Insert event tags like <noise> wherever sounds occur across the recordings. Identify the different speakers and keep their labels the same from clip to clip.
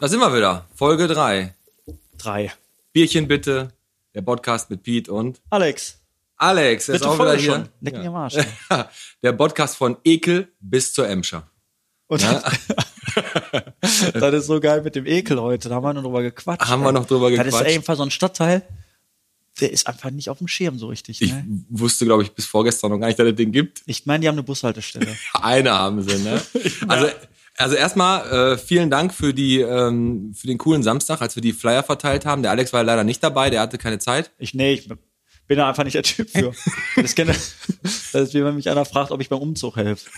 Speaker 1: Da sind wir wieder. Folge 3.
Speaker 2: Drei.
Speaker 1: Bierchen bitte. Der Podcast mit Pete und
Speaker 2: Alex,
Speaker 1: Alex. Er
Speaker 2: bitte Folge schon. Leck mich am Arsch.
Speaker 1: Ja. <laughs> Der Podcast von Ekel bis zur Emscher.
Speaker 2: Und <laughs> das ist so geil mit dem Ekel heute. Da haben wir noch drüber gequatscht.
Speaker 1: Haben wir noch drüber
Speaker 2: Das
Speaker 1: gequatscht.
Speaker 2: ist ne? einfach so ein Stadtteil, der ist einfach nicht auf dem Schirm so richtig.
Speaker 1: Ich
Speaker 2: Ne?
Speaker 1: wusste, glaube ich, bis vorgestern noch gar nicht, dass es den gibt. <laughs>
Speaker 2: Ich meine, die haben eine Bushaltestelle.
Speaker 1: Eine haben sie, ne? Also, also erstmal äh, vielen Dank für die ähm, für den coolen Samstag, als wir die Flyer verteilt haben. Der Alex war ja leider nicht dabei, der hatte keine Zeit.
Speaker 2: Ich, nee, ich bin da einfach nicht der Typ für. Das, kenne, das ist wie wenn mich einer fragt, ob ich beim Umzug helfe.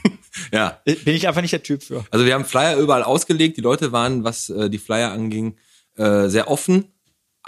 Speaker 1: Ja.
Speaker 2: Bin ich einfach nicht der Typ für.
Speaker 1: Also wir haben Flyer überall ausgelegt. Die Leute waren, was äh, die Flyer anging, äh, sehr offen.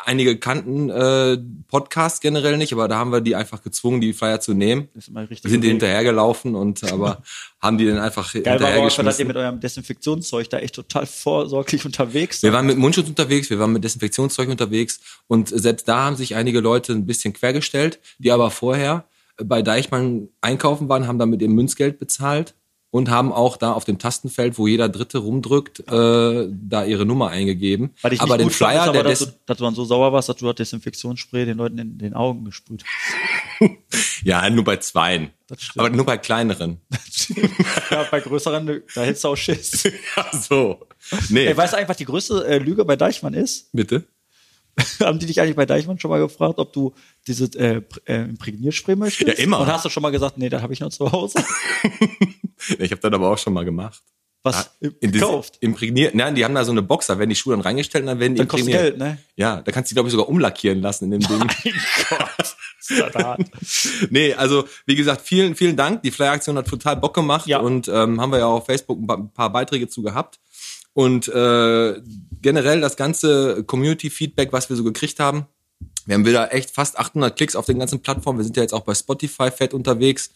Speaker 1: Einige kannten äh, Podcast generell nicht, aber da haben wir die einfach gezwungen, die Flyer zu nehmen.
Speaker 2: Das ist immer richtig.
Speaker 1: Wir sind denen
Speaker 2: geregelt.
Speaker 1: hinterhergelaufen und
Speaker 2: <laughs>
Speaker 1: aber haben die dann einfach
Speaker 2: Geil war aber auch, dass ihr
Speaker 1: hinterhergeschmissen.
Speaker 2: mit eurem Desinfektionszeug da echt total vorsorglich unterwegs
Speaker 1: Wir
Speaker 2: seid.
Speaker 1: waren mit Mundschutz unterwegs, wir waren mit Desinfektionszeug unterwegs und selbst da haben sich einige Leute ein bisschen quergestellt, die aber vorher bei Deichmann einkaufen waren, haben dann mit ihrem Münzgeld bezahlt und haben auch da auf dem Tastenfeld, wo jeder Dritte rumdrückt, äh, da ihre Nummer eingegeben.
Speaker 2: Weil ich nicht
Speaker 1: Aber den
Speaker 2: gut fand,
Speaker 1: Flyer,
Speaker 2: ist
Speaker 1: der
Speaker 2: aber, dass,
Speaker 1: des
Speaker 2: du, dass du dann so sauer warst, dass du das Desinfektionsspray den Leuten in den Augen gesprüht hast.
Speaker 1: ja nur bei zweien,
Speaker 2: Das stimmt.
Speaker 1: aber nur bei kleineren. <laughs>
Speaker 2: <laughs> ja, bei größeren, da hättest du auch Schiss.
Speaker 1: Ach so, nee,
Speaker 2: Ey, weißt du eigentlich, was die größte äh, Lüge bei Deichmann ist? <laughs>
Speaker 1: bitte.
Speaker 2: Haben die dich eigentlich bei Deichmann schon mal gefragt, ob du diese äh, pr- äh, Imprägnierspray möchtest?
Speaker 1: Ja, immer.
Speaker 2: Und hast du schon mal gesagt, nee, das habe ich noch zu
Speaker 1: <laughs>
Speaker 2: Hause.
Speaker 1: Ich habe das aber auch schon mal gemacht.
Speaker 2: Was
Speaker 1: Ja,
Speaker 2: im-
Speaker 1: Ah, diese-
Speaker 2: gekauft?
Speaker 1: Imprägniert. Nein, die haben da so eine Box, da werden die Schuhe dann reingestellt und dann werden die
Speaker 2: Dann kostet
Speaker 1: imprägniert.
Speaker 2: Geld, ne?
Speaker 1: Ja, da kannst du die, glaube ich, sogar umlackieren lassen in dem
Speaker 2: <laughs>
Speaker 1: Ding.
Speaker 2: Ist das hart.
Speaker 1: <laughs> nee, also wie gesagt, vielen, vielen Dank. Die Flyer-Aktion hat total Bock gemacht
Speaker 2: Ja.
Speaker 1: und ähm, haben wir ja auch auf Facebook ein paar- ein paar Beiträge zu gehabt. Und äh, generell das ganze Community-Feedback, was wir so gekriegt haben, wir haben wieder echt fast 800 Klicks auf den ganzen Plattformen. Wir sind ja jetzt auch bei Spotify fett unterwegs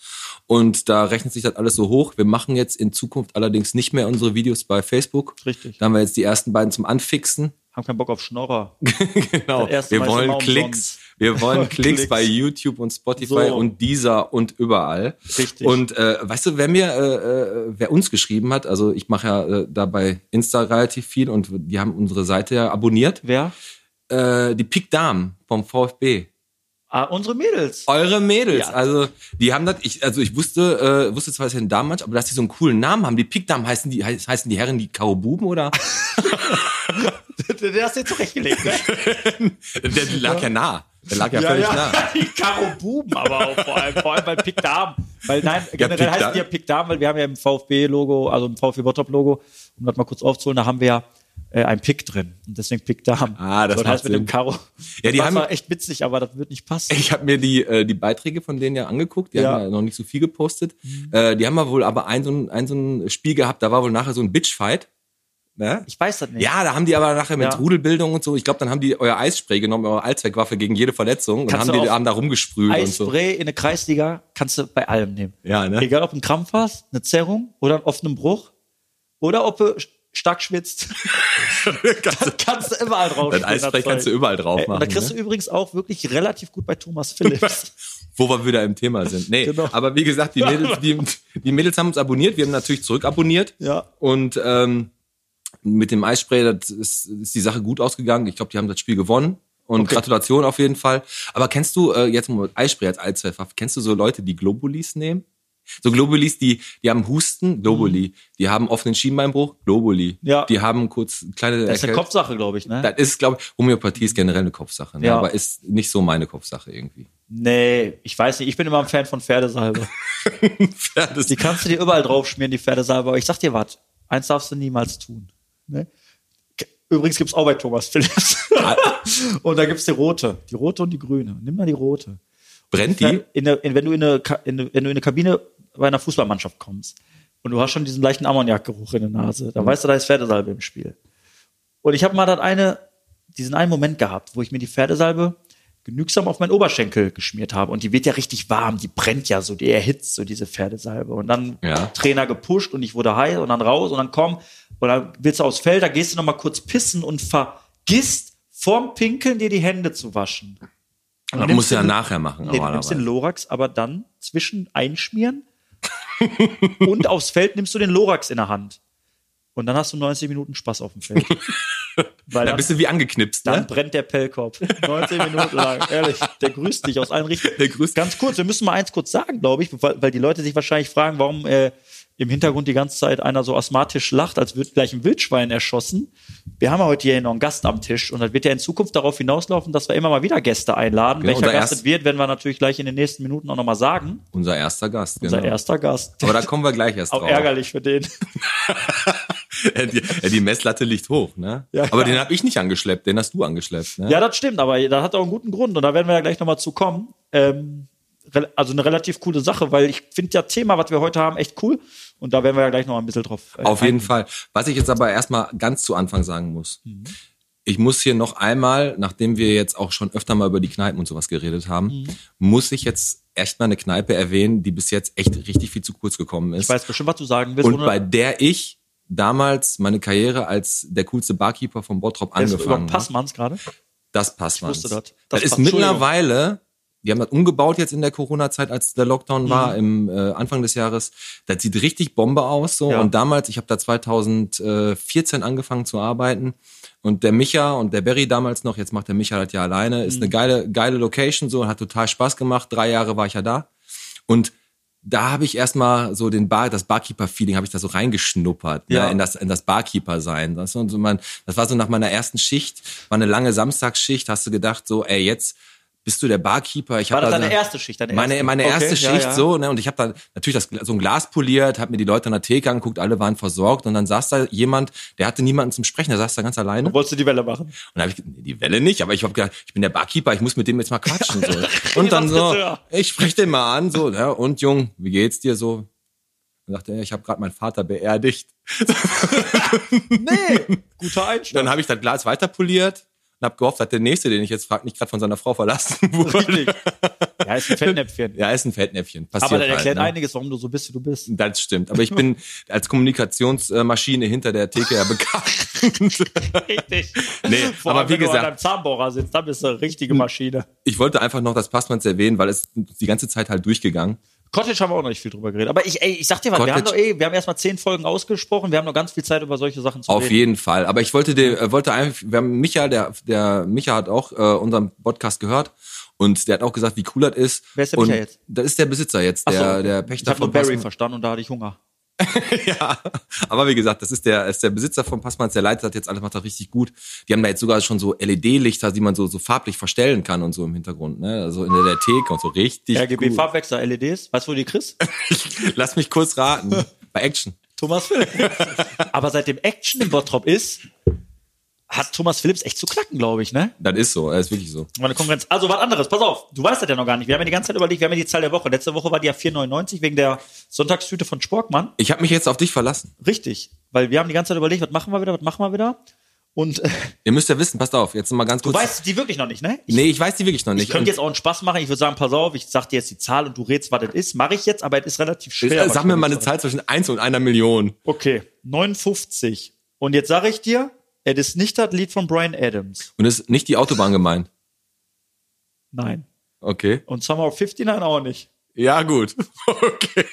Speaker 1: und da rechnet sich das alles so hoch. Wir machen jetzt in Zukunft allerdings nicht mehr unsere Videos bei Facebook.
Speaker 2: Richtig.
Speaker 1: Da haben wir jetzt die ersten beiden zum Anfixen.
Speaker 2: Haben keinen Bock
Speaker 1: <laughs>
Speaker 2: auf Schnorrer.
Speaker 1: Genau.
Speaker 2: Das erste
Speaker 1: Wir
Speaker 2: Mal ist
Speaker 1: wollen
Speaker 2: immer
Speaker 1: Klicks.
Speaker 2: umsonst.
Speaker 1: Wir
Speaker 2: <laughs>
Speaker 1: wollen Klicks,
Speaker 2: Klicks.
Speaker 1: bei YouTube und Spotify
Speaker 2: So.
Speaker 1: und dieser und überall.
Speaker 2: Richtig.
Speaker 1: Und äh, weißt du, wer mir, äh, äh, wer uns geschrieben hat, also ich mache ja äh, da bei Insta relativ viel und die haben unsere Seite ja abonniert,
Speaker 2: Wer?
Speaker 1: äh, die Pik Damen vom VfB.
Speaker 2: Ah, unsere Mädels.
Speaker 1: Eure Mädels,
Speaker 2: Ja.
Speaker 1: also die haben das, ich, also ich wusste, äh, wusste zwar, dass sie einen Damenmatch, aber dass die so einen coolen Namen haben. Die Pikdamen heißen die, heiß- heißen die Herren die Karo-Buben oder?
Speaker 2: <laughs> <laughs> Der hast du dir zurechtgelegt, ne?
Speaker 1: Der lag ja nah. Der lag ja,
Speaker 2: Ja,
Speaker 1: völlig
Speaker 2: ja.
Speaker 1: nah.
Speaker 2: <laughs> Die Karo Buben aber auch vor allem, vor allem bei Pick Darm. Weil nein, generell
Speaker 1: Pick Darm.
Speaker 2: heißt die ja Pick Darm, weil wir haben ja im VfB-Logo, also im VfB-Bottom-Logo, um das mal kurz aufzuholen, da haben wir ja äh, ein Pick drin. Und deswegen Pick Darm.
Speaker 1: Ah, das
Speaker 2: so,
Speaker 1: macht
Speaker 2: heißt mit
Speaker 1: Sinn.
Speaker 2: dem Karo.
Speaker 1: Ja, die
Speaker 2: das
Speaker 1: haben-
Speaker 2: war echt witzig, aber das wird nicht passen.
Speaker 1: Ich habe mir die, äh, die Beiträge von denen ja angeguckt. Die
Speaker 2: Ja. Mhm.
Speaker 1: haben ja noch nicht so viel gepostet. Äh, die haben ja wohl aber ein so, ein, ein so ein Spiel gehabt, da war wohl nachher so ein Bitchfight. Ne?
Speaker 2: Ich weiß das nicht.
Speaker 1: Ja, da haben die aber nachher mit
Speaker 2: Ja.
Speaker 1: Rudelbildung und so. Ich glaube, dann haben die euer Eisspray genommen, eure Allzweckwaffe gegen jede Verletzung
Speaker 2: Kannst
Speaker 1: und haben
Speaker 2: du
Speaker 1: die
Speaker 2: auch
Speaker 1: haben da rumgesprüht und so.
Speaker 2: Eisspray in der Kreisliga kannst du bei allem nehmen.
Speaker 1: Ja, ne?
Speaker 2: Egal, ob du einen Krampf hast, eine Zerrung oder einen offenen Bruch oder ob du sch- stark
Speaker 1: <laughs>
Speaker 2: schwitzt. <laughs> das kannst du halt überall drauf
Speaker 1: Das Eisspray kannst du überall drauf
Speaker 2: Ey, und Äh, da
Speaker 1: machen.
Speaker 2: kriegst
Speaker 1: Ne?
Speaker 2: du übrigens auch wirklich relativ gut bei Thomas Phillips.
Speaker 1: Wo wir wieder im Thema sind. Nee,
Speaker 2: Genau.
Speaker 1: aber wie gesagt, die
Speaker 2: <laughs>
Speaker 1: Mädels, die, die Mädels haben uns abonniert. Wir haben natürlich zurückabonniert.
Speaker 2: ja.
Speaker 1: Und ähm, mit dem Eisspray, das ist, ist die Sache gut ausgegangen. Ich glaube, die haben das Spiel gewonnen. Und Gratulation auf jeden Fall. Aber kennst du, äh, jetzt mal Eisspray als Allzweffer, kennst du so Leute, die Globulis nehmen? So Globulis, die, die haben Husten, Globuli. Die haben offenen Schienbeinbruch, Globuli.
Speaker 2: Mhm. Ja.
Speaker 1: Die haben kurz kleine
Speaker 2: Das ist eine
Speaker 1: Erkältung.
Speaker 2: Kopfsache, glaube ich, ne?
Speaker 1: Das ist, glaube ich, Homöopathie ist generell eine Kopfsache. Ne?
Speaker 2: Ja.
Speaker 1: Aber ist nicht so meine Kopfsache irgendwie. <laughs>
Speaker 2: nee, ich weiß nicht. Ich bin immer ein Fan von Pferdesalbe.
Speaker 1: Ja, das
Speaker 2: Die kannst du dir überall drauf schmieren, die Pferdesalbe. Aber ich sag dir was, eins darfst du niemals tun. Ne? K- Übrigens gibt's auch bei Thomas Phillips. <laughs> und da gibt's die rote. Die rote und die grüne. Nimm mal die rote.
Speaker 1: brennt die?
Speaker 2: In der, in, wenn, du in eine, Ka- in, eine- wenn du in eine Kabine bei einer Fußballmannschaft kommst und du hast schon diesen leichten Ammoniakgeruch in der Nase, dann weißt du, da ist Pferdesalbe im Spiel. Und ich habe mal das eine, diesen einen Moment gehabt, wo ich mir die Pferdesalbe genügsam auf meinen Oberschenkel geschmiert habe. Und die wird ja richtig warm, die brennt ja so, die erhitzt so diese Pferdesalbe. Und dann
Speaker 1: Ja.
Speaker 2: Trainer gepusht und ich wurde heiß und dann raus und dann komm und dann willst du aufs Feld, da gehst du nochmal kurz pissen und vergisst vorm Pinkeln dir die Hände zu waschen.
Speaker 1: Das
Speaker 2: Und nimmst
Speaker 1: musst du ja
Speaker 2: den-
Speaker 1: nachher machen.
Speaker 2: Nee, du nimmst
Speaker 1: normalerweise.
Speaker 2: den Lorax, aber dann zwischen einschmieren <laughs>
Speaker 1: <laughs>
Speaker 2: und aufs Feld nimmst du den Lorax in der Hand. Und dann hast du 90 Minuten Spaß auf dem Feld. Weil
Speaker 1: Da
Speaker 2: dann,
Speaker 1: bist du wie angeknipst,
Speaker 2: dann
Speaker 1: ne?
Speaker 2: brennt
Speaker 1: <laughs>
Speaker 2: der Pellkorb. 19 Minuten lang. Ehrlich, der grüßt dich aus allen Richtungen.
Speaker 1: Der grüßt-
Speaker 2: Ganz kurz, wir müssen mal eins kurz sagen, glaube ich, weil, weil die Leute sich wahrscheinlich fragen, warum äh, im Hintergrund die ganze Zeit einer so asthmatisch lacht, als würde gleich ein Wildschwein erschossen. Wir haben ja heute hier noch einen Gast am Tisch und das wird ja in Zukunft darauf hinauslaufen, dass wir immer mal wieder Gäste einladen.
Speaker 1: Genau,
Speaker 2: Welcher
Speaker 1: unser
Speaker 2: Gast
Speaker 1: erst-
Speaker 2: es wird, werden wir natürlich gleich in den nächsten Minuten auch nochmal sagen.
Speaker 1: Unser erster Gast, genau.
Speaker 2: Unser erster Gast.
Speaker 1: Aber da kommen wir gleich erst
Speaker 2: Auch
Speaker 1: drauf. Äh,
Speaker 2: ärgerlich für den.
Speaker 1: die, ja, die Messlatte liegt hoch, ne?
Speaker 2: Ja,
Speaker 1: Aber
Speaker 2: klar.
Speaker 1: den habe ich nicht angeschleppt, den hast du angeschleppt, ne?
Speaker 2: Ja, das stimmt, aber das hat auch einen guten Grund und da werden wir ja gleich nochmal zu kommen. Ähm, rel- also eine relativ coole Sache, weil ich finde das Thema, was wir heute haben, echt cool und da werden wir ja gleich noch ein bisschen drauf. äh,
Speaker 1: Auf jeden
Speaker 2: eingehen.
Speaker 1: Fall. Was ich jetzt aber erstmal ganz zu Anfang sagen muss.
Speaker 2: Mhm.
Speaker 1: Ich muss hier noch einmal, nachdem wir jetzt auch schon öfter mal über die Kneipen und sowas geredet haben,
Speaker 2: Mhm.
Speaker 1: muss ich jetzt echt mal eine Kneipe erwähnen, die bis jetzt echt richtig viel zu kurz gekommen ist.
Speaker 2: Ich weiß bestimmt, was du sagen willst.
Speaker 1: und
Speaker 2: ohne-
Speaker 1: bei der ich damals meine Karriere als der coolste Barkeeper von Bottrop
Speaker 2: Jetzt
Speaker 1: angefangen
Speaker 2: über
Speaker 1: habe.
Speaker 2: Passmanns gerade.
Speaker 1: Das passt man.
Speaker 2: wusste das.
Speaker 1: Das,
Speaker 2: Das
Speaker 1: ist
Speaker 2: passt. Entschuldigung.
Speaker 1: mittlerweile, die haben das umgebaut jetzt in der Corona-Zeit, als der Lockdown
Speaker 2: Mhm.
Speaker 1: war im äh, Anfang des Jahres. Das sieht richtig Bombe aus. So.
Speaker 2: Ja.
Speaker 1: Und damals, ich habe da 2014 angefangen zu arbeiten. Und der Micha und der Barry damals noch, jetzt macht der Micha das ja alleine,
Speaker 2: Mhm.
Speaker 1: ist eine geile, geile Location so und hat total Spaß gemacht. Drei Jahre war ich ja da. Und da habe ich erstmal so den Bar, das Barkeeper-Feeling habe ich da so reingeschnuppert,
Speaker 2: Ja.
Speaker 1: ne, in das, in das Barkeeper-Sein. Das, war so mein- das war so nach meiner ersten Schicht, war eine lange Samstagsschicht, hast du gedacht so, ey, jetzt bist du der Barkeeper. Ich
Speaker 2: War
Speaker 1: hab
Speaker 2: das
Speaker 1: da
Speaker 2: deine
Speaker 1: so-
Speaker 2: erste Schicht? Deine
Speaker 1: meine,
Speaker 2: erste?
Speaker 1: meine
Speaker 2: Okay,
Speaker 1: erste
Speaker 2: ja,
Speaker 1: Schicht
Speaker 2: ja.
Speaker 1: so, ne? Und ich habe dann natürlich das, so ein Glas poliert, habe mir die Leute an der Theke angeguckt, alle waren versorgt und dann saß da jemand, der hatte niemanden zum Sprechen, der saß da ganz alleine.
Speaker 2: Wolltest du die
Speaker 1: <laughs>
Speaker 2: Welle machen?
Speaker 1: Und dann habe ich, nee, die Welle nicht, aber ich habe gedacht, ich bin der Barkeeper, ich muss mit dem jetzt mal quatschen.
Speaker 2: <laughs>
Speaker 1: So. Und dann so,
Speaker 2: Friseur.
Speaker 1: ich spreche den mal an, so, ne? und Jung, wie geht's dir so? Dann sagt er, ich habe gerade meinen Vater beerdigt.
Speaker 2: Nee, guter
Speaker 1: <laughs>
Speaker 2: Einstand.
Speaker 1: Dann habe ich das Glas weiter poliert und habe gehofft, dass der Nächste, den ich jetzt frage, nicht gerade von seiner Frau verlassen <laughs> wurde.
Speaker 2: Wirklich. ja, ist ein Fettnäpfchen.
Speaker 1: Ja, ist ein Fettnäpfchen. Passiert
Speaker 2: aber das erklärt
Speaker 1: halt, ne?
Speaker 2: einiges, warum du so bist, wie
Speaker 1: <laughs>
Speaker 2: du bist.
Speaker 1: Das stimmt. Aber ich bin als Kommunikationsmaschine hinter der Theke ja bekannt. <laughs>
Speaker 2: Richtig.
Speaker 1: Nee,
Speaker 2: Vor
Speaker 1: aber
Speaker 2: allem,
Speaker 1: wie
Speaker 2: wenn du an
Speaker 1: gesagt- Hm.
Speaker 2: deinem Zahnbohrer sitzt, dann bist du eine richtige Maschine.
Speaker 1: Ich wollte einfach noch das Passmanns erwähnen, weil es die ganze Zeit halt durchgegangen.
Speaker 2: Cottage haben wir auch noch nicht viel drüber geredet. Aber ich, ey, ich sag dir was, wir
Speaker 1: Cottage-
Speaker 2: haben, doch, eh, wir haben erst mal zehn Folgen ausgesprochen, wir haben noch ganz viel Zeit, über solche Sachen zu
Speaker 1: Auf
Speaker 2: reden.
Speaker 1: jeden Fall. Aber ich wollte dir, äh, wollte einfach, wir haben Micha, der, der Micha hat auch äh, unseren Podcast gehört und der hat auch gesagt, wie cool das ist.
Speaker 2: Wer ist der
Speaker 1: und
Speaker 2: Micha jetzt?
Speaker 1: Das ist der Besitzer jetzt,
Speaker 2: Ach so,
Speaker 1: der, der
Speaker 2: ich
Speaker 1: Pächter
Speaker 2: habe nur
Speaker 1: von
Speaker 2: Barry
Speaker 1: Passmann.
Speaker 2: verstanden und da hatte ich Hunger.
Speaker 1: <laughs> ja. Aber wie gesagt, das ist der, ist der Besitzer von Passmanns, der leitet das jetzt alles, macht das richtig gut. Die haben da jetzt sogar schon so LED-Lichter, die man so, so farblich verstellen kann und so im Hintergrund, ne? Also in der, der Theke und so richtig. gut.
Speaker 2: RGB-Farbwechsel, LEDs. E Weißt du, wo die kriegst?
Speaker 1: <laughs> Lass mich kurz raten. Bei Action.
Speaker 2: Thomas Phillips. Aber seitdem Action im Bottrop ist, hat Thomas Phillips echt zu knacken, glaube ich, ne?
Speaker 1: Das ist so, das ist wirklich so.
Speaker 2: Meine Konkurrenz. Also was anderes, pass auf, du weißt das ja noch gar nicht. Wir haben ja die ganze Zeit überlegt, wir haben ja die Zahl der Woche. Letzte Woche war die ja 4,99 wegen der Sonntagstüte von Sporkmann.
Speaker 1: Ich habe mich jetzt auf dich verlassen.
Speaker 2: Richtig, weil wir haben die ganze Zeit überlegt, was machen wir wieder, was machen wir wieder. Und äh,
Speaker 1: Ihr müsst ja wissen, passt auf, jetzt mal ganz
Speaker 2: du
Speaker 1: kurz.
Speaker 2: weißt die wirklich noch nicht, ne?
Speaker 1: nee, ich weiß die wirklich noch nicht.
Speaker 2: Ich könnte jetzt auch einen Spaß machen. Ich würde sagen, pass auf, ich sag dir jetzt die Zahl und du rätst, was das ist. Mache ich jetzt, aber es ist relativ
Speaker 1: Und,
Speaker 2: schwer.
Speaker 1: Äh, sag mir mal eine Zahl zwischen 1 und einer Million.
Speaker 2: Okay, 59. Und jetzt sage ich dir, es ist nicht das Lied von Brian Adams.
Speaker 1: Und ist nicht die Autobahn gemeint.
Speaker 2: Nein.
Speaker 1: Okay.
Speaker 2: Und Summer of 59 auch nicht.
Speaker 1: Ja, gut. <laughs> Okay.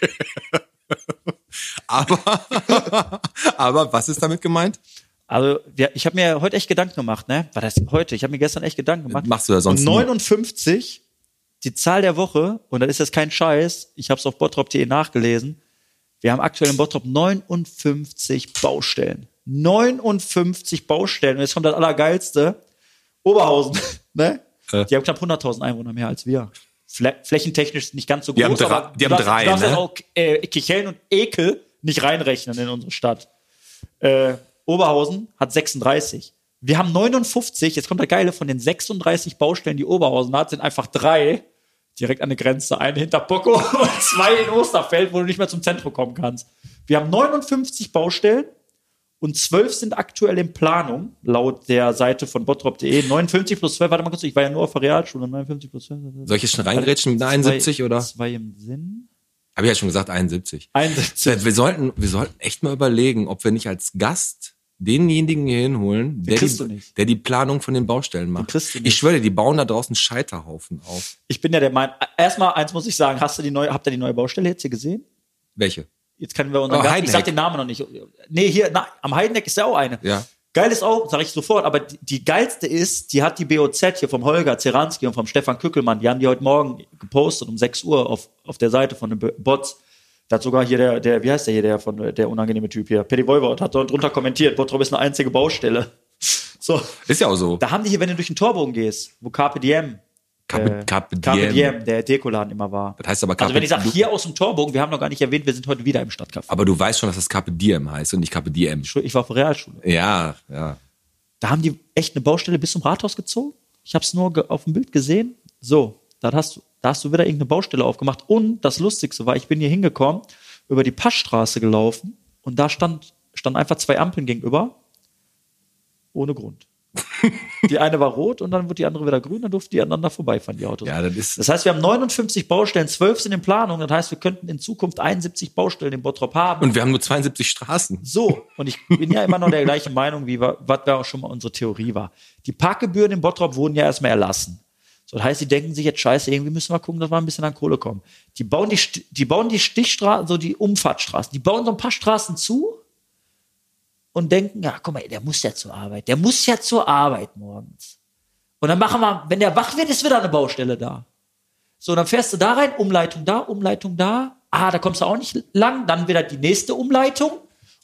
Speaker 1: aber, <laughs> aber was ist damit gemeint?
Speaker 2: Also wir, ich habe mir heute echt Gedanken gemacht, ne? War das heute? Ich habe mir gestern echt Gedanken gemacht.
Speaker 1: Machst du ja sonst
Speaker 2: Und 59, die Zahl der Woche, und das ist jetzt kein Scheiß, ich habe es auf bottrop.de nachgelesen, wir haben aktuell in Bottrop 59 Baustellen. 59 Baustellen. Und jetzt kommt das Allergeilste. Oberhausen, <laughs> ne?
Speaker 1: Äh.
Speaker 2: Die haben knapp 100.000 Einwohner mehr als wir. Flä flächentechnisch nicht ganz so groß,
Speaker 1: haben drei-
Speaker 2: aber
Speaker 1: die
Speaker 2: du
Speaker 1: haben
Speaker 2: darfst-
Speaker 1: drei,
Speaker 2: du darfst
Speaker 1: ne?
Speaker 2: jetzt auch äh, Kicheln und Ekel nicht reinrechnen in unsere Stadt. Äh, Oberhausen hat 36. Wir haben 59. Jetzt kommt der Geile von den 36 Baustellen, die Oberhausen hat, sind einfach drei direkt an der Grenze. Eine hinter Bocko <laughs> und zwei in Osterfeld, wo du nicht mehr zum Zentrum kommen kannst. Wir haben 59 Baustellen und 12 sind aktuell in Planung, laut der Seite von bottrop.de. 59 plus 12, warte mal kurz, ich war ja nur auf der Realschule. 59 plus 12.
Speaker 1: Soll ich jetzt schon reingrätschen mit einer 71 oder?
Speaker 2: Zwei im Sinn.
Speaker 1: Habe ich ja schon gesagt, 71.
Speaker 2: 71.
Speaker 1: Wir sollten, wir sollten echt mal überlegen, ob wir nicht als Gast denjenigen hier hinholen, der
Speaker 2: kriegst du
Speaker 1: die,
Speaker 2: nicht.
Speaker 1: der die Planung von den Baustellen macht.
Speaker 2: kriegst du nicht.
Speaker 1: Ich schwöre dir, die bauen da draußen Scheiterhaufen auf.
Speaker 2: Ich bin ja der Meinung, erstmal eins muss ich sagen, hast du die neue, habt ihr die neue Baustelle jetzt hier gesehen?
Speaker 1: Welche?
Speaker 2: Jetzt können wir unseren
Speaker 1: Oh,
Speaker 2: Gast, ich sag
Speaker 1: Heidenheck.
Speaker 2: den Namen noch nicht. Nee, hier, na, am Heidenheck ist ja auch eine.
Speaker 1: Ja.
Speaker 2: Geil ist auch, sage ich sofort, aber die, die geilste ist, die hat die BOZ hier vom Holger Zeranski und vom Stefan Kückelmann, die haben die heute Morgen gepostet um 6 Uhr auf, auf der Seite von den B- Bots. Da hat sogar hier der, der, wie heißt der hier, der von äh, der unangenehme Typ hier, Petty Voivod, hat dort drunter kommentiert, Bottrop ist eine einzige Baustelle. <laughs> So,
Speaker 1: Ist ja auch so.
Speaker 2: da haben die hier, wenn du durch den Torbogen gehst, wo Carpe Diem, äh,
Speaker 1: Carpe, Ah, Carpe
Speaker 2: Carpe
Speaker 1: diem.
Speaker 2: Diem, der Dekoladen immer war.
Speaker 1: Das heißt aber Carpe
Speaker 2: Also wenn ich sage,
Speaker 1: du-
Speaker 2: hier aus dem Torbogen, wir haben noch gar nicht erwähnt, wir sind heute wieder im Stadtcafé.
Speaker 1: Aber du weißt schon, dass das Carpe Diem heißt und nicht Carpe Diem.
Speaker 2: Ich war auf der Realschule.
Speaker 1: Ja, ja.
Speaker 2: Da haben die echt eine Baustelle bis zum Rathaus gezogen. Ich habe es nur ge- auf dem Bild gesehen. So, da hast, du- da hast du wieder irgendeine Baustelle aufgemacht. Und das Lustigste war, ich bin hier hingekommen, über die Passstraße gelaufen und da stand, stand einfach zwei Ampeln gegenüber.
Speaker 1: <laughs>
Speaker 2: Ohne Grund. die eine war rot und dann wurde die andere wieder grün, dann durften die aneinander vorbeifahren, die Autos.
Speaker 1: Ja, das ist-
Speaker 2: das heißt, wir haben 59 Baustellen, 12 sind in Planung. Das heißt, wir könnten in Zukunft 71 Baustellen in Bottrop haben.
Speaker 1: Und wir haben nur 72 Straßen.
Speaker 2: So, und ich bin ja immer noch der gleichen Meinung, wie wa- was da auch schon mal unsere Theorie war. Die Parkgebühren in Bottrop wurden ja erstmal erlassen. So, das heißt, die denken sich jetzt scheiße, irgendwie müssen wir gucken, dass wir ein bisschen an Kohle kommen. Die bauen die, St- die bauen die Stichstraßen, so die Umfahrtstraßen, die bauen so ein paar Straßen zu und denken, ja, guck mal, der muss ja zur Arbeit, der muss ja zur Arbeit morgens. Und dann machen wir, wenn der wach wird, ist wieder eine Baustelle da. So, dann fährst du da rein, Umleitung da, Umleitung da. Ah, da kommst du auch nicht lang. Dann wieder die nächste Umleitung.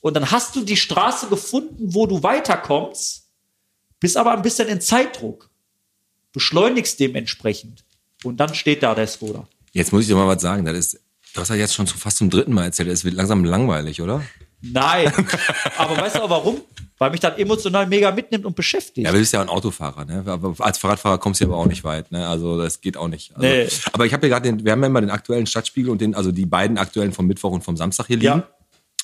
Speaker 2: Und dann hast du die Straße gefunden, wo du weiterkommst, bist aber ein bisschen in Zeitdruck. Beschleunigst dementsprechend. Und dann steht da der Skoda.
Speaker 1: Jetzt muss ich dir mal was sagen. Das ist, du hast ja jetzt schon zu- fast zum dritten Mal erzählt. Es wird langsam langweilig, oder? <laughs>
Speaker 2: Nein. aber weißt du auch warum? Weil mich dann emotional mega mitnimmt und beschäftigt.
Speaker 1: Ja, aber du bist ja ein Autofahrer, ne? Aber als Fahrradfahrer kommst du ja aber auch nicht weit, ne? Also das geht auch nicht. Also,
Speaker 2: Nee.
Speaker 1: Aber ich habe ja gerade den, wir haben ja immer den aktuellen Stadtspiegel und den, also die beiden aktuellen vom Mittwoch und vom Samstag hier liegen.
Speaker 2: Ja.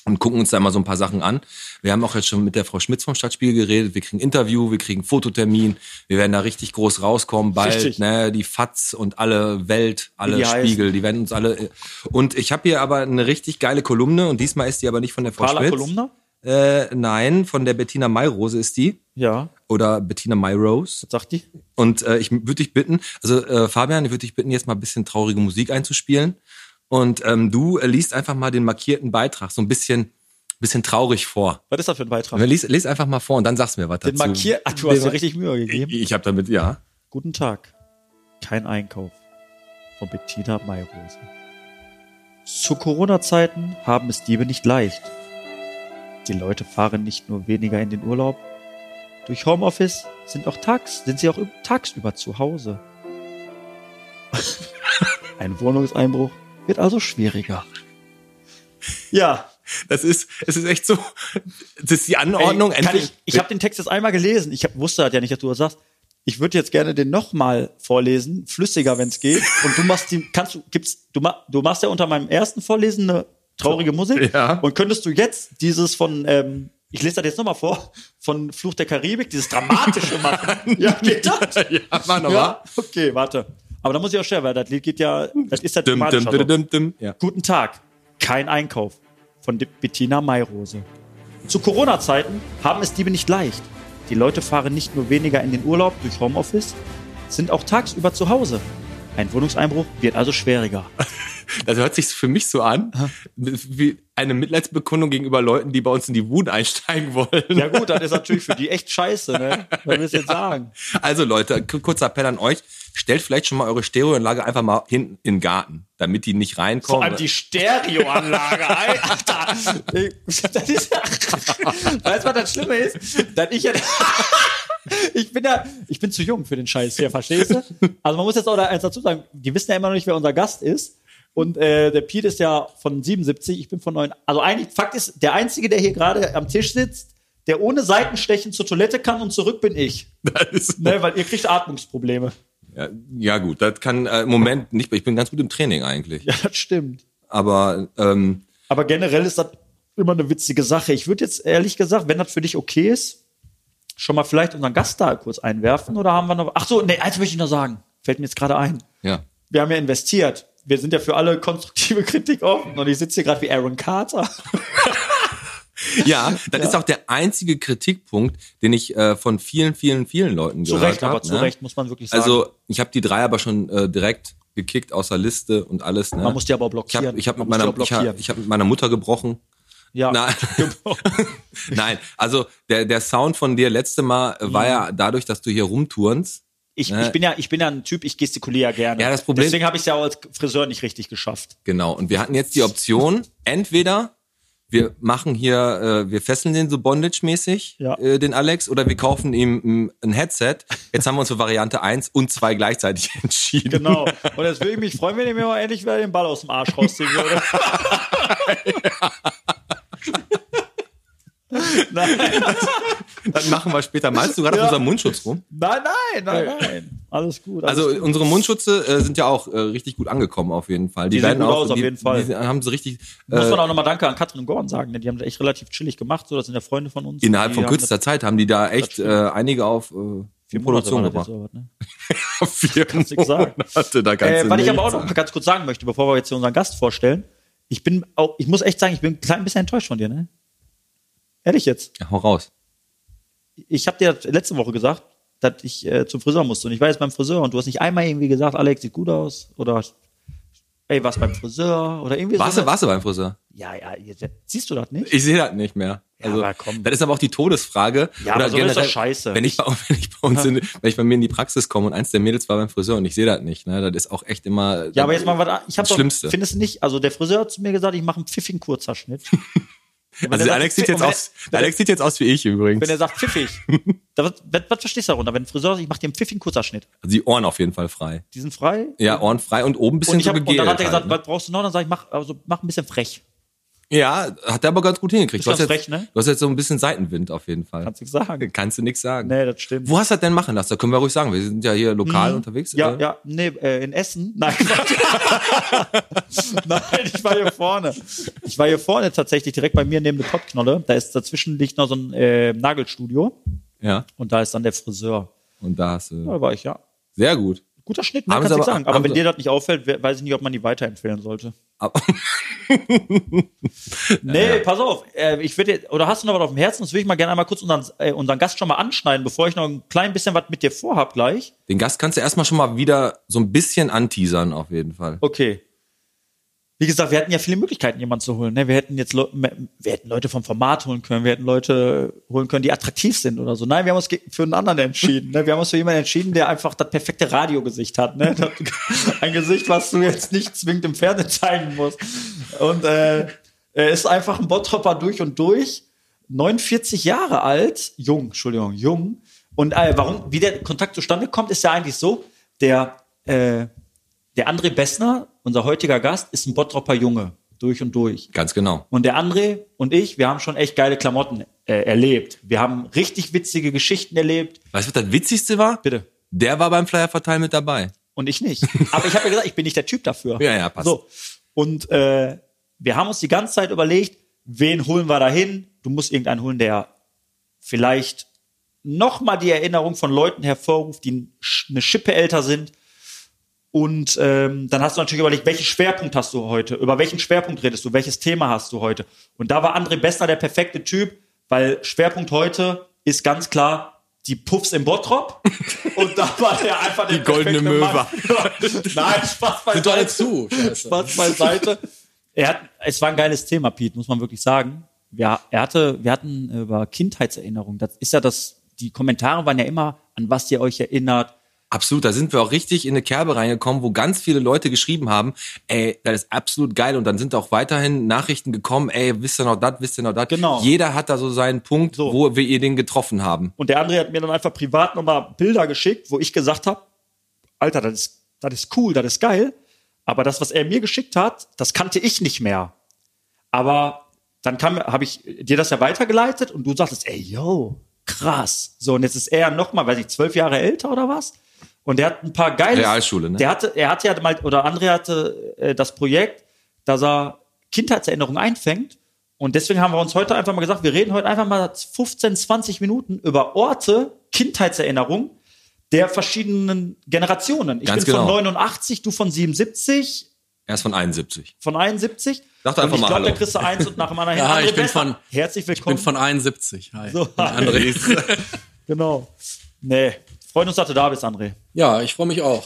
Speaker 1: Und gucken uns da mal so ein paar Sachen an. Wir haben auch jetzt schon mit der Frau Schmitz vom Stadtspiegel geredet. Wir kriegen Interview, wir kriegen Fototermin. Wir werden da richtig groß rauskommen bald.
Speaker 2: Richtig.
Speaker 1: Ne? Die FATS und alle Welt, alle
Speaker 2: die
Speaker 1: Spiegel, die werden uns alle. Und ich habe hier aber eine richtig geile Kolumne und diesmal ist die aber nicht von der Frau
Speaker 2: Carla
Speaker 1: Schmitz.
Speaker 2: Kolumna?
Speaker 1: Äh, nein, von der Bettina Mayrose ist die
Speaker 2: Ja,
Speaker 1: oder Bettina Myrose.
Speaker 2: was sagt die?
Speaker 1: Und äh, ich würde dich bitten, also äh, Fabian, ich würde dich bitten, jetzt mal ein bisschen traurige Musik einzuspielen. Und ähm, du äh, liest einfach mal den markierten Beitrag so ein bisschen, bisschen traurig vor.
Speaker 2: Was ist das für ein Beitrag?
Speaker 1: Lies, lies einfach mal vor und dann sagst du mir was
Speaker 2: Den
Speaker 1: dazu.
Speaker 2: markier. Ah, du hast
Speaker 1: Den-
Speaker 2: dir richtig Mühe gegeben.
Speaker 1: Ich habe damit, ja.
Speaker 2: Guten Tag. Kein Einkauf. Von Bettina Mayrose. Zu Corona-Zeiten haben es Diebe nicht leicht. Die Leute fahren nicht nur weniger in den Urlaub. Durch Homeoffice sind auch tags, sind sie auch tagsüber zu Hause. <laughs> Ein Wohnungseinbruch wird also schwieriger. Ja,
Speaker 1: Das ist, es ist echt so, das ist die Anordnung.
Speaker 2: Ey, kann ich ich habe den Text jetzt einmal gelesen. Ich hab, wusste halt ja nicht, dass du das sagst. Ich würde jetzt gerne den nochmal vorlesen, flüssiger, wenn es geht. Und du machst die, kannst du, gibt's, du, ma, du machst ja unter meinem ersten Vorlesen eine traurige Musik.
Speaker 1: Ja.
Speaker 2: Und könntest du jetzt dieses von, ähm, ich lese das jetzt nochmal vor, von Fluch der Karibik, dieses dramatische machen. ja, geht das?
Speaker 1: <laughs> ja, mach noch mal.
Speaker 2: Ja, okay, warte. Aber da muss ich auch schwer, weil das Lied geht ja, das ist ja
Speaker 1: Dum,
Speaker 2: thematisch.
Speaker 1: dum,
Speaker 2: also.
Speaker 1: dum, dum, dum. Ja.
Speaker 2: Guten Tag, kein Einkauf von De- Bettina Mayrose. Zu Corona-Zeiten haben es Diebe nicht leicht. Die Leute fahren nicht nur weniger in den Urlaub durch Homeoffice, sind auch tagsüber zu Hause. Ein Wohnungseinbruch wird also schwieriger.
Speaker 1: Das Also hört sich für mich so an, wie eine Mitleidsbekundung gegenüber Leuten, die bei uns in die Wut einsteigen wollen.
Speaker 2: Ja gut, das ist natürlich für die echt scheiße, ne? Was willst du jetzt sagen?
Speaker 1: Also Leute, k- kurzer Appell an euch. Stellt vielleicht schon mal eure Stereoanlage einfach mal hinten in den Garten, damit die nicht reinkommen.
Speaker 2: Vor allem die Stereoanlage, ey, Alter. Ey, Das ist, <laughs> weißt du, was das Schlimme ist? Dass ich ja, <laughs> ich bin ja, ich bin zu jung für den Scheiß hier, verstehst du? Also man muss jetzt auch da eins dazu sagen, die wissen ja immer noch nicht, wer unser Gast ist. Und äh, der Piet ist ja von 77, ich bin von 9. Also eigentlich, Fakt ist, der Einzige, der hier gerade am Tisch sitzt, der ohne Seitenstechen zur Toilette kann und zurück bin <laughs> ich.
Speaker 1: <laughs> Das ist-
Speaker 2: Ne, weil ihr kriegt Atmungsprobleme.
Speaker 1: ja, ja gut, das kann äh, im Moment nicht. Ich bin ganz gut im Training eigentlich.
Speaker 2: Ja, das stimmt.
Speaker 1: Aber ähm,
Speaker 2: Aber generell ist das immer eine witzige Sache. Ich würde jetzt ehrlich gesagt, wenn das für dich okay ist, schon mal vielleicht unseren Gast da kurz einwerfen oder haben wir noch. Ach so, nee, eins möchte ich noch sagen. Fällt mir jetzt gerade ein. <laughs>
Speaker 1: ja,
Speaker 2: Wir haben ja investiert. Wir sind ja für alle konstruktive <laughs> Kritik offen und ich sitze hier gerade wie Aaron Carter.
Speaker 1: ja, das ist auch der einzige Kritikpunkt, den ich äh, von vielen, vielen, vielen Leuten
Speaker 2: Zu
Speaker 1: gehört
Speaker 2: Recht, aber
Speaker 1: hab,
Speaker 2: zu
Speaker 1: ne?
Speaker 2: Recht muss man wirklich sagen.
Speaker 1: Also ich habe die drei aber schon äh, direkt gekickt aus der Liste und alles. Ne?
Speaker 2: Man muss die aber auch blockieren.
Speaker 1: Ich habe ich hab mit,
Speaker 2: Man muss
Speaker 1: meiner-
Speaker 2: die auch
Speaker 1: ich hab,
Speaker 2: blockieren.
Speaker 1: ich hab mit meiner Mutter gebrochen.
Speaker 2: Ja.
Speaker 1: Nein.
Speaker 2: <laughs>
Speaker 1: <laughs> Nein, also der, der Sound von dir letzte Mal
Speaker 2: Mhm.
Speaker 1: war ja dadurch, dass du hier rumturnst.
Speaker 2: Ich,
Speaker 1: Ne?
Speaker 2: ich bin ja, ich bin ja ein Typ, ich gestikuliere ja gerne.
Speaker 1: Ja, das Problem-
Speaker 2: Deswegen habe ich es ja auch als Friseur nicht richtig geschafft.
Speaker 1: Genau. Und wir hatten jetzt die
Speaker 2: <laughs>
Speaker 1: Option, entweder wir machen hier, äh, wir fesseln den so Bondage-mäßig,
Speaker 2: Ja.
Speaker 1: äh, den Alex, oder wir kaufen ihm ein, ein Headset. Jetzt haben wir uns für Variante 1 und 2 gleichzeitig <laughs> entschieden.
Speaker 2: Genau. Und jetzt würde ich mich freuen, wenn ihr mir mal endlich wieder den Ball aus dem Arsch rausziehen
Speaker 1: <laughs>
Speaker 2: würde. nein,
Speaker 1: Dann machen wir später. Malst du gerade
Speaker 2: Ja.
Speaker 1: auf unserem Mundschutz rum?
Speaker 2: nein, nein, nein, nein. Alles gut. Alles
Speaker 1: Also
Speaker 2: gut.
Speaker 1: unsere Mundschutze äh, sind ja auch äh, richtig gut angekommen auf jeden Fall. Die,
Speaker 2: Die sehen
Speaker 1: werden
Speaker 2: gut
Speaker 1: auch,
Speaker 2: aus, auf
Speaker 1: die,
Speaker 2: jeden Fall.
Speaker 1: Die haben sie richtig
Speaker 2: muss
Speaker 1: äh,
Speaker 2: man auch nochmal Danke an Katrin und Gordon sagen, denn die haben das echt relativ chillig gemacht, so das sind ja Freunde von uns.
Speaker 1: innerhalb
Speaker 2: Die
Speaker 1: von
Speaker 2: haben
Speaker 1: kürzester Zeit haben die da echt äh,
Speaker 2: stimmt.
Speaker 1: einige auf äh,
Speaker 2: vier Monate
Speaker 1: Produktion
Speaker 2: war das
Speaker 1: gebracht.
Speaker 2: jetzt oder was, ne?
Speaker 1: <laughs> Vier
Speaker 2: nix sagen.
Speaker 1: Monate, da kannst
Speaker 2: Äh,
Speaker 1: du
Speaker 2: was ich aber auch
Speaker 1: nichts
Speaker 2: noch
Speaker 1: sagen.
Speaker 2: mal ganz kurz sagen möchte, bevor wir jetzt hier unseren Gast vorstellen. Ich bin auch, ich muss echt sagen, ich bin ein klein bisschen enttäuscht von dir, ne? Ehrlich jetzt.
Speaker 1: Ja, hau raus.
Speaker 2: Ich habe dir letzte Woche gesagt, dass ich äh, zum Friseur musste und ich war jetzt beim Friseur und du hast nicht einmal irgendwie gesagt, Alex sieht gut aus oder ey, warst beim Friseur oder irgendwie
Speaker 1: Warst
Speaker 2: so.
Speaker 1: du, warst du beim Friseur?
Speaker 2: Ja, ja, jetzt, siehst du das nicht?
Speaker 1: Ich sehe das nicht mehr.
Speaker 2: Ja,
Speaker 1: Also,
Speaker 2: aber komm.
Speaker 1: Das ist aber auch die Todesfrage.
Speaker 2: Ja, aber so ist doch scheiße.
Speaker 1: Wenn ich, bei- <laughs> wenn, ich bei uns in, wenn ich bei mir in die Praxis komme und eins der Mädels war beim Friseur und ich sehe das nicht, ne, das ist auch echt immer.
Speaker 2: Ja, aber jetzt mal was, an- ich habe
Speaker 1: Das
Speaker 2: doch,
Speaker 1: Schlimmste.
Speaker 2: findest du nicht, also der Friseur hat zu mir gesagt, ich mache einen
Speaker 1: <laughs>
Speaker 2: pfiffigen Kurzhaarschnitt. Und wenn
Speaker 1: Also
Speaker 2: er
Speaker 1: der
Speaker 2: sagt,
Speaker 1: Alex sieht
Speaker 2: pfiff-
Speaker 1: jetzt
Speaker 2: und wenn
Speaker 1: aus,
Speaker 2: er-
Speaker 1: der Alex sieht jetzt aus wie ich übrigens.
Speaker 2: Wenn er sagt pfiffig, da, was, was, was verstehst du darunter? Wenn ein Friseur sagt, ich mache dir einen pfiffigen Kurzhaarschnitt,
Speaker 1: Also die Ohren auf jeden Fall frei.
Speaker 2: die sind frei.
Speaker 1: Ja, Ohren frei und oben ein bisschen
Speaker 2: Und, ich hab,
Speaker 1: so
Speaker 2: und dann hat
Speaker 1: gegelt
Speaker 2: er gesagt,
Speaker 1: halt, ne?
Speaker 2: was brauchst du noch? Dann sag ich, mach, also, mach ein bisschen frech.
Speaker 1: Ja, hat er aber ganz gut hingekriegt.
Speaker 2: Ist
Speaker 1: Du hast,
Speaker 2: das
Speaker 1: jetzt,
Speaker 2: frech, ne?
Speaker 1: du hast jetzt so ein bisschen Seitenwind auf jeden Fall.
Speaker 2: Kannst du sagen.
Speaker 1: Kannst du nichts sagen.
Speaker 2: Nee, das stimmt.
Speaker 1: Wo hast du das denn machen lassen? Da können wir ruhig sagen. Wir sind ja hier lokal unterwegs.
Speaker 2: Ja,
Speaker 1: äh,
Speaker 2: ja, nee, äh, in Essen. <laughs> Nein, Quatsch. <laughs> Nein, ich war hier vorne. Ich war hier vorne tatsächlich direkt bei mir neben der Pottknolle. Da ist dazwischen liegt noch so ein äh, Nagelstudio
Speaker 1: ja.
Speaker 2: und da ist dann der Friseur.
Speaker 1: Und da hast du.
Speaker 2: Da war ich ja.
Speaker 1: Sehr gut.
Speaker 2: Guter Schnitt, ne,
Speaker 1: Haben
Speaker 2: kannst
Speaker 1: sie
Speaker 2: du
Speaker 1: aber-
Speaker 2: sagen. Aber
Speaker 1: haben
Speaker 2: wenn
Speaker 1: sie-
Speaker 2: dir das nicht auffällt, we- weiß ich nicht, ob man die weiterempfehlen sollte.
Speaker 1: Aber- <laughs>
Speaker 2: Nee, pass auf. Äh, ich würde, jetzt- oder hast du noch was auf dem Herzen? Das würde ich mal gerne einmal kurz unseren, äh, unseren Gast schon mal anschneiden, bevor ich noch ein klein bisschen was mit dir vorhab gleich.
Speaker 1: Den Gast kannst du erstmal schon mal wieder so ein bisschen anteasern, auf jeden Fall.
Speaker 2: Okay. Wie gesagt, wir hatten ja viele Möglichkeiten, jemanden zu holen. Ne? Wir hätten jetzt Leu me- wir hätten Leute vom Format holen können, wir hätten Leute holen können, die attraktiv sind oder so. Nein, wir haben uns ge- für einen anderen entschieden. Ne? Wir haben uns für jemanden entschieden, der einfach das perfekte Radiogesicht hat. Ne? Das- <laughs> Ein Gesicht, was du jetzt nicht zwingend im Fernsehen zeigen musst. Und äh, er ist einfach ein Bottropper durch und durch. 49 Jahre alt, jung, Entschuldigung, jung. Und äh, warum, wie der Kontakt zustande kommt, ist ja eigentlich so, der, äh, der André Bessner, unser heutiger Gast, ist ein Bottropper Junge, durch und durch.
Speaker 1: Ganz genau.
Speaker 2: Und der André und ich, wir haben schon echt geile Klamotten äh, erlebt. Wir haben richtig witzige Geschichten erlebt.
Speaker 1: Weißt du, was das Witzigste war?
Speaker 2: Bitte.
Speaker 1: Der war beim Flyer-Verteil mit dabei.
Speaker 2: Und ich nicht. <laughs> Aber ich habe ja gesagt, ich bin nicht der Typ dafür.
Speaker 1: Ja, ja, passt.
Speaker 2: So. Und äh, wir haben uns die ganze Zeit überlegt, wen holen wir da hin? Du musst irgendeinen holen, der vielleicht nochmal die Erinnerung von Leuten hervorruft, die sch- eine Schippe älter sind. Und ähm, dann hast du natürlich überlegt, welchen Schwerpunkt hast du heute? Über welchen Schwerpunkt redest du? Welches Thema hast du heute? Und da war André Bessner der perfekte Typ, weil Schwerpunkt heute ist ganz klar die Puffs im Bottrop.
Speaker 1: <laughs>
Speaker 2: Und da war der einfach der
Speaker 1: Die goldene
Speaker 2: perfekte Mann. <laughs> Nein, Spaß beiseite.
Speaker 1: zu.
Speaker 2: Spaß beiseite. <laughs> Er hat, es war ein geiles Thema, Pete, muss man wirklich sagen. Ja, er hatte, wir hatten über Kindheitserinnerungen. Das ist ja das, die Kommentare waren ja immer, an was ihr euch erinnert.
Speaker 1: Absolut, da sind wir auch richtig in eine Kerbe reingekommen, wo ganz viele Leute geschrieben haben, ey, das ist absolut geil. Und dann sind auch weiterhin Nachrichten gekommen, ey, wisst ihr noch das, wisst ihr noch das.
Speaker 2: Genau.
Speaker 1: Jeder hat da so seinen Punkt,
Speaker 2: So.
Speaker 1: wo wir ihr den getroffen haben.
Speaker 2: Und der andere hat mir dann einfach privat nochmal Bilder geschickt, wo ich gesagt habe, Alter, das ist, das ist cool, das ist geil. Aber das, was er mir geschickt hat, das kannte ich nicht mehr. Aber dann habe ich dir das ja weitergeleitet und du sagtest, ey, yo, krass. So, und jetzt ist er nochmal, weiß ich, zwölf Jahre älter oder was? Und er hat ein paar geile.
Speaker 1: Realschule, ne?
Speaker 2: Der hatte, er hatte ja mal, oder André hatte äh, das Projekt, dass er Kindheitserinnerungen einfängt. Und deswegen haben wir uns heute einfach mal gesagt, wir reden heute einfach mal 15, 20 Minuten über Orte, Kindheitserinnerungen der verschiedenen Generationen. Ich
Speaker 1: Ganz
Speaker 2: bin
Speaker 1: genau.
Speaker 2: von 89, du von 77,
Speaker 1: Er ist von
Speaker 2: <laughs>
Speaker 1: 71.
Speaker 2: von 71.
Speaker 1: Sag doch
Speaker 2: Und
Speaker 1: einfach
Speaker 2: ich
Speaker 1: mal
Speaker 2: glaube,
Speaker 1: Hallo.
Speaker 2: da kriegst du eins und nach dem anderen
Speaker 3: Ja,
Speaker 2: André
Speaker 3: ich bin
Speaker 2: Bessner,
Speaker 3: von-
Speaker 2: Herzlich
Speaker 3: Ich
Speaker 2: willkommen.
Speaker 3: bin von 71. Hi.
Speaker 2: So,
Speaker 3: Ich bin André.
Speaker 2: Genau. Nee, freuen uns, dass du da bist, André.
Speaker 3: Ja, ich freue mich auch.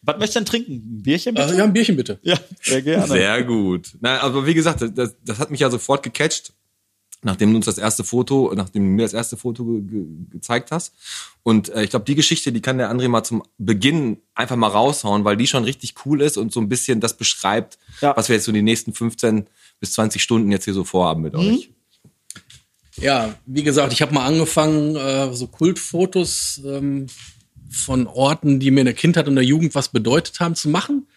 Speaker 2: Was möchtest du denn trinken? Ein Bierchen bitte?
Speaker 3: Also, ja, ein Bierchen bitte.
Speaker 2: Ja, sehr gerne.
Speaker 1: Sehr gut. Nein, aber wie gesagt, das, das hat mich ja sofort gecatcht, nachdem du uns das erste Foto, nachdem du mir das erste Foto ge ge gezeigt hast. Und äh, ich glaube, die Geschichte, die kann der André mal zum Beginn einfach mal raushauen, weil die schon richtig cool ist und so ein bisschen das beschreibt,
Speaker 2: Ja.
Speaker 1: was wir jetzt so die nächsten 15 bis 20 Stunden jetzt hier so vorhaben
Speaker 2: Mhm.
Speaker 1: mit euch.
Speaker 3: Ja, wie gesagt, ich habe mal angefangen, äh, so Kultfotos ähm, von Orten, die mir in der Kindheit und der Jugend was bedeutet haben, zu machen.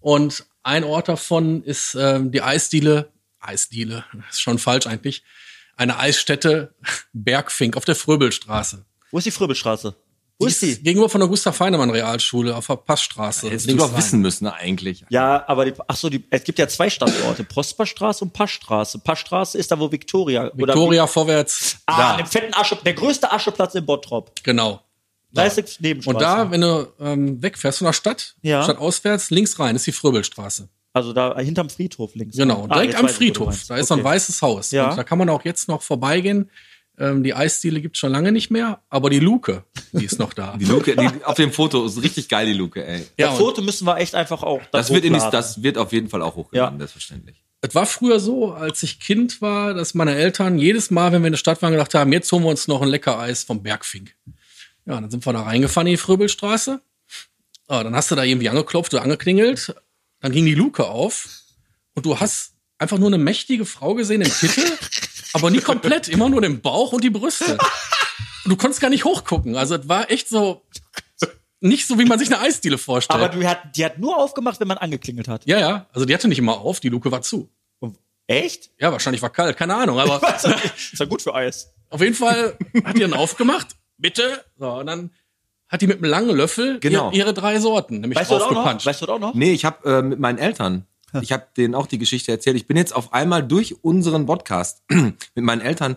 Speaker 3: Und ein Ort davon ist ähm, die Eisdiele. Eisdiele, <laughs> ist schon falsch eigentlich. Eine Eisstätte <laughs> Bergfink auf der Fröbelstraße.
Speaker 2: Wo ist die Fröbelstraße? Wo ist die?
Speaker 3: Gegenüber von der Gustav Feinemann Realschule auf der Passstraße.
Speaker 1: Hättest du
Speaker 3: Links
Speaker 1: doch
Speaker 3: rein.
Speaker 1: wissen müssen ne, eigentlich.
Speaker 2: Ja, aber die, ach so, die, es gibt ja zwei Standorte, Prosperstraße und Passstraße. Passstraße ist da, wo Victoria, oder
Speaker 3: Victoria vorwärts.
Speaker 2: ah,
Speaker 1: da.
Speaker 2: an dem fetten Asche, der größte Ascheplatz in Bottrop.
Speaker 3: Genau.
Speaker 2: Da ist die Nebenstraße.
Speaker 3: Und da, wenn du ähm, wegfährst von der Stadt,
Speaker 2: Ja.
Speaker 3: statt auswärts, links rein, ist die Fröbelstraße.
Speaker 2: also da hinterm Friedhof links.
Speaker 3: Genau,
Speaker 2: Ah,
Speaker 3: direkt
Speaker 2: jetzt
Speaker 3: am
Speaker 2: weiß ich, wo du
Speaker 3: Friedhof.
Speaker 2: meinst.
Speaker 3: Da ist so
Speaker 2: okay.
Speaker 3: ein weißes Haus.
Speaker 2: Ja.
Speaker 3: Und da kann man auch jetzt noch vorbeigehen. Ähm, die Eisdiele gibt's schon lange nicht mehr, aber die Luke, die ist
Speaker 1: <laughs>
Speaker 3: noch da.
Speaker 1: Die Luke, die, auf dem Foto ist richtig geil, die Luke, ey.
Speaker 3: ja,
Speaker 2: das
Speaker 3: und
Speaker 2: Foto müssen wir echt einfach auch.
Speaker 1: Das wird, in die,
Speaker 2: hochladen.
Speaker 1: das wird auf jeden Fall auch hochgeladen,
Speaker 2: Ja.
Speaker 1: selbstverständlich.
Speaker 3: es war früher so, als ich Kind war, dass meine Eltern jedes Mal, wenn wir in der Stadt waren, gedacht haben, jetzt holen wir uns noch ein lecker Eis vom Bergfink. Ja, dann sind wir da reingefahren in die Fröbelstraße. Ah, dann hast du da irgendwie angeklopft oder angeklingelt. Dann ging die Luke auf und du hast einfach nur eine mächtige Frau gesehen im Kittel, aber nie komplett, immer nur den Bauch und die Brüste. Du konntest gar nicht hochgucken. Also es war echt so nicht so, wie man sich eine Eisdiele vorstellt.
Speaker 2: Aber die hat, die hat nur aufgemacht, wenn man angeklingelt hat.
Speaker 3: ja, ja. Also die hatte nicht immer auf, die Luke war zu.
Speaker 2: Und- Echt? <laughs>
Speaker 3: Ja, wahrscheinlich war kalt, keine Ahnung, aber
Speaker 2: Was? ist ja gut für Eis.
Speaker 3: Auf jeden Fall hat die dann aufgemacht, bitte. So, und dann hat die mit einem langen Löffel
Speaker 1: Genau.
Speaker 3: ihr- ihre drei Sorten, nämlich
Speaker 2: Weißt du das auch noch?
Speaker 3: draufgepanscht.
Speaker 2: Weißt du das auch noch?
Speaker 1: Nee, ich habe äh, mit meinen Eltern, ich habe denen auch die Geschichte erzählt. Ich bin jetzt auf einmal durch unseren Podcast <clears throat> mit meinen Eltern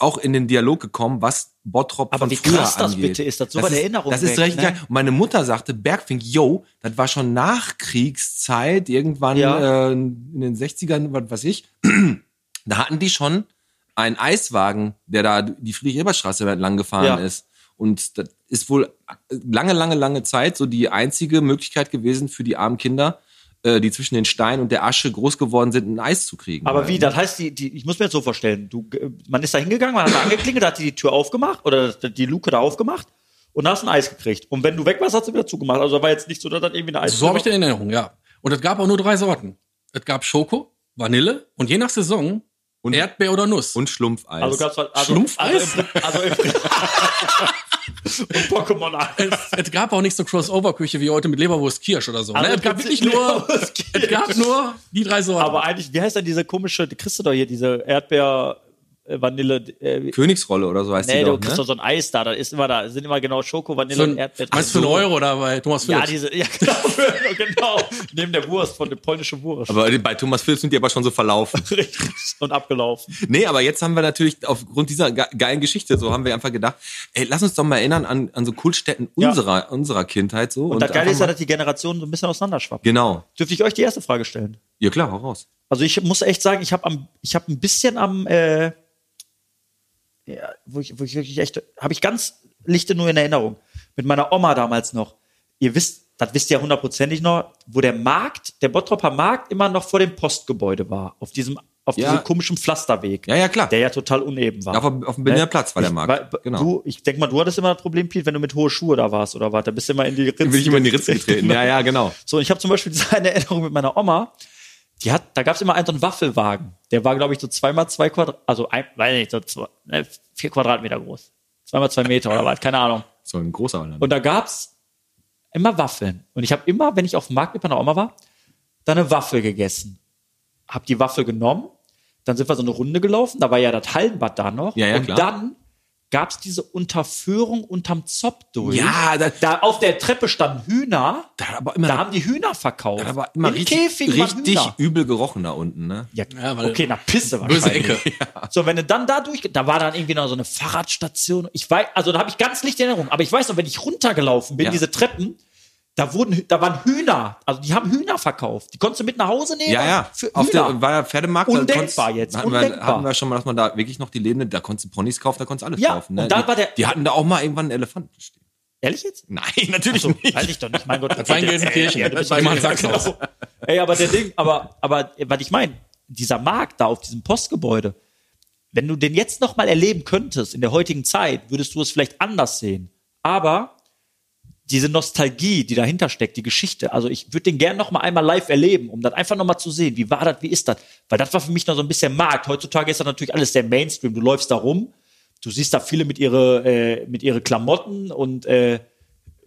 Speaker 1: auch in den Dialog gekommen, was Bottrop
Speaker 2: Aber
Speaker 1: von
Speaker 2: wie
Speaker 1: früher
Speaker 2: krass das
Speaker 1: angeht.
Speaker 2: bitte ist, das so bei der Erinnerung
Speaker 1: Das ist
Speaker 2: weg,
Speaker 1: richtig
Speaker 2: ne?
Speaker 1: geil. Und meine Mutter sagte, Bergfink, yo, das war schon Nachkriegszeit, irgendwann
Speaker 2: Ja.
Speaker 1: äh, in den 60ern, was weiß ich. <clears throat> da hatten die schon einen Eiswagen, der da die Friedrich-Ebert-Straße entlang gefahren
Speaker 2: Ja.
Speaker 1: ist. Und das ist wohl lange, lange, lange Zeit so die einzige Möglichkeit gewesen für die armen Kinder, äh, die zwischen den Steinen und der Asche groß geworden sind, ein Eis zu kriegen.
Speaker 2: Aber
Speaker 1: Weil-
Speaker 2: wie, das heißt, die, die, ich muss mir jetzt so vorstellen, du, äh, man ist da hingegangen, man hat da angeklingelt, hat die, die Tür aufgemacht oder die Luke da aufgemacht und hast ein Eis gekriegt. Und wenn du weg warst, hat sie wieder zugemacht. Also da war jetzt nicht so, dass das irgendwie eine Eis
Speaker 3: so habe ich den in Erinnerung, ja. Und es gab auch nur drei Sorten. Es gab Schoko, Vanille und je nach Saison
Speaker 1: Und-
Speaker 3: Erdbeer oder Nuss.
Speaker 1: Und Schlumpfeis.
Speaker 2: also gab's halt, also,
Speaker 3: Schlumpfeis?
Speaker 2: Also, im, also im, <laughs> und Pokémon-Eis.
Speaker 3: es, <laughs> es gab auch nicht so Crossover-Küche wie heute mit Leberwurst Kirsch oder so. ne? Es gab wirklich nur, es gab nur die drei Sorten.
Speaker 2: Aber eigentlich, wie heißt denn diese komische, die kriegst du doch hier, diese Erdbeer, äh, Vanille, äh,
Speaker 1: Königsrolle oder so heißt
Speaker 2: nee,
Speaker 1: die
Speaker 2: du
Speaker 1: doch,
Speaker 2: kriegst
Speaker 1: ne?
Speaker 2: doch so ein Eis da, da ist immer da, sind immer genau Schoko, Vanille
Speaker 3: so
Speaker 2: und
Speaker 3: ein,
Speaker 2: Erdbeer. drin.
Speaker 3: meinst du für einen Euro oder bei Thomas
Speaker 2: Ja,
Speaker 3: Phillips?
Speaker 2: diese, ja <laughs> genau, genau. Neben der Wurst von der polnischen Wurst.
Speaker 1: Aber bei Thomas Phillips sind die aber schon so
Speaker 2: <laughs>
Speaker 1: verlaufen.
Speaker 2: Richtig. <laughs> Und abgelaufen.
Speaker 1: Nee, aber jetzt haben wir natürlich aufgrund dieser ge- geilen Geschichte, so haben wir einfach gedacht, ey, lass uns doch mal erinnern an, an so Kultstätten
Speaker 2: Ja.
Speaker 1: unserer, unserer Kindheit so.
Speaker 2: Und, das Geile
Speaker 1: einfach
Speaker 2: ist ja,
Speaker 1: mal-
Speaker 2: dass die Generationen so ein bisschen auseinanderschwappen.
Speaker 1: Genau.
Speaker 2: Dürfte ich euch die erste Frage stellen?
Speaker 1: Ja klar, hau raus.
Speaker 2: Also ich muss echt sagen, ich habe am, ich habe ein bisschen am, äh, ja, wo ich, wo ich wirklich echt, habe ich ganz lichte nur in Erinnerung. Mit meiner Oma damals noch. Ihr wisst, das wisst ihr ja hundertprozentig noch, wo der Markt, der Bottroper Markt immer noch vor dem Postgebäude war. Auf diesem, auf
Speaker 1: Ja.
Speaker 2: diesem komischen Pflasterweg.
Speaker 1: Ja, ja, klar.
Speaker 2: Der ja total uneben war. Ne?
Speaker 1: Auf, dem- auf dem Berliner Platz war der
Speaker 2: Ich-
Speaker 1: Markt.
Speaker 2: weil-
Speaker 1: genau.
Speaker 2: Du, ich denke mal, du hattest immer das Problem, Piet, wenn du mit hohen Schuhe da warst oder was, da bist du immer in die Ritzen.
Speaker 1: bin ich immer in die Ritze getreten.
Speaker 2: <laughs>
Speaker 1: ja, ja, genau.
Speaker 2: So, und ich habe zum Beispiel <laughs> diese eine Erinnerung mit meiner Oma. Die hat, da gab es immer einen so einen Waffelwagen. Der war, glaube ich, so zweimal zwei Quadrat, also ein, weiß nicht, so zwei, ne, vier Quadratmeter groß. Zweimal zwei Meter oder was, keine Ahnung.
Speaker 1: So ein großer Land.
Speaker 2: Und da gab's immer Waffeln. Und ich habe immer, wenn ich auf dem Markt mit meiner Oma war, dann eine Waffel gegessen. Hab die Waffel genommen, dann sind wir so eine Runde gelaufen, da war ja das Hallenbad da noch.
Speaker 1: Ja, ja,
Speaker 2: und
Speaker 1: klar.
Speaker 2: dann gab's diese Unterführung unterm Zopp durch.
Speaker 1: Ja, da-
Speaker 2: da auf der Treppe standen Hühner.
Speaker 1: Da hat aber immer-
Speaker 2: da haben die Hühner verkauft.
Speaker 1: Hat aber immer
Speaker 2: Im
Speaker 1: richtig,
Speaker 2: Käfig waren
Speaker 1: richtig
Speaker 2: Hühner.
Speaker 1: übel gerochen da unten, ne?
Speaker 2: Ja,
Speaker 3: Ja, weil-
Speaker 2: okay, na Pisse wahrscheinlich.
Speaker 3: Böse Ecke.
Speaker 2: So, wenn du dann da durch, da war dann irgendwie noch so eine Fahrradstation. Ich weiß, also da habe ich ganz lichte Erinnerung, aber ich weiß noch, wenn ich runtergelaufen bin,
Speaker 1: Ja.
Speaker 2: diese Treppen, da wurden, Hü- da waren Hühner, also die haben Hühner verkauft. Die konntest du mit nach Hause nehmen.
Speaker 1: Ja, ja.
Speaker 2: Für
Speaker 1: Auf
Speaker 2: Hühner.
Speaker 1: der, war der Pferdemarkt. da
Speaker 2: Undenkbar
Speaker 1: konntest-
Speaker 2: jetzt,
Speaker 1: Hatten, Wir,
Speaker 2: undenkbar.
Speaker 1: hatten wir schon mal, dass man da wirklich noch die Lebende, da konntest du Ponys kaufen, da konntest du alles
Speaker 2: Ja,
Speaker 1: kaufen. Ne?
Speaker 2: und da
Speaker 1: die,
Speaker 2: war der-
Speaker 1: die hatten da auch mal irgendwann einen Elefanten stehen. <laughs>
Speaker 2: Ehrlich jetzt?
Speaker 1: Nein, natürlich
Speaker 2: So,
Speaker 1: nicht.
Speaker 2: weiß ich doch nicht. Mein Gott.
Speaker 3: war in Gelsenkirchen.
Speaker 2: Ja, du bist
Speaker 3: Bei
Speaker 2: ja-
Speaker 3: Mann Sachs.
Speaker 2: Genau. <laughs> Ey, aber der Ding, aber, aber äh, was ich meine, dieser Markt da auf diesem Postgebäude, wenn du den jetzt noch mal erleben könntest in der heutigen Zeit, würdest du es vielleicht anders sehen. Aber diese Nostalgie, die dahinter steckt, die Geschichte, also ich würde den gern noch mal einmal live erleben, um dann einfach noch mal zu sehen, wie war das, wie ist das? Weil das war für mich noch so ein bisschen Markt. Heutzutage ist das natürlich alles der Mainstream. Du läufst da rum, du siehst da viele mit ihre äh, mit ihre Klamotten und äh,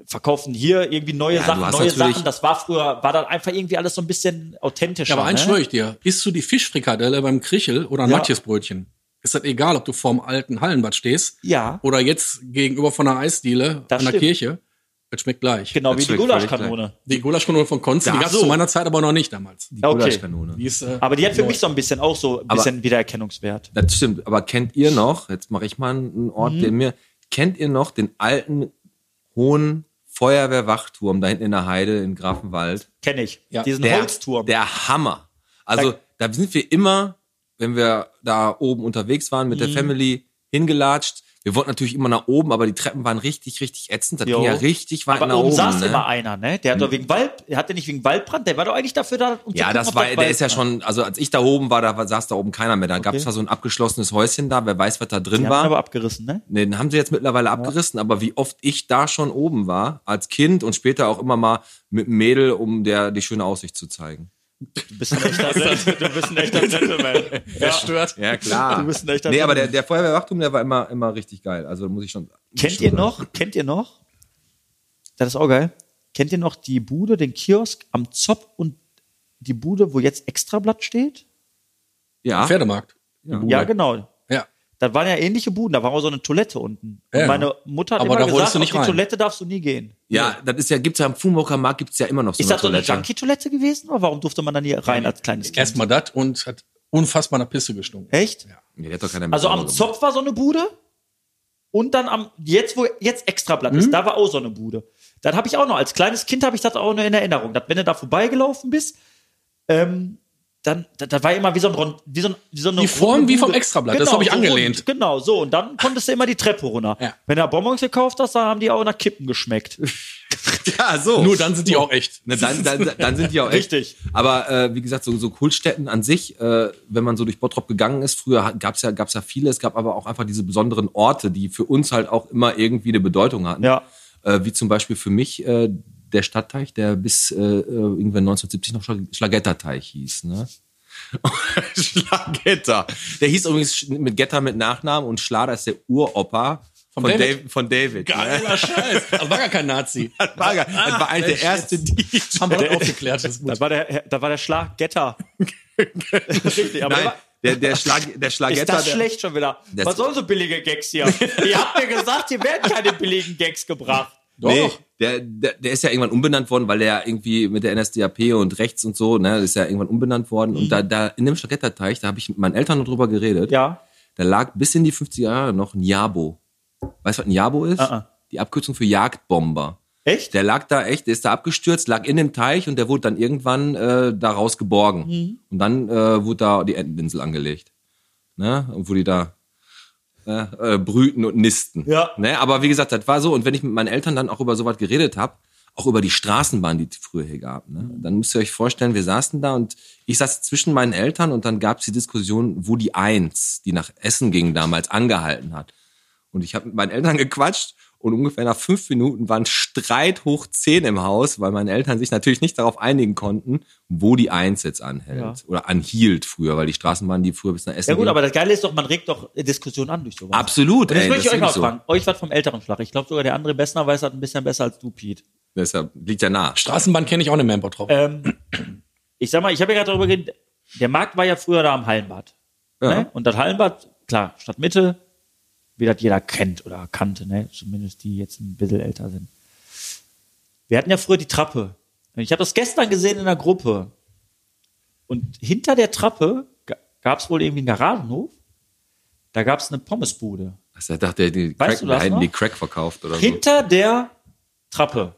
Speaker 2: verkaufen hier irgendwie neue
Speaker 1: du
Speaker 2: Sachen,
Speaker 1: hast
Speaker 2: neue
Speaker 1: natürlich-
Speaker 2: Sachen. Das war früher, war dann einfach irgendwie alles so ein bisschen authentischer.
Speaker 3: Ja, aber eins
Speaker 2: ne?
Speaker 3: schwöre ich dir. Isst du die Fischfrikadelle beim Krichel oder ein
Speaker 2: Ja.
Speaker 3: Matthiasbrötchen? Ist das egal, ob du vorm alten Hallenbad stehst
Speaker 2: Ja,
Speaker 3: oder jetzt gegenüber von einer Eisdiele
Speaker 2: Das
Speaker 3: an der
Speaker 2: stimmt.
Speaker 3: Kirche. Das schmeckt gleich.
Speaker 2: genau wie die
Speaker 1: schmeckt völlig
Speaker 2: Gulaschkanone.
Speaker 3: Die Gulaschkanone von Konzen, die
Speaker 1: Ja,
Speaker 3: gab es
Speaker 1: so.
Speaker 3: zu meiner Zeit aber noch nicht damals.
Speaker 1: Die
Speaker 2: Okay.
Speaker 1: Gulaschkanone.
Speaker 3: Die ist, äh,
Speaker 2: Aber die hat für
Speaker 3: neu.
Speaker 2: mich so ein bisschen auch so ein
Speaker 1: Genau. Aber-
Speaker 2: bisschen Wiedererkennungswert.
Speaker 1: Das stimmt, aber kennt ihr noch, jetzt mache ich mal einen
Speaker 2: Mhm.
Speaker 1: Ort, der mir, kennt ihr noch den alten hohen Feuerwehrwachturm da hinten in der Heide in Grafenwald?
Speaker 2: Kenne ich.
Speaker 3: Ja.
Speaker 2: Diesen Holzturm.
Speaker 1: Der Hammer. Also da, sind wir immer, wenn wir da oben unterwegs waren mit der
Speaker 2: Mhm.
Speaker 1: Family, hingelatscht. Wir wollten natürlich immer nach oben, aber die Treppen waren richtig, richtig ätzend. Das
Speaker 2: Jo.
Speaker 1: ging ja richtig weit
Speaker 2: Aber
Speaker 1: nach
Speaker 2: oben
Speaker 1: oben.
Speaker 2: saß
Speaker 1: ne?
Speaker 2: immer einer, ne? Der hat doch wegen Wald, hat der nicht wegen Waldbrand, der war doch eigentlich dafür da, um zu
Speaker 1: Ja,
Speaker 2: gucken,
Speaker 1: das
Speaker 2: ob
Speaker 1: war, der
Speaker 2: Wald
Speaker 1: ist ja
Speaker 2: brennt.
Speaker 1: schon, also als ich da oben war, da war- saß da oben keiner mehr. Da gab es zwar so ein abgeschlossenes Häuschen da, wer weiß, was da drin
Speaker 2: Die haben
Speaker 1: war.
Speaker 2: ihn aber abgerissen, ne?
Speaker 1: Nee, den haben sie jetzt mittlerweile abgerissen, aber wie oft ich da schon oben war, als Kind und später auch immer mal mit einem Mädel, um der die schöne Aussicht zu zeigen.
Speaker 2: Du bist ein <laughs> echter, du bist ein echter <laughs> Gentleman.
Speaker 3: zerstört.
Speaker 1: Ja, klar.
Speaker 2: Du bist ein echter
Speaker 1: nee, aber der,
Speaker 2: Fan.
Speaker 1: der Feuerwehrwachturm, der war immer, immer richtig geil. Also muss ich schon.
Speaker 2: Kennt
Speaker 1: schon
Speaker 2: ihr
Speaker 1: sagen.
Speaker 2: noch, kennt ihr noch, das ist auch geil, kennt ihr noch die Bude, den Kiosk am Zopf und die Bude, wo jetzt Extrablatt steht?
Speaker 1: Ja.
Speaker 3: Pferdemarkt. Ja,
Speaker 2: Ja, genau.
Speaker 3: ja.
Speaker 2: Das waren ja ähnliche Buden, da war auch so eine Toilette unten. Und
Speaker 3: Ja.
Speaker 2: meine Mutter hat
Speaker 3: Aber da
Speaker 2: immer
Speaker 3: wolltest
Speaker 2: gesagt,
Speaker 3: du
Speaker 2: auf
Speaker 3: nicht
Speaker 2: die
Speaker 3: rein.
Speaker 2: Toilette darfst du nie gehen.
Speaker 1: Ja, das ist ja, gibt's ja am Fumoker Markt gibt's ja immer noch so
Speaker 2: Ist
Speaker 1: eine
Speaker 2: das so eine
Speaker 1: Toilette.
Speaker 2: Junkie-Toilette gewesen oder warum durfte man da nie rein als kleines Kind?
Speaker 3: Erstmal genau. das und hat unfassbar nach Pisse gestunken.
Speaker 2: Echt?
Speaker 1: Nee, der hat doch keiner mehr
Speaker 2: Also
Speaker 1: sauber
Speaker 2: am
Speaker 1: gemacht.
Speaker 2: Zopf war so eine Bude und dann am jetzt wo jetzt Extrablatt
Speaker 3: Hm?
Speaker 2: ist, da war auch so eine Bude. Dann habe ich auch noch als kleines Kind habe ich das auch noch in Erinnerung, dass wenn du da vorbeigelaufen bist, ähm, dann das, das war immer wie so ein Rund, wie so, ein- wie so eine
Speaker 3: Die Form
Speaker 2: runde
Speaker 3: wie vom
Speaker 2: Bude.
Speaker 3: Extrablatt, das habe ich
Speaker 2: so
Speaker 3: angelehnt.
Speaker 2: Rund, genau, so und dann konntest du immer die Treppe runter.
Speaker 3: Ja.
Speaker 2: Wenn du Bonbons gekauft hast, dann haben die auch nach Kippen
Speaker 3: <laughs>
Speaker 2: geschmeckt.
Speaker 1: Ja, so.
Speaker 3: Nur dann sind die auch echt.
Speaker 1: Ne, dann, dann, dann sind die auch echt.
Speaker 2: Richtig.
Speaker 1: Aber äh, wie gesagt, so, so Kultstätten an sich, äh, wenn man so durch Bottrop gegangen ist, früher gab es ja, gab's ja viele, es gab aber auch einfach diese besonderen Orte, die für uns halt auch immer irgendwie eine Bedeutung hatten.
Speaker 2: Ja.
Speaker 1: Äh, wie zum Beispiel für mich äh, der Stadtteich, der bis äh, äh, irgendwann 1970 noch Schlag- Schlagetterteich hieß. Ne? <laughs> Schlagetter. Der hieß übrigens Sch- mit Getter mit Nachnamen und Schlader ist der Uropa von,
Speaker 3: David?
Speaker 1: Dav- von David. Ne?
Speaker 3: Geiler Scheiß. Das also war gar kein Nazi.
Speaker 2: <laughs>
Speaker 1: Das <laughs> war, gar- das war eigentlich der
Speaker 2: Ah,
Speaker 1: erste DJ.
Speaker 3: Haben wir das aufgeklärt. Das ist gut.
Speaker 2: Das war der da war der <laughs> Schlaggetter. Richtig, aber
Speaker 1: Nein,
Speaker 2: war-
Speaker 1: der, der, Schlag, der Schlagetter.
Speaker 2: Ist das
Speaker 1: der,
Speaker 2: schlecht schon wieder?
Speaker 1: Das-
Speaker 2: Was sollen so billige Gags <laughs> hier? Ihr habt mir gesagt, hier werden keine billigen Gags gebracht.
Speaker 1: Nee, der, der, der ist ja irgendwann umbenannt worden, weil er irgendwie mit der NSDAP und rechts und so, ne, ist ja irgendwann umbenannt worden. Und da, da in dem Schlagetterteich, da habe ich mit meinen Eltern noch drüber geredet.
Speaker 2: Mhm. Ja.
Speaker 1: Da lag bis in die 50er Jahre noch ein Jabo. Weißt du, was ein Jabo ist?
Speaker 2: Ah, ah.
Speaker 1: Die Abkürzung für Jagdbomber.
Speaker 2: Echt?
Speaker 1: Der lag da echt, der ist da abgestürzt, lag in dem Teich und der wurde dann irgendwann äh, daraus geborgen.
Speaker 2: Mhm.
Speaker 1: Und dann äh, wurde da die Enteninsel angelegt. Ne? Und wo die da äh, äh, brüten und nisten.
Speaker 2: Ja.
Speaker 1: Ne? Aber wie gesagt, das war so. Und wenn ich mit meinen Eltern dann auch über sowas geredet habe, auch über die Straßenbahn, die es früher hier gab, ne? dann müsst ihr euch vorstellen, wir saßen da und ich saß zwischen meinen Eltern und dann gab es die Diskussion, wo die Eins, die nach Essen ging damals, angehalten hat. Und ich habe mit meinen Eltern gequatscht und ungefähr nach fünf Minuten waren Streit hoch zehn im Haus, weil meine Eltern sich natürlich nicht darauf einigen konnten, wo die Eins jetzt anhält
Speaker 2: Ja.
Speaker 1: oder anhielt früher, weil die Straßenbahn, die früher bis nach Essen
Speaker 2: Ja gut,
Speaker 1: ging.
Speaker 2: aber das Geile ist doch, man regt doch Diskussionen an durch sowas.
Speaker 1: Absolut,
Speaker 2: Und jetzt
Speaker 1: ey,
Speaker 2: möchte ich
Speaker 1: das
Speaker 2: euch mal
Speaker 1: ist so.
Speaker 2: fragen. Euch was vom älteren Schlag. Ich glaube sogar, der andere Bessner weiß das ein bisschen besser als du, Piet.
Speaker 1: Deshalb liegt ja nah.
Speaker 3: Straßenbahn kenne ich auch nicht mehr in Bottrop.
Speaker 2: Ähm, ich sag mal, ich habe ja gerade darüber geredet, der Markt war ja früher da am Hallenbad. Ne? Und das Hallenbad, klar, Stadtmitte, wie das jeder kennt oder kannte, ne? zumindest die jetzt ein bisschen älter sind. Wir hatten ja früher die Trappe. Und Ich habe das gestern gesehen in der Gruppe. Und hinter der Trappe gab es wohl irgendwie einen Garagenhof. Da gab es eine Pommesbude.
Speaker 1: Also, er dachte, die,
Speaker 2: Weißt
Speaker 1: Crack,
Speaker 2: du das
Speaker 1: hätten
Speaker 2: noch?
Speaker 1: die Crack verkauft oder so.
Speaker 2: Hinter der Trappe.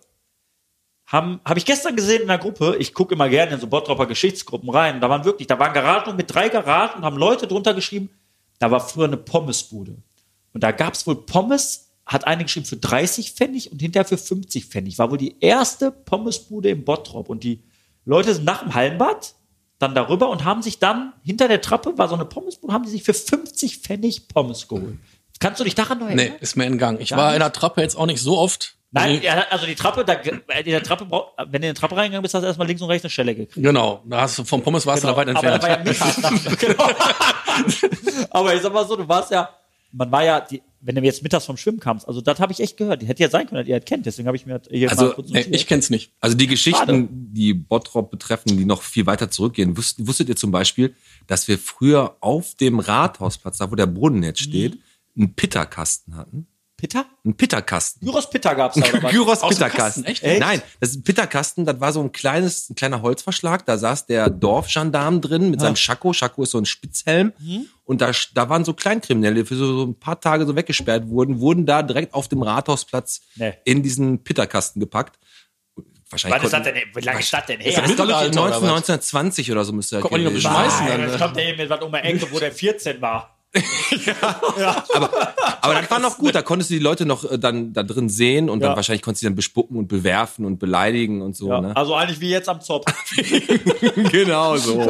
Speaker 2: Habe hab ich gestern gesehen in der Gruppe, ich gucke immer gerne in so Bottropper Geschichtsgruppen rein. Da waren wirklich, da waren Garagen mit drei Garagen und haben Leute drunter geschrieben, da war früher eine Pommesbude. Und da gab es wohl Pommes hat eine geschrieben für 30 Pfennig und hinterher für 50 Pfennig. War wohl die erste Pommesbude im Bottrop. Und die Leute sind nach dem Hallenbad dann darüber und haben sich dann hinter der Trappe, war so eine Pommesbude, haben die sich für 50 Pfennig Pommes geholt. Kannst du dich daran noch
Speaker 3: Nee,
Speaker 2: erinnern?
Speaker 3: ist mir entgangen. Ich
Speaker 2: Gar
Speaker 3: war
Speaker 2: nicht?
Speaker 3: in der Trappe jetzt auch nicht so oft.
Speaker 2: Nein,
Speaker 3: Die-
Speaker 2: ja, also die Trappe, da, in der Trappe, brauch- wenn du in die Trappe reingegangen bist, hast du erstmal links und rechts eine Stelle gekriegt.
Speaker 3: Genau, da hast du vom Pommes warst du da weit
Speaker 2: Genau, Aber da
Speaker 3: entfernt.
Speaker 2: war ja
Speaker 3: <laughs>
Speaker 2: Mittagsnacht. genau. aber ich sag mal so, du warst ja, man war ja, die, wenn du jetzt mittags vom Schwimmen kamst, also das habe ich echt gehört. Die hätte ja sein können, dass ihr das kennt. Deswegen habe ich mir das hier mal
Speaker 1: Also,
Speaker 2: kurz
Speaker 3: nee,
Speaker 2: notiert.
Speaker 3: ich kenn's nicht.
Speaker 1: Also die Geschichten,
Speaker 2: Schade.
Speaker 1: die Bottrop betreffen, die noch viel weiter zurückgehen. Wusst, wusstet ihr zum Beispiel, dass wir früher auf dem Rathausplatz, da wo der Brunnen jetzt steht,
Speaker 2: Mhm.
Speaker 1: einen Pitterkasten hatten?
Speaker 2: Pitta?
Speaker 1: Einen Pitterkasten.
Speaker 2: Gyros Pitta gab's
Speaker 3: Genau,
Speaker 2: da, oder was?
Speaker 1: Gyros
Speaker 3: Aus dem Kasten,
Speaker 1: Pitterkasten.
Speaker 3: echt?
Speaker 2: Echt?
Speaker 1: Nein, das ist ein Pitterkasten, das war so ein kleines, ein kleiner Holzverschlag, da saß der Dorfgendarm drin
Speaker 3: Ah.
Speaker 1: mit seinem Schakko. Schakko ist so ein Spitzhelm.
Speaker 3: Mhm.
Speaker 1: Und da, da waren so Kleinkriminelle, die für so, so ein paar Tage so weggesperrt wurden, wurden da direkt auf dem Rathausplatz
Speaker 2: Nee.
Speaker 1: in diesen Pitterkasten gepackt. Wahrscheinlich
Speaker 2: Wann ist das
Speaker 1: konnten-
Speaker 2: denn- wie lange ist das denn her?
Speaker 1: Ist das
Speaker 3: Ist das
Speaker 1: glaube ich
Speaker 3: Mittelalter oder
Speaker 1: 19,
Speaker 3: was?
Speaker 1: 1920 oder so müsste das
Speaker 3: Kommt man die noch
Speaker 1: gewesen
Speaker 3: beschmeißen?
Speaker 1: sein.
Speaker 3: Nein,
Speaker 2: das kommt der eben mit was um die Ecke, wo der 14 war.
Speaker 1: Aber das war noch gut, da konntest du die Leute noch äh, dann da drin sehen und
Speaker 2: Ja.
Speaker 1: dann wahrscheinlich konntest du die dann bespucken und bewerfen und beleidigen und so.
Speaker 2: Ja,
Speaker 1: Ne?
Speaker 2: also eigentlich wie jetzt am Zopf.
Speaker 1: <laughs> genau
Speaker 2: <laughs>
Speaker 1: so.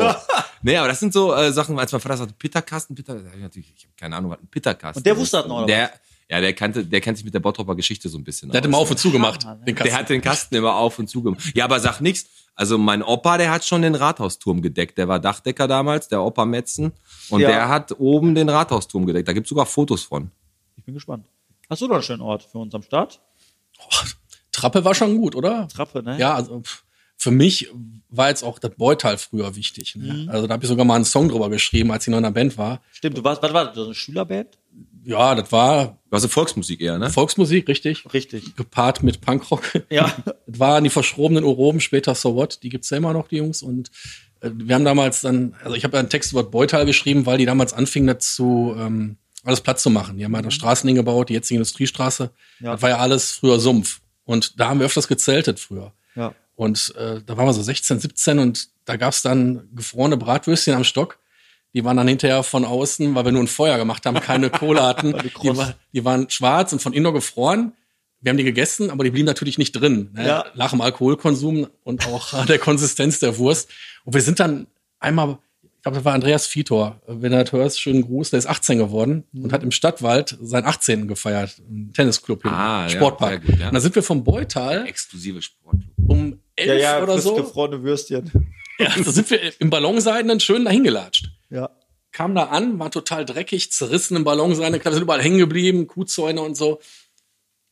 Speaker 1: nee, aber das sind so äh, Sachen, als mein Vater sagte, Pitterkasten, Pitter, da hab ich natürlich, ich habe keine Ahnung, was ein Pitterkasten
Speaker 2: Und der
Speaker 1: ist.
Speaker 2: wusste das noch, oder
Speaker 1: Der, ja, der kannte, der kennt sich mit der Bottroper Geschichte so ein bisschen
Speaker 3: Der hat immer auf und zu gemacht.
Speaker 2: Mann,
Speaker 1: Der
Speaker 3: Den Kasten.
Speaker 1: hat den Kasten immer auf und zugemacht. Ja, aber sag nichts. Also mein Opa, der hat schon den Rathausturm gedeckt. Der war Dachdecker damals, der Opa Metzen. Und
Speaker 2: Ja.
Speaker 1: der hat oben den Rathausturm gedeckt. Da gibt's sogar Fotos von.
Speaker 2: Ich bin gespannt. Hast du noch einen schönen Ort für uns am Start?
Speaker 3: Trappe war schon gut, oder?
Speaker 2: Trappe, ne?
Speaker 3: Ja, also pff, für mich war jetzt auch das Beutal früher wichtig. Ne?
Speaker 2: Mhm.
Speaker 3: Also da habe ich sogar mal einen Song drüber geschrieben, als ich noch in der Band war.
Speaker 2: Stimmt, du warst, was war das, so eine Schülerband?
Speaker 3: Ja, das war
Speaker 1: Du hast eine Volksmusik eher, ne?
Speaker 3: Volksmusik, richtig.
Speaker 2: Richtig.
Speaker 3: Gepaart mit Punkrock.
Speaker 2: Ja.
Speaker 3: Das waren die verschrobenen Oroben, später So What, die gibt's ja immer noch, die Jungs. Und äh, wir haben damals dann, also ich habe einen Text über das Beutal geschrieben, weil die damals anfingen dazu, ähm, alles platt zu machen. Die haben halt Straßen hingebaut, die jetzige Industriestraße.
Speaker 2: Ja.
Speaker 3: Das war ja alles früher Sumpf. Und da haben wir öfters gezeltet früher.
Speaker 2: <laughs> Ja.
Speaker 3: Und äh, da waren wir so 16, 17 und da gab's dann gefrorene Bratwürstchen am Stock. Die waren dann hinterher von außen, weil wir nur ein Feuer gemacht haben,
Speaker 1: <laughs>
Speaker 3: keine Kohle hatten.
Speaker 2: Weil die kross.
Speaker 3: die, war, die waren schwarz und von innen noch gefroren. Wir haben die gegessen, aber die blieben natürlich nicht drin. Ne?
Speaker 2: Ja.
Speaker 3: Nach dem Alkoholkonsum und auch <laughs> der Konsistenz der Wurst. Und wir sind dann einmal, ich glaube, das war Andreas Vitor, wenn du das hörst, schönen Gruß, der ist 18 geworden und hat im Stadtwald seinen 18. gefeiert, im Tennisclub hier,
Speaker 1: Ah,
Speaker 3: im
Speaker 1: ja,
Speaker 3: Sportpark.
Speaker 1: sehr gut, ja.
Speaker 3: Und da sind wir vom Beutal
Speaker 1: Exklusive Sportclub.
Speaker 3: um 11
Speaker 2: Ja, ja,
Speaker 3: oder
Speaker 2: oder
Speaker 3: so
Speaker 2: gefrorene Würstchen.
Speaker 1: <laughs>
Speaker 3: ja, da sind wir im Ballonseiden dann schön dahin gelatscht.
Speaker 2: Ja.
Speaker 3: Kam da an, war total dreckig, zerrissen im Ballonseiden, klar, wir sind überall hängen geblieben, Kuhzäune und so.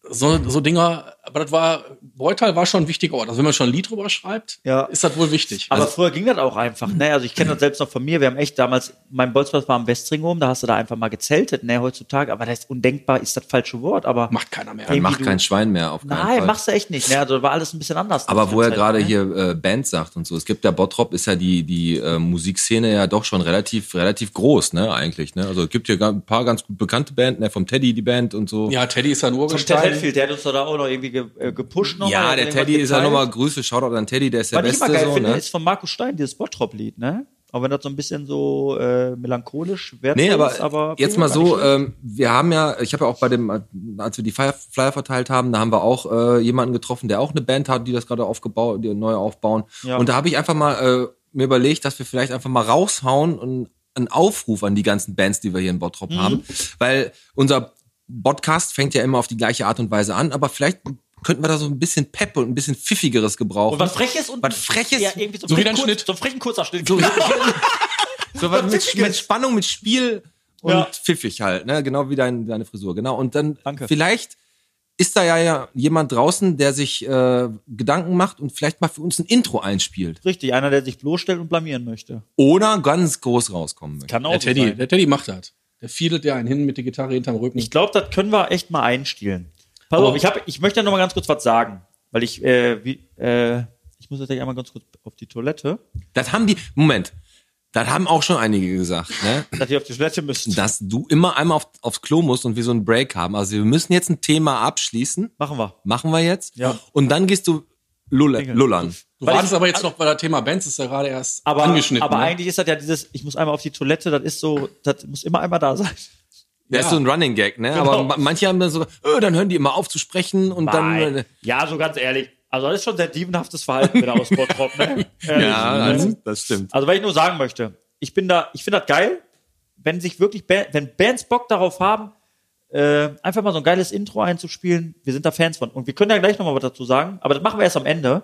Speaker 3: So, so Dinger, aber das war, Beutal war schon ein wichtiger Ort. Also wenn man schon ein Lied drüber schreibt,
Speaker 2: Ja.
Speaker 3: ist das wohl wichtig.
Speaker 2: Aber
Speaker 3: also,
Speaker 2: früher ging das auch einfach, ne? Also ich kenne das selbst noch von mir. Wir haben echt damals, mein Bolzplatz war am Westringhof, da hast du da einfach mal gezeltet, ne? Heutzutage, aber das ist undenkbar, ist das falsche Wort, aber
Speaker 3: macht keiner mehr.
Speaker 2: Ey,
Speaker 1: Macht
Speaker 2: du-
Speaker 1: kein Schwein mehr auf keinen
Speaker 2: nein,
Speaker 1: Fall.
Speaker 2: machst du echt nicht, ne? Also war alles ein bisschen anders.
Speaker 1: Aber wo er
Speaker 2: Zelten,
Speaker 1: gerade
Speaker 2: ne?
Speaker 1: hier äh, Band sagt und so, es gibt ja Bottrop, ist ja die, die äh, Musikszene ja doch schon relativ, relativ groß, ne, eigentlich, ne? Also es gibt hier ga- ein paar ganz gut bekannte Bands, ne, vom Teddy die Band und so.
Speaker 3: Ja, Teddy ist ein
Speaker 2: Und der
Speaker 3: Urgestein.
Speaker 2: Tedfield, der hat uns doch da auch noch irgendwie ge äh, gepusht nochmal.
Speaker 1: Ja,
Speaker 2: hat
Speaker 1: der
Speaker 2: irgendwas
Speaker 1: Teddy ist ja
Speaker 2: geteilt.
Speaker 1: nochmal Grüße, Shoutout an Teddy, der ist der
Speaker 2: Was ich
Speaker 1: Beste.
Speaker 2: immer geil
Speaker 1: so,
Speaker 2: finde,
Speaker 1: ne?
Speaker 2: ist von Markus Stein dieses Bottrop-Lied, ne? Auch wenn das so ein bisschen so äh, melancholisch wird.
Speaker 1: Nee, aber,
Speaker 2: ist, aber oh,
Speaker 1: jetzt mal so, ähm, wir haben ja, ich habe ja auch bei dem, äh, als wir die Flyer, Flyer verteilt haben, da haben wir auch äh, jemanden getroffen, der auch eine Band hat, die das gerade aufgebaut, die neu aufbauen.
Speaker 2: Ja.
Speaker 1: Und da habe ich einfach mal äh, mir überlegt, dass wir vielleicht einfach mal raushauen und einen Aufruf an die ganzen Bands, die wir hier in Bottrop
Speaker 2: Mhm.
Speaker 1: haben, weil unser Podcast fängt ja immer auf die gleiche Art und Weise an, aber vielleicht könnten wir da so ein bisschen Pep und ein bisschen pfiffigeres gebrauchen.
Speaker 2: und was Freches und
Speaker 1: was Freches,
Speaker 2: ja, irgendwie so,
Speaker 3: so wie
Speaker 2: frech
Speaker 3: dein
Speaker 2: kurz-
Speaker 3: Schnitt.
Speaker 2: So einen frechen Kurzabschnitt.
Speaker 1: So was mit, mit Spannung, mit Spiel und
Speaker 2: Ja.
Speaker 1: pfiffig halt, ne? Genau wie dein, deine Frisur, genau. Und dann
Speaker 2: Danke.
Speaker 1: vielleicht ist da ja, ja jemand draußen, der sich äh, Gedanken macht und vielleicht mal für uns ein Intro einspielt.
Speaker 2: Richtig, einer, der sich bloßstellt und blamieren möchte.
Speaker 1: Oder ganz groß rauskommen möchte.
Speaker 2: Kann auch
Speaker 3: Der
Speaker 2: so
Speaker 3: Teddy,
Speaker 2: sein.
Speaker 3: der Teddy macht das. Der fiedelt ja einen hin mit der Gitarre hinterm Rücken.
Speaker 2: Ich glaube, das können wir echt mal einstielen. Pass
Speaker 3: Aber-
Speaker 2: auf, ich, hab, ich möchte noch mal ganz kurz was sagen, weil ich, äh, wie, äh, ich muss jetzt gleich einmal ganz kurz auf die Toilette,
Speaker 1: Das haben die, Moment, das haben auch schon einige gesagt, ne?
Speaker 2: dass ihr auf die Toilette müsst.
Speaker 1: dass du immer einmal auf, aufs Klo musst und wir so einen Break haben. Also wir müssen jetzt ein Thema abschließen.
Speaker 2: Machen wir.
Speaker 1: Machen wir jetzt.
Speaker 2: Ja.
Speaker 1: Und dann gehst du lulle, lullern.
Speaker 3: du
Speaker 2: weil
Speaker 3: wartest
Speaker 2: ich-
Speaker 3: aber jetzt noch bei der Thema Bands, ist ja gerade erst
Speaker 2: Aber,
Speaker 3: angeschnitten.
Speaker 2: aber
Speaker 3: ne?
Speaker 2: eigentlich ist das ja dieses, ich muss einmal auf die Toilette, das ist so, das muss immer einmal da sein.
Speaker 1: Der ist so ein Running Gag, ne? Aber
Speaker 2: Genau.
Speaker 1: ma- manche haben dann so, öh, dann hören die immer auf zu sprechen und dann. äh,
Speaker 2: Nein. äh, Ja, so ganz ehrlich. Also das ist schon sehr diebenhaftes Verhalten mit der Ausbautrop, <laughs> ne? Ehrlich,
Speaker 1: Ja,
Speaker 2: ne?
Speaker 1: das, das stimmt.
Speaker 2: Also, weil ich nur sagen möchte, ich bin da, ich finde das geil, wenn sich wirklich, Ba- wenn Bands Bock darauf haben, äh, einfach mal so ein geiles Intro einzuspielen. Wir sind da Fans von. Und wir können ja gleich nochmal was dazu sagen, aber das machen wir erst am Ende.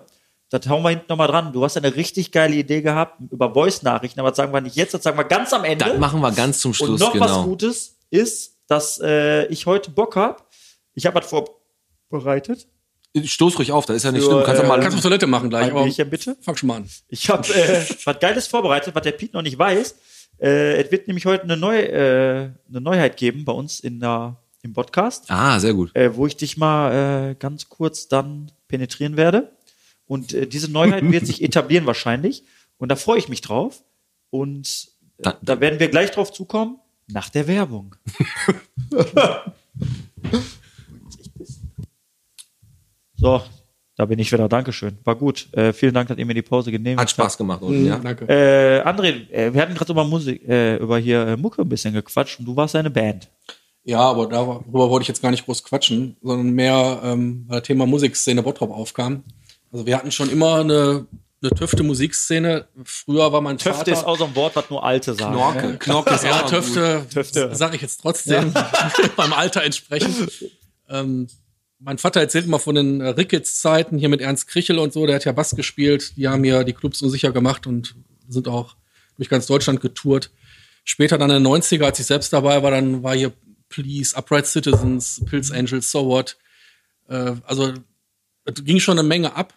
Speaker 2: Das hauen wir hinten nochmal dran. Du hast ja eine richtig geile Idee gehabt über Voice-Nachrichten, aber das sagen wir nicht jetzt, das sagen wir ganz am Ende.
Speaker 1: Dann machen wir ganz zum Schluss,
Speaker 2: Und noch was
Speaker 1: genau.
Speaker 2: Gutes ist, dass äh, ich heute Bock habe. Ich habe was vorbereitet.
Speaker 1: Äh, Stoß ruhig auf, das ist ja nicht
Speaker 2: Für,
Speaker 1: schlimm. Kannst du
Speaker 2: äh,
Speaker 1: mal.
Speaker 3: Kannst du Toilette machen gleich,
Speaker 2: Ein
Speaker 3: aber
Speaker 2: Bierchen bitte.
Speaker 3: fang schon mal an.
Speaker 2: Ich habe äh, was Geiles vorbereitet, was der Piet noch nicht weiß. Äh, es wird nämlich heute eine, Neu äh, eine Neuheit geben bei uns in der, im Podcast,
Speaker 1: ah, sehr gut.
Speaker 2: äh, wo ich dich mal äh, ganz kurz dann penetrieren werde. Und äh, diese Neuheit wird sich etablieren wahrscheinlich. Und da freue ich mich drauf. Und äh,
Speaker 1: Da-
Speaker 2: da werden wir gleich drauf zukommen, nach
Speaker 1: <laughs>
Speaker 2: der Werbung. so, da bin ich wieder. Dankeschön. War gut. Äh, vielen Dank, dass ihr mir die Pause genehmigt
Speaker 1: Hat Spaß gemacht,
Speaker 2: Mhm.
Speaker 1: oder? Ja.
Speaker 3: Danke.
Speaker 2: äh, André, äh, wir hatten gerade über Musik, äh, über hier äh, Mucke ein bisschen gequatscht und du warst eine Band.
Speaker 3: Ja, aber darüber wollte ich jetzt gar nicht groß quatschen, sondern mehr, ähm, weil das Thema Musikszene Bottrop aufkam. Also wir hatten schon immer eine, eine töfte Musikszene. Früher war mein
Speaker 2: Töfte
Speaker 3: Vater...
Speaker 2: ist auch so ein Wort, was nur Alte sagen.
Speaker 1: Knorke. Knorke ist
Speaker 3: ja,
Speaker 1: auch gut.
Speaker 3: Ah, Töfte,
Speaker 2: Töfte.
Speaker 3: sage ich jetzt trotzdem, <laughs> beim Alter entsprechend. Ähm, mein Vater erzählt immer von den äh, Rickets-Zeiten hier mit Ernst Krichel und so, der hat ja Bass gespielt, die haben ja die Clubs unsicher gemacht und sind auch durch ganz Deutschland getourt. Später dann in den 90er, als ich selbst dabei war, dann war hier Please, Upright Citizens, Pills Angels, So What. Äh, also es ging schon eine Menge ab.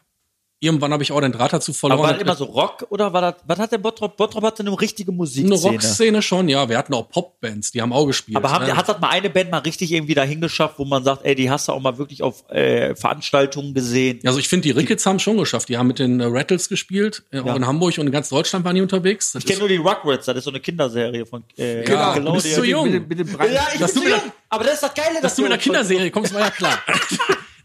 Speaker 3: Irgendwann habe ich auch den Draht dazu verloren.
Speaker 2: Aber war das
Speaker 3: Hab
Speaker 2: immer so Rock oder war das, was hat der Bottrop? Bottrop hatte eine richtige
Speaker 3: eine
Speaker 2: Musikszene.
Speaker 3: Rockszene schon, ja. Wir hatten auch Popbands, die haben auch gespielt.
Speaker 2: aber haben,
Speaker 3: ne?
Speaker 2: hat das mal eine Band mal richtig irgendwie dahin geschafft, wo man sagt, ey, die hast du auch mal wirklich auf äh, Veranstaltungen gesehen?
Speaker 3: Also ich finde, die Rickets haben schon geschafft. Die haben mit den äh, Rattles gespielt, äh, auch in Hamburg und in ganz Deutschland waren die unterwegs. Das
Speaker 2: Ich kenne nur die Rugrats, das ist so eine Kinderserie von äh,
Speaker 3: Genau, du
Speaker 2: Nickelodeon.
Speaker 3: bist zu jung.
Speaker 1: Mit dem- mit dem Brand-
Speaker 2: Ja, ich
Speaker 3: Dass
Speaker 2: bin
Speaker 3: du
Speaker 2: zu
Speaker 3: mit
Speaker 2: jung. Aber das ist das Geile,
Speaker 3: dass du mit
Speaker 2: wir
Speaker 3: einer
Speaker 2: uns-
Speaker 3: Kinderserie kommst, war ja
Speaker 2: <laughs>
Speaker 3: klar.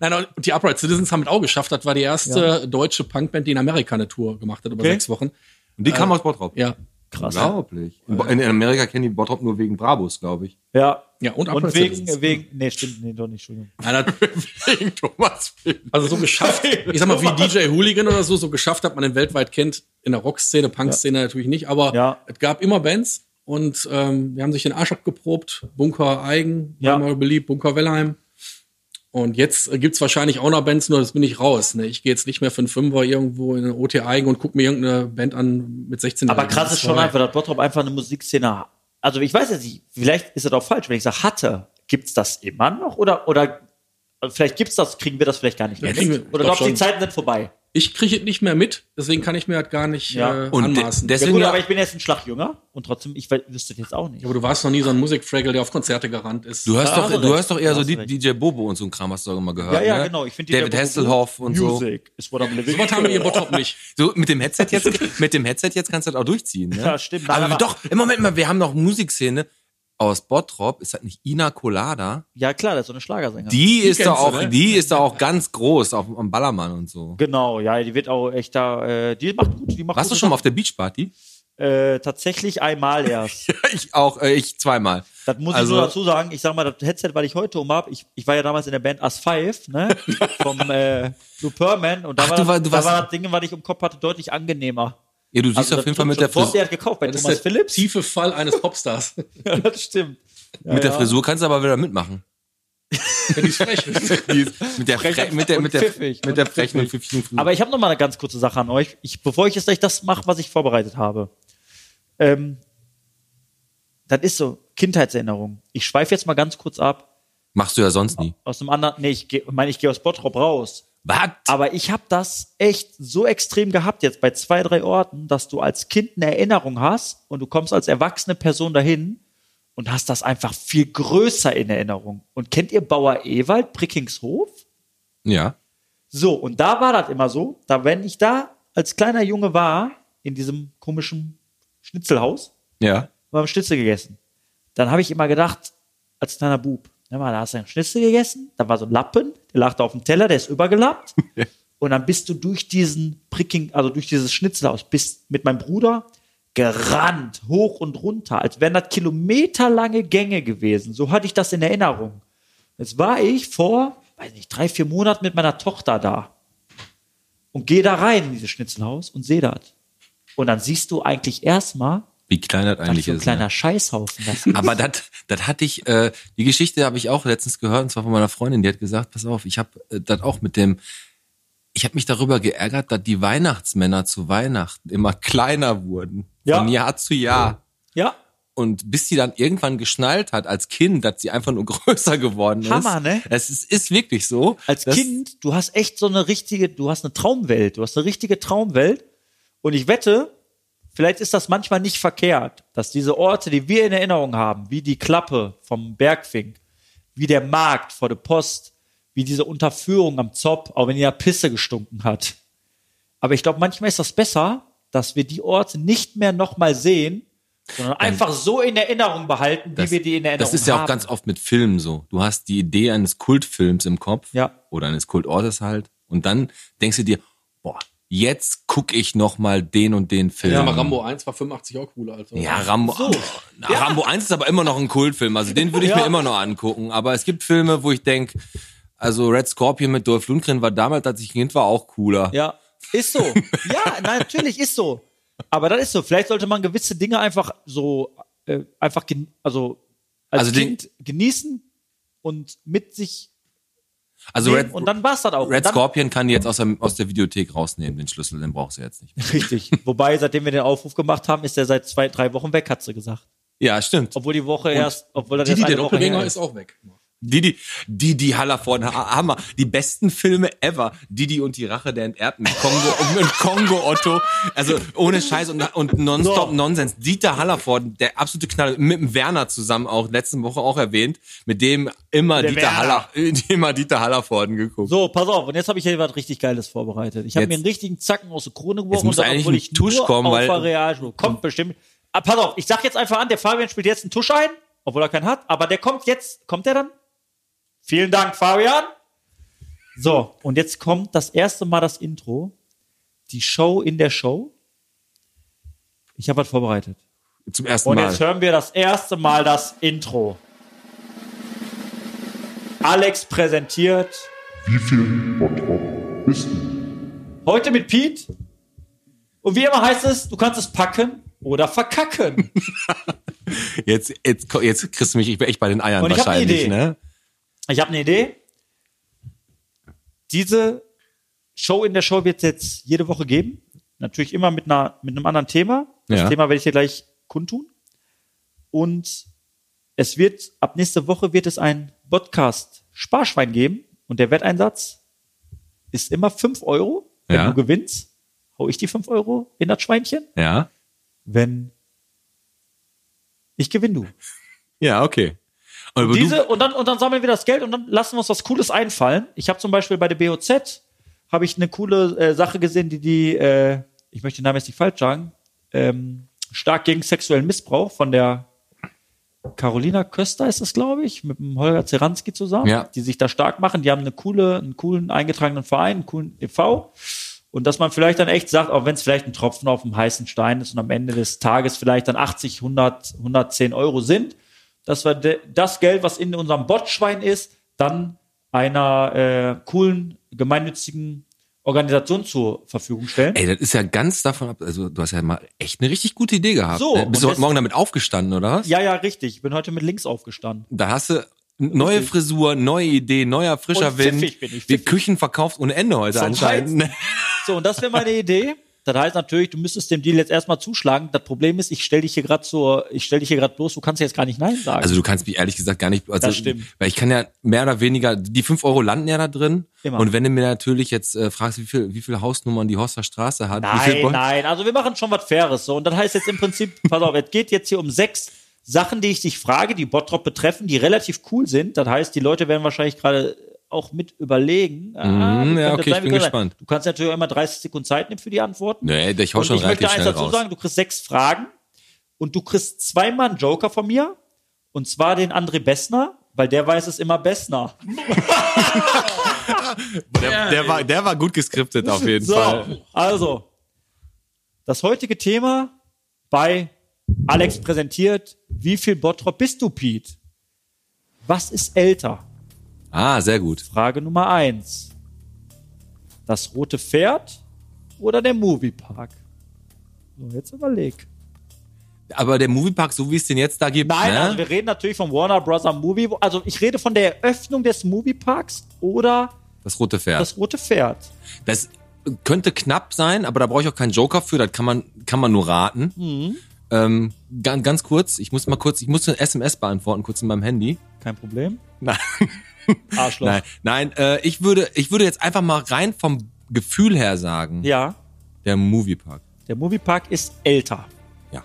Speaker 3: Nein, und die Upright Citizens haben es auch geschafft. Das war die erste deutsche Punkband, die in Amerika eine Tour gemacht hat über
Speaker 2: Okay.
Speaker 3: sechs Wochen.
Speaker 1: Und die kam aus Bottrop.
Speaker 3: Ja,
Speaker 2: Krass.
Speaker 1: Unglaublich. In, Bo- in Amerika kennen die Bottrop nur wegen Brabus, glaube ich.
Speaker 2: Ja.
Speaker 3: ja und Upright
Speaker 2: Und wegen,
Speaker 3: Citizens.
Speaker 2: wegen, nee, stimmt, nee, doch nicht, Entschuldigung.
Speaker 3: Nein,
Speaker 1: <laughs>
Speaker 3: das-
Speaker 1: Wegen Thomas Film.
Speaker 3: also so geschafft. Ich sag mal, wie DJ Hooligan oder so, so geschafft hat man den weltweit kennt. In der Rockszene, Punkszene natürlich nicht, aber
Speaker 2: Ja.
Speaker 3: es gab immer Bands und ähm, wir haben sich den Arsch abgeprobt. Bunker Eigen,
Speaker 2: Ja.
Speaker 3: war mal beliebt, Bunker Wellheim. Und jetzt äh, gibt's wahrscheinlich auch noch Bands, nur das bin ich raus. Ne? Ich gehe jetzt nicht mehr für einen Fünfer irgendwo in eine OT Eigen und guck mir irgendeine Band an mit 16
Speaker 2: Aber krass ist schon
Speaker 3: einfach.
Speaker 2: einfach, dass Bottrop einfach eine Musikszene hat. Also ich weiß jetzt nicht, vielleicht ist das auch falsch, wenn ich sage, hatte. Gibt's das immer noch? Oder, oder äh, vielleicht gibt's das, kriegen wir das vielleicht gar nicht
Speaker 3: Ja,
Speaker 2: mit.
Speaker 3: kriegen wir.
Speaker 2: Oder
Speaker 3: Doch
Speaker 2: glaubst du, die
Speaker 3: schon.
Speaker 2: Zeiten sind vorbei?
Speaker 3: Ich kriege es nicht mehr mit, deswegen kann ich mir das gar nicht
Speaker 2: Ja.
Speaker 3: äh,
Speaker 1: Und de-
Speaker 3: anmaßen.
Speaker 2: Ja,
Speaker 1: deswegen
Speaker 2: gut,
Speaker 1: ja-
Speaker 2: aber ich bin jetzt ein Schlag jünger und trotzdem, ich wei- wüsste das jetzt auch nicht.
Speaker 3: aber du warst noch nie so ein Musikfraggle, der auf Konzerte gerannt ist.
Speaker 1: Du hörst,
Speaker 2: Ja,
Speaker 1: doch,
Speaker 2: hast du
Speaker 1: du
Speaker 2: recht.
Speaker 1: hörst doch eher
Speaker 2: Ja,
Speaker 1: so
Speaker 2: hast
Speaker 1: die,
Speaker 2: du recht.
Speaker 1: DJ Bobo und so ein Kram hast du doch immer gehört.
Speaker 2: Ja, ja,
Speaker 1: ne?
Speaker 2: genau. Ich finde
Speaker 1: David Hasselhoff und so.
Speaker 2: Music is what I'm living.
Speaker 3: Sowas haben wir hier in Bottrop nicht.
Speaker 1: So, mit dem Headset
Speaker 2: <laughs>
Speaker 1: jetzt, mit dem Headset jetzt kannst du das auch durchziehen, ne?
Speaker 2: Ja, stimmt.
Speaker 1: Aber,
Speaker 2: Aber-
Speaker 1: doch, im Moment mal, wir haben noch Musikszene aus Bottrop. Ist das nicht Ina Colada?
Speaker 2: Ja, klar, das ist so eine Schlagersänger.
Speaker 1: Die, ist da
Speaker 3: kennst du,
Speaker 1: auch,
Speaker 3: ne?
Speaker 1: die ist da auch ganz groß auf, am Ballermann und so.
Speaker 2: Genau, ja, die wird auch echt da, äh, die macht gut, die macht
Speaker 1: Warst du
Speaker 2: gute
Speaker 1: schon mal auf der Beachparty?
Speaker 2: Sachen. Äh, tatsächlich einmal erst.
Speaker 1: ich auch, äh, ich zweimal.
Speaker 2: Das muss
Speaker 1: Also-
Speaker 2: ich nur dazu sagen. Ich sag mal, das Headset, was ich heute um habe, ich, ich war ja damals in der Band As Five, ne? Vom äh, Superman. Und da,
Speaker 1: Ach, du
Speaker 2: war, das-
Speaker 1: war- du
Speaker 2: da
Speaker 1: warst-
Speaker 2: war das Ding, was ich im Kopf hatte, deutlich angenehmer.
Speaker 1: Ja, du siehst
Speaker 2: Also
Speaker 1: auf
Speaker 2: das
Speaker 1: jeden Fall mit
Speaker 2: stimmt
Speaker 1: der
Speaker 2: schon. Bob,
Speaker 1: Frisur.
Speaker 2: Der hat gekauft bei
Speaker 3: Das
Speaker 2: Thomas
Speaker 3: ist der
Speaker 2: Phillips.
Speaker 3: tiefe Fall eines Popstars.
Speaker 2: <laughs> Ja, das stimmt. Ja,
Speaker 1: mit der
Speaker 2: ja.
Speaker 1: Frisur kannst du aber wieder mitmachen.
Speaker 3: Wenn die sprechen.
Speaker 1: Mit der, Fre mit der,
Speaker 2: und
Speaker 1: mit der,
Speaker 2: pfiffig.
Speaker 1: mit der frechen und pfiffigen Frisur.
Speaker 2: Aber ich habe noch mal eine ganz kurze Sache an euch. Ich, bevor ich jetzt gleich das mache, was ich vorbereitet habe. Ähm, das ist so, Kindheitserinnerung. Ich schweife jetzt mal ganz kurz ab.
Speaker 1: Machst du ja sonst nie.
Speaker 2: Aus einem anderen, nee, ich geh- meine, ich gehe aus Bottrop raus.
Speaker 1: Was?
Speaker 2: Aber ich habe das echt so extrem gehabt jetzt bei zwei, drei Orten, dass du als Kind eine Erinnerung hast und du kommst als erwachsene Person dahin und hast das einfach viel größer in Erinnerung. Und kennt ihr Bauer Ewald, Brickingshof?
Speaker 1: Ja.
Speaker 2: So, und da war das immer so, da wenn ich da als kleiner Junge war, in diesem komischen Schnitzelhaus,
Speaker 1: Ja.
Speaker 2: und haben Schnitzel gegessen. Dann habe ich immer gedacht, als kleiner Bub, na mal, da hast du einen Schnitzel gegessen, da war so ein Lappen, der lag da auf dem Teller, der ist übergelappt. und dann bist du durch diesen Pricking, also durch dieses Schnitzelhaus, bist mit meinem Bruder gerannt, hoch und runter, als wären das kilometerlange Gänge gewesen. So hatte ich das in Erinnerung. Jetzt war ich vor, weiß nicht, drei, vier Monaten mit meiner Tochter da und gehe da rein in dieses Schnitzelhaus und sehe das. Und dann siehst du eigentlich erstmal,
Speaker 1: Wie klein das
Speaker 2: was
Speaker 1: eigentlich
Speaker 2: für ein
Speaker 1: ist.
Speaker 2: kleiner
Speaker 1: Ne?
Speaker 2: Scheißhaufen
Speaker 1: <laughs>
Speaker 2: das ist.
Speaker 1: Aber das, das hatte ich, äh, die Geschichte habe ich auch letztens gehört, und zwar von meiner Freundin, die hat gesagt, pass auf, ich habe äh, das auch mit dem, ich habe mich darüber geärgert, dass die Weihnachtsmänner zu Weihnachten immer kleiner wurden.
Speaker 2: Ja.
Speaker 1: Von Jahr zu Jahr.
Speaker 2: Ja,
Speaker 1: Und bis sie dann irgendwann geschnallt hat, als Kind, dass sie einfach nur <laughs> größer geworden ist.
Speaker 2: Hammer, ne?
Speaker 1: Es ist, ist wirklich so.
Speaker 2: <laughs> als
Speaker 1: dass-
Speaker 2: Kind, du hast echt so eine richtige, du hast eine Traumwelt, du hast eine richtige Traumwelt. Und ich wette, vielleicht ist das manchmal nicht verkehrt, dass diese Orte, die wir in Erinnerung haben, wie die Klappe vom Bergfink, wie der Markt vor der Post, wie diese Unterführung am Zopp, auch wenn die da Pisse gestunken hat. Aber ich glaube, manchmal ist das besser, dass wir die Orte nicht mehr nochmal sehen, sondern einfach so in Erinnerung behalten, wie
Speaker 1: Das-
Speaker 2: wir die in Erinnerung haben.
Speaker 1: Das ist ja auch ganz oft mit Filmen so. Du hast die Idee eines Kultfilms im Kopf
Speaker 2: Ja.
Speaker 1: oder eines Kultortes halt und dann denkst du dir, boah, jetzt guck ich noch mal den und den Film.
Speaker 3: Ja, aber Rambo 1 war 85 auch cooler. Also.
Speaker 1: Ja, Rambo, Na, Rambo 1 ist aber immer noch ein Kultfilm, also den würde ich
Speaker 2: <laughs> Ja.
Speaker 1: mir immer noch angucken, aber es gibt Filme, wo ich denk, also Red Scorpion mit Dolph Lundgren war damals, als ich Kind war, auch cooler.
Speaker 2: Ja, ist so. ja, nein, natürlich ist so. Aber das ist so. Vielleicht sollte man gewisse Dinge einfach so äh, einfach gen also als
Speaker 1: Also den-
Speaker 2: Kind genießen und mit sich
Speaker 1: also
Speaker 2: nehmen
Speaker 1: Red,
Speaker 2: und dann war's das auch.
Speaker 1: Red
Speaker 2: Und dann,
Speaker 1: Scorpion kann die jetzt aus der, aus der Videothek rausnehmen, den Schlüssel, den brauchst du jetzt nicht mehr.
Speaker 2: <laughs> Richtig. Wobei, seitdem wir den Aufruf gemacht haben, ist er seit zwei, drei Wochen weg, hat sie gesagt.
Speaker 1: Ja, stimmt.
Speaker 2: Obwohl die Woche erst, obwohl er
Speaker 3: Didi, der
Speaker 2: Woche her
Speaker 3: Doppelgänger ist auch weg.
Speaker 1: Didi, Didi Hallervorden, Ha- Hammer. Die besten Filme ever. Didi und die Rache der Enterbten. Kongo, <laughs> und Kongo Otto. Also ohne Scheiß und, und nonstop
Speaker 2: So.
Speaker 1: Nonsens. Dieter Hallervorden, der absolute Knaller. Mit dem Werner zusammen auch, letzte Woche auch erwähnt. Mit dem immer
Speaker 2: Der
Speaker 1: Dieter
Speaker 2: Werner.
Speaker 1: Haller, <laughs> immer Dieter Hallervorden geguckt.
Speaker 2: So, pass auf, und jetzt habe ich hier was richtig Geiles vorbereitet. Ich habe
Speaker 1: Jetzt-
Speaker 2: mir einen richtigen Zacken aus der Krone
Speaker 1: Jetzt
Speaker 2: geworfen
Speaker 1: muss
Speaker 2: dann,
Speaker 1: eigentlich
Speaker 2: obwohl
Speaker 1: ein
Speaker 2: ich
Speaker 1: Tusch
Speaker 2: nur
Speaker 1: kommen,
Speaker 2: auf
Speaker 1: weil- Hm.
Speaker 2: der Realschule. Kommt bestimmt. Ah, pass auf, ich sag jetzt einfach an, der Fabian spielt jetzt einen Tusch ein, obwohl er keinen hat, aber der kommt jetzt, kommt der dann? Vielen Dank, Fabian. So, und jetzt kommt das erste Mal das Intro. Die Show in der Show. Ich habe was vorbereitet.
Speaker 1: Zum ersten
Speaker 2: Und
Speaker 1: Mal.
Speaker 2: jetzt hören wir das erste Mal das Intro. Alex präsentiert
Speaker 4: Wie viel Bottrop bist du?
Speaker 2: Heute mit Pete. Und wie immer heißt es, du kannst es packen oder verkacken.
Speaker 1: Jetzt, jetzt, ko- jetzt kriegst du mich ich bin echt bei den Eiern
Speaker 2: Und ich hab eine
Speaker 1: wahrscheinlich.
Speaker 2: Idee.
Speaker 1: Ne?
Speaker 2: Ich habe eine Idee. Diese Show in der Show wird es jetzt jede Woche geben. Natürlich immer mit, einer, mit einem anderen Thema. Das
Speaker 1: Ja.
Speaker 2: Thema werde ich dir gleich kundtun. Und es wird, ab nächste Woche wird es ein Podcast Sparschwein geben. Und der Wetteinsatz ist immer 5 Euro. Wenn
Speaker 1: Ja.
Speaker 2: du gewinnst, hau ich die 5 Euro in das Schweinchen.
Speaker 1: Ja.
Speaker 2: wenn ich gewinne du.
Speaker 1: Ja, okay. Und aber du,
Speaker 2: Diese, und, dann, und dann sammeln wir das Geld und dann lassen wir uns was Cooles einfallen. Ich habe zum Beispiel bei der BOZ habe ich eine coole äh, Sache gesehen, die die, äh, ich möchte den Namen jetzt nicht falsch sagen, ähm, stark gegen sexuellen Missbrauch von der Carolina Köster ist es, glaube ich, mit dem Holger Zeranski zusammen,
Speaker 1: Ja.
Speaker 2: die sich da stark machen. Die haben eine coole, einen coolen eingetragenen Verein, einen coolen E e.V. Und dass man vielleicht dann echt sagt, auch wenn es vielleicht ein Tropfen auf dem heißen Stein ist und am Ende des Tages vielleicht dann 80, 100, 110 Euro sind, dass wir de, das Geld, was in unserem Botschwein ist, dann einer äh, coolen, gemeinnützigen Organisation zur Verfügung stellen.
Speaker 1: Ey, das ist ja ganz davon ab. Also, du hast ja mal echt eine richtig gute Idee gehabt.
Speaker 2: So,
Speaker 1: Äh, Bist
Speaker 2: und
Speaker 1: du
Speaker 2: das-
Speaker 1: heute Morgen damit aufgestanden, oder was?
Speaker 2: Ja, ja, richtig. Ich bin heute mit links aufgestanden.
Speaker 1: Da hast du neue Frisur, neue Idee, neuer frischer
Speaker 2: Und
Speaker 1: Wind.
Speaker 2: pfiffig bin ich,
Speaker 1: Die
Speaker 2: pfiffig.
Speaker 1: Küchen verkauft ohne Ende heute
Speaker 2: Zum
Speaker 1: anscheinend.
Speaker 2: So, und das wäre meine Idee. Das heißt natürlich, du müsstest dem Deal jetzt erstmal zuschlagen. Das Problem ist, ich stelle dich hier gerade zur, ich stelle dich hier gerade bloß, du kannst jetzt gar nicht Nein sagen.
Speaker 1: <laughs> Also du kannst mich ehrlich gesagt gar nicht. Also,
Speaker 2: Das stimmt.
Speaker 1: Weil ich kann ja mehr oder weniger, die fünf Euro landen ja da drin.
Speaker 2: Immer.
Speaker 1: Und wenn du mir natürlich jetzt äh, fragst, wie viel, wie viel Hausnummern die Horster Straße hat, wie viel
Speaker 2: nein,
Speaker 1: Bäume-
Speaker 2: nein, also wir machen schon was Faires. So, und das heißt jetzt im Prinzip, <laughs> pass auf, es geht jetzt hier um sechs Sachen, die ich dich frage, die Bottrop betreffen, die relativ cool sind. Das heißt, die Leute werden wahrscheinlich gerade auch mit überlegen. Ah, wie
Speaker 1: Mhm, ja, okay,
Speaker 2: könnte das
Speaker 1: ich
Speaker 2: sein,
Speaker 1: bin
Speaker 2: wie könnte das sein?
Speaker 1: gespannt.
Speaker 2: Du kannst natürlich auch immer 30 Sekunden Zeit nehmen für die Antworten.
Speaker 1: Nee, ich hau
Speaker 2: Und
Speaker 1: schon
Speaker 2: ich
Speaker 1: relativ
Speaker 2: möchte eins
Speaker 1: schnell
Speaker 2: dazu
Speaker 1: raus.
Speaker 2: sagen, du kriegst sechs Fragen und du kriegst zweimal einen Joker von mir. Und zwar den André Bessner, weil der weiß es immer Bessner.
Speaker 1: Der, der, war, der war gut geskriptet auf jeden
Speaker 2: So,
Speaker 1: Fall.
Speaker 2: also, das heutige Thema bei Alex präsentiert. Wie viel Bottrop bist du, Pete? Was ist älter?
Speaker 1: Ah, sehr gut.
Speaker 2: Frage Nummer eins. Das rote Pferd oder der Moviepark? So, jetzt überleg.
Speaker 1: Aber der Moviepark, so wie es den jetzt da gibt,
Speaker 2: Nein,
Speaker 1: ne?
Speaker 2: also wir reden natürlich vom Warner Brother Movie. Also ich rede von der Eröffnung des Movieparks oder
Speaker 1: das rote Pferd.
Speaker 2: das rote Pferd.
Speaker 1: Das könnte knapp sein, aber da brauche ich auch keinen Joker für, das kann man, kann man nur raten.
Speaker 2: Mhm.
Speaker 1: Ähm, ganz, ganz kurz, ich muss mal kurz, ich muss eine SMS beantworten, kurz in meinem Handy.
Speaker 2: Kein Problem.
Speaker 1: Nein.
Speaker 2: Arschloch.
Speaker 1: Nein, nein äh, ich, würde, ich würde jetzt einfach mal rein vom Gefühl her sagen,
Speaker 2: Ja,
Speaker 1: der Moviepark.
Speaker 2: der Moviepark ist älter.
Speaker 1: Ja.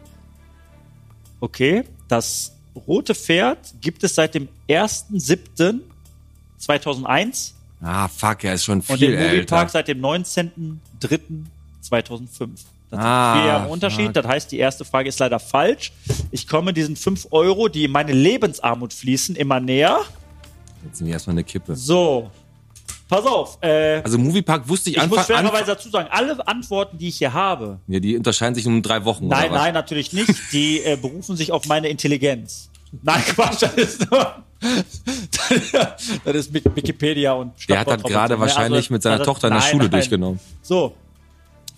Speaker 2: Okay, das rote Pferd gibt es seit dem 1.7.2001
Speaker 1: Ah, fuck, er ist schon
Speaker 2: und
Speaker 1: viel
Speaker 2: den Moviepark
Speaker 1: älter.
Speaker 2: seit dem 19.3.2005. Das
Speaker 1: Ah,
Speaker 2: sind vier Jahre Unterschied.
Speaker 1: fuck.
Speaker 2: Das heißt, die erste Frage ist leider falsch. Ich komme diesen 5 Euro, die in meine Lebensarmut fließen, immer näher.
Speaker 1: Jetzt sind wir erstmal eine Kippe.
Speaker 2: So, pass auf. Äh,
Speaker 1: Also Moviepark wusste ich,
Speaker 2: ich muss
Speaker 1: Anfang,
Speaker 2: fairerweise dazu sagen, alle Antworten, die ich hier habe,
Speaker 1: ja, die unterscheiden sich um drei Wochen.
Speaker 2: Nein,
Speaker 1: oder was?
Speaker 2: nein, natürlich nicht. Die äh, berufen sich auf meine Intelligenz. Nein, Quatsch, das ist nur. <laughs> das ist Wik- Wikipedia und
Speaker 1: Der hat das
Speaker 2: Stadtbautrop-
Speaker 1: gerade
Speaker 2: Ne,
Speaker 1: wahrscheinlich
Speaker 2: also,
Speaker 1: mit seiner
Speaker 2: also,
Speaker 1: Tochter in der
Speaker 2: nein,
Speaker 1: Schule
Speaker 2: nein.
Speaker 1: durchgenommen.
Speaker 2: So,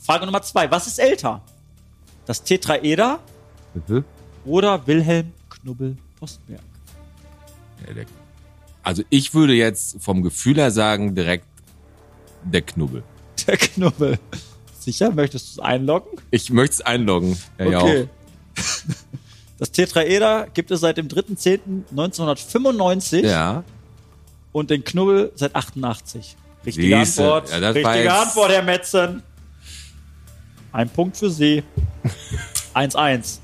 Speaker 2: Frage Nummer zwei. Was ist älter? Das Tetraeder
Speaker 1: Mhm.
Speaker 2: oder Wilhelm Knubbel Postberg?
Speaker 1: Ja, der- Also ich würde jetzt vom Gefühl her sagen, direkt der Knubbel.
Speaker 2: Der Knubbel. Sicher? Möchtest du es einloggen?
Speaker 1: Ich möchte es einloggen. Ja, ja auch.
Speaker 2: <laughs> Das Tetraeder gibt es seit dem 3.10.1995.
Speaker 1: Ja.
Speaker 2: und den Knubbel seit 88. Richtige
Speaker 1: Siehste.
Speaker 2: Antwort.
Speaker 1: Ja, das war
Speaker 2: Richtige
Speaker 1: jetzt-
Speaker 2: Antwort, Herr Metzen. Ein Punkt für Sie.
Speaker 1: <laughs>
Speaker 2: 1-1.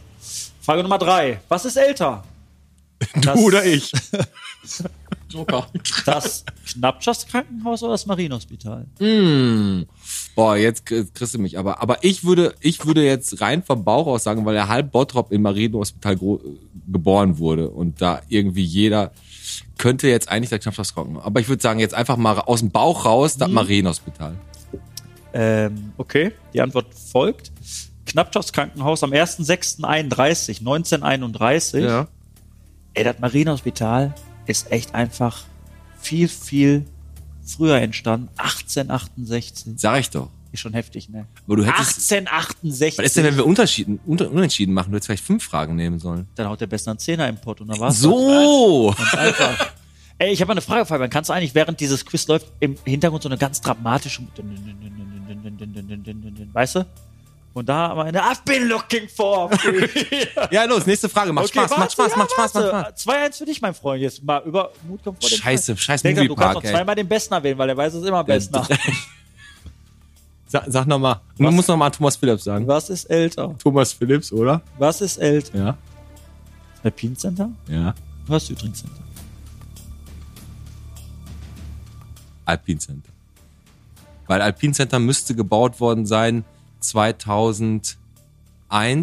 Speaker 2: Frage Nummer 3. Was
Speaker 1: <laughs>
Speaker 2: ist älter? Das,
Speaker 1: ich.
Speaker 3: Joker.
Speaker 2: <laughs> Das Knappschaftskrankenhaus oder das Marienhospital?
Speaker 1: Boah, jetzt kri- kriegst du mich. Aber, aber ich würde, ich würde jetzt rein vom Bauch aus sagen, weil er halb Bottrop im Marienhospital gro- geboren wurde und da irgendwie jeder könnte jetzt eigentlich der Knappschaft rocken. Aber ich würde sagen, jetzt einfach mal aus dem Bauch raus, das Marienhospital.
Speaker 2: Ähm, okay, die Antwort folgt. Knappschaftskrankenhaus am 1.6.31, 1931. Ey, das Marienhospital ist echt einfach viel, viel früher entstanden. 1868.
Speaker 1: Sag ich doch.
Speaker 2: Ist schon heftig, ne?
Speaker 1: Aber du hättest.
Speaker 2: 1868.
Speaker 1: Was ist denn, wenn wir Unterschieden, unter, unentschieden machen? Du hättest vielleicht fünf Fragen nehmen sollen.
Speaker 2: Dann haut der Bessner einen Zehner im Pott und dann war's.
Speaker 1: So!
Speaker 2: das. Einfach. Ey, ich habe eine Frage, Fabian. Kannst du eigentlich, während dieses Quiz läuft, im Hintergrund so eine ganz dramatische. Weißt du? Und da am Ende. I've been looking
Speaker 1: <laughs>
Speaker 2: for.
Speaker 1: Ja, los, nächste Frage. Macht Spaß, macht Spaß, macht Spaß, macht Spaß.
Speaker 2: 2-1 für dich, mein Freund. Jetzt mal über Mut kommt vor dem
Speaker 1: Scheiße,
Speaker 2: Feind.
Speaker 1: scheiß
Speaker 2: Denk dran, du kannst noch
Speaker 1: Moviepark, ey.
Speaker 2: zweimal den Bessner wählen, weil er weiß, es ist immer Bessner.
Speaker 1: <laughs> Sag, sag nochmal. Du musst nochmal Thomas Phillips sagen.
Speaker 2: <laughs> Was ist älter?
Speaker 1: Thomas Phillips, oder?
Speaker 2: Was ist älter?
Speaker 1: Ja.
Speaker 2: Der Pien Center?
Speaker 1: Ja.
Speaker 2: Was Südring Center?
Speaker 1: Alpine Center. Weil Alpine Center müsste gebaut worden sein 2001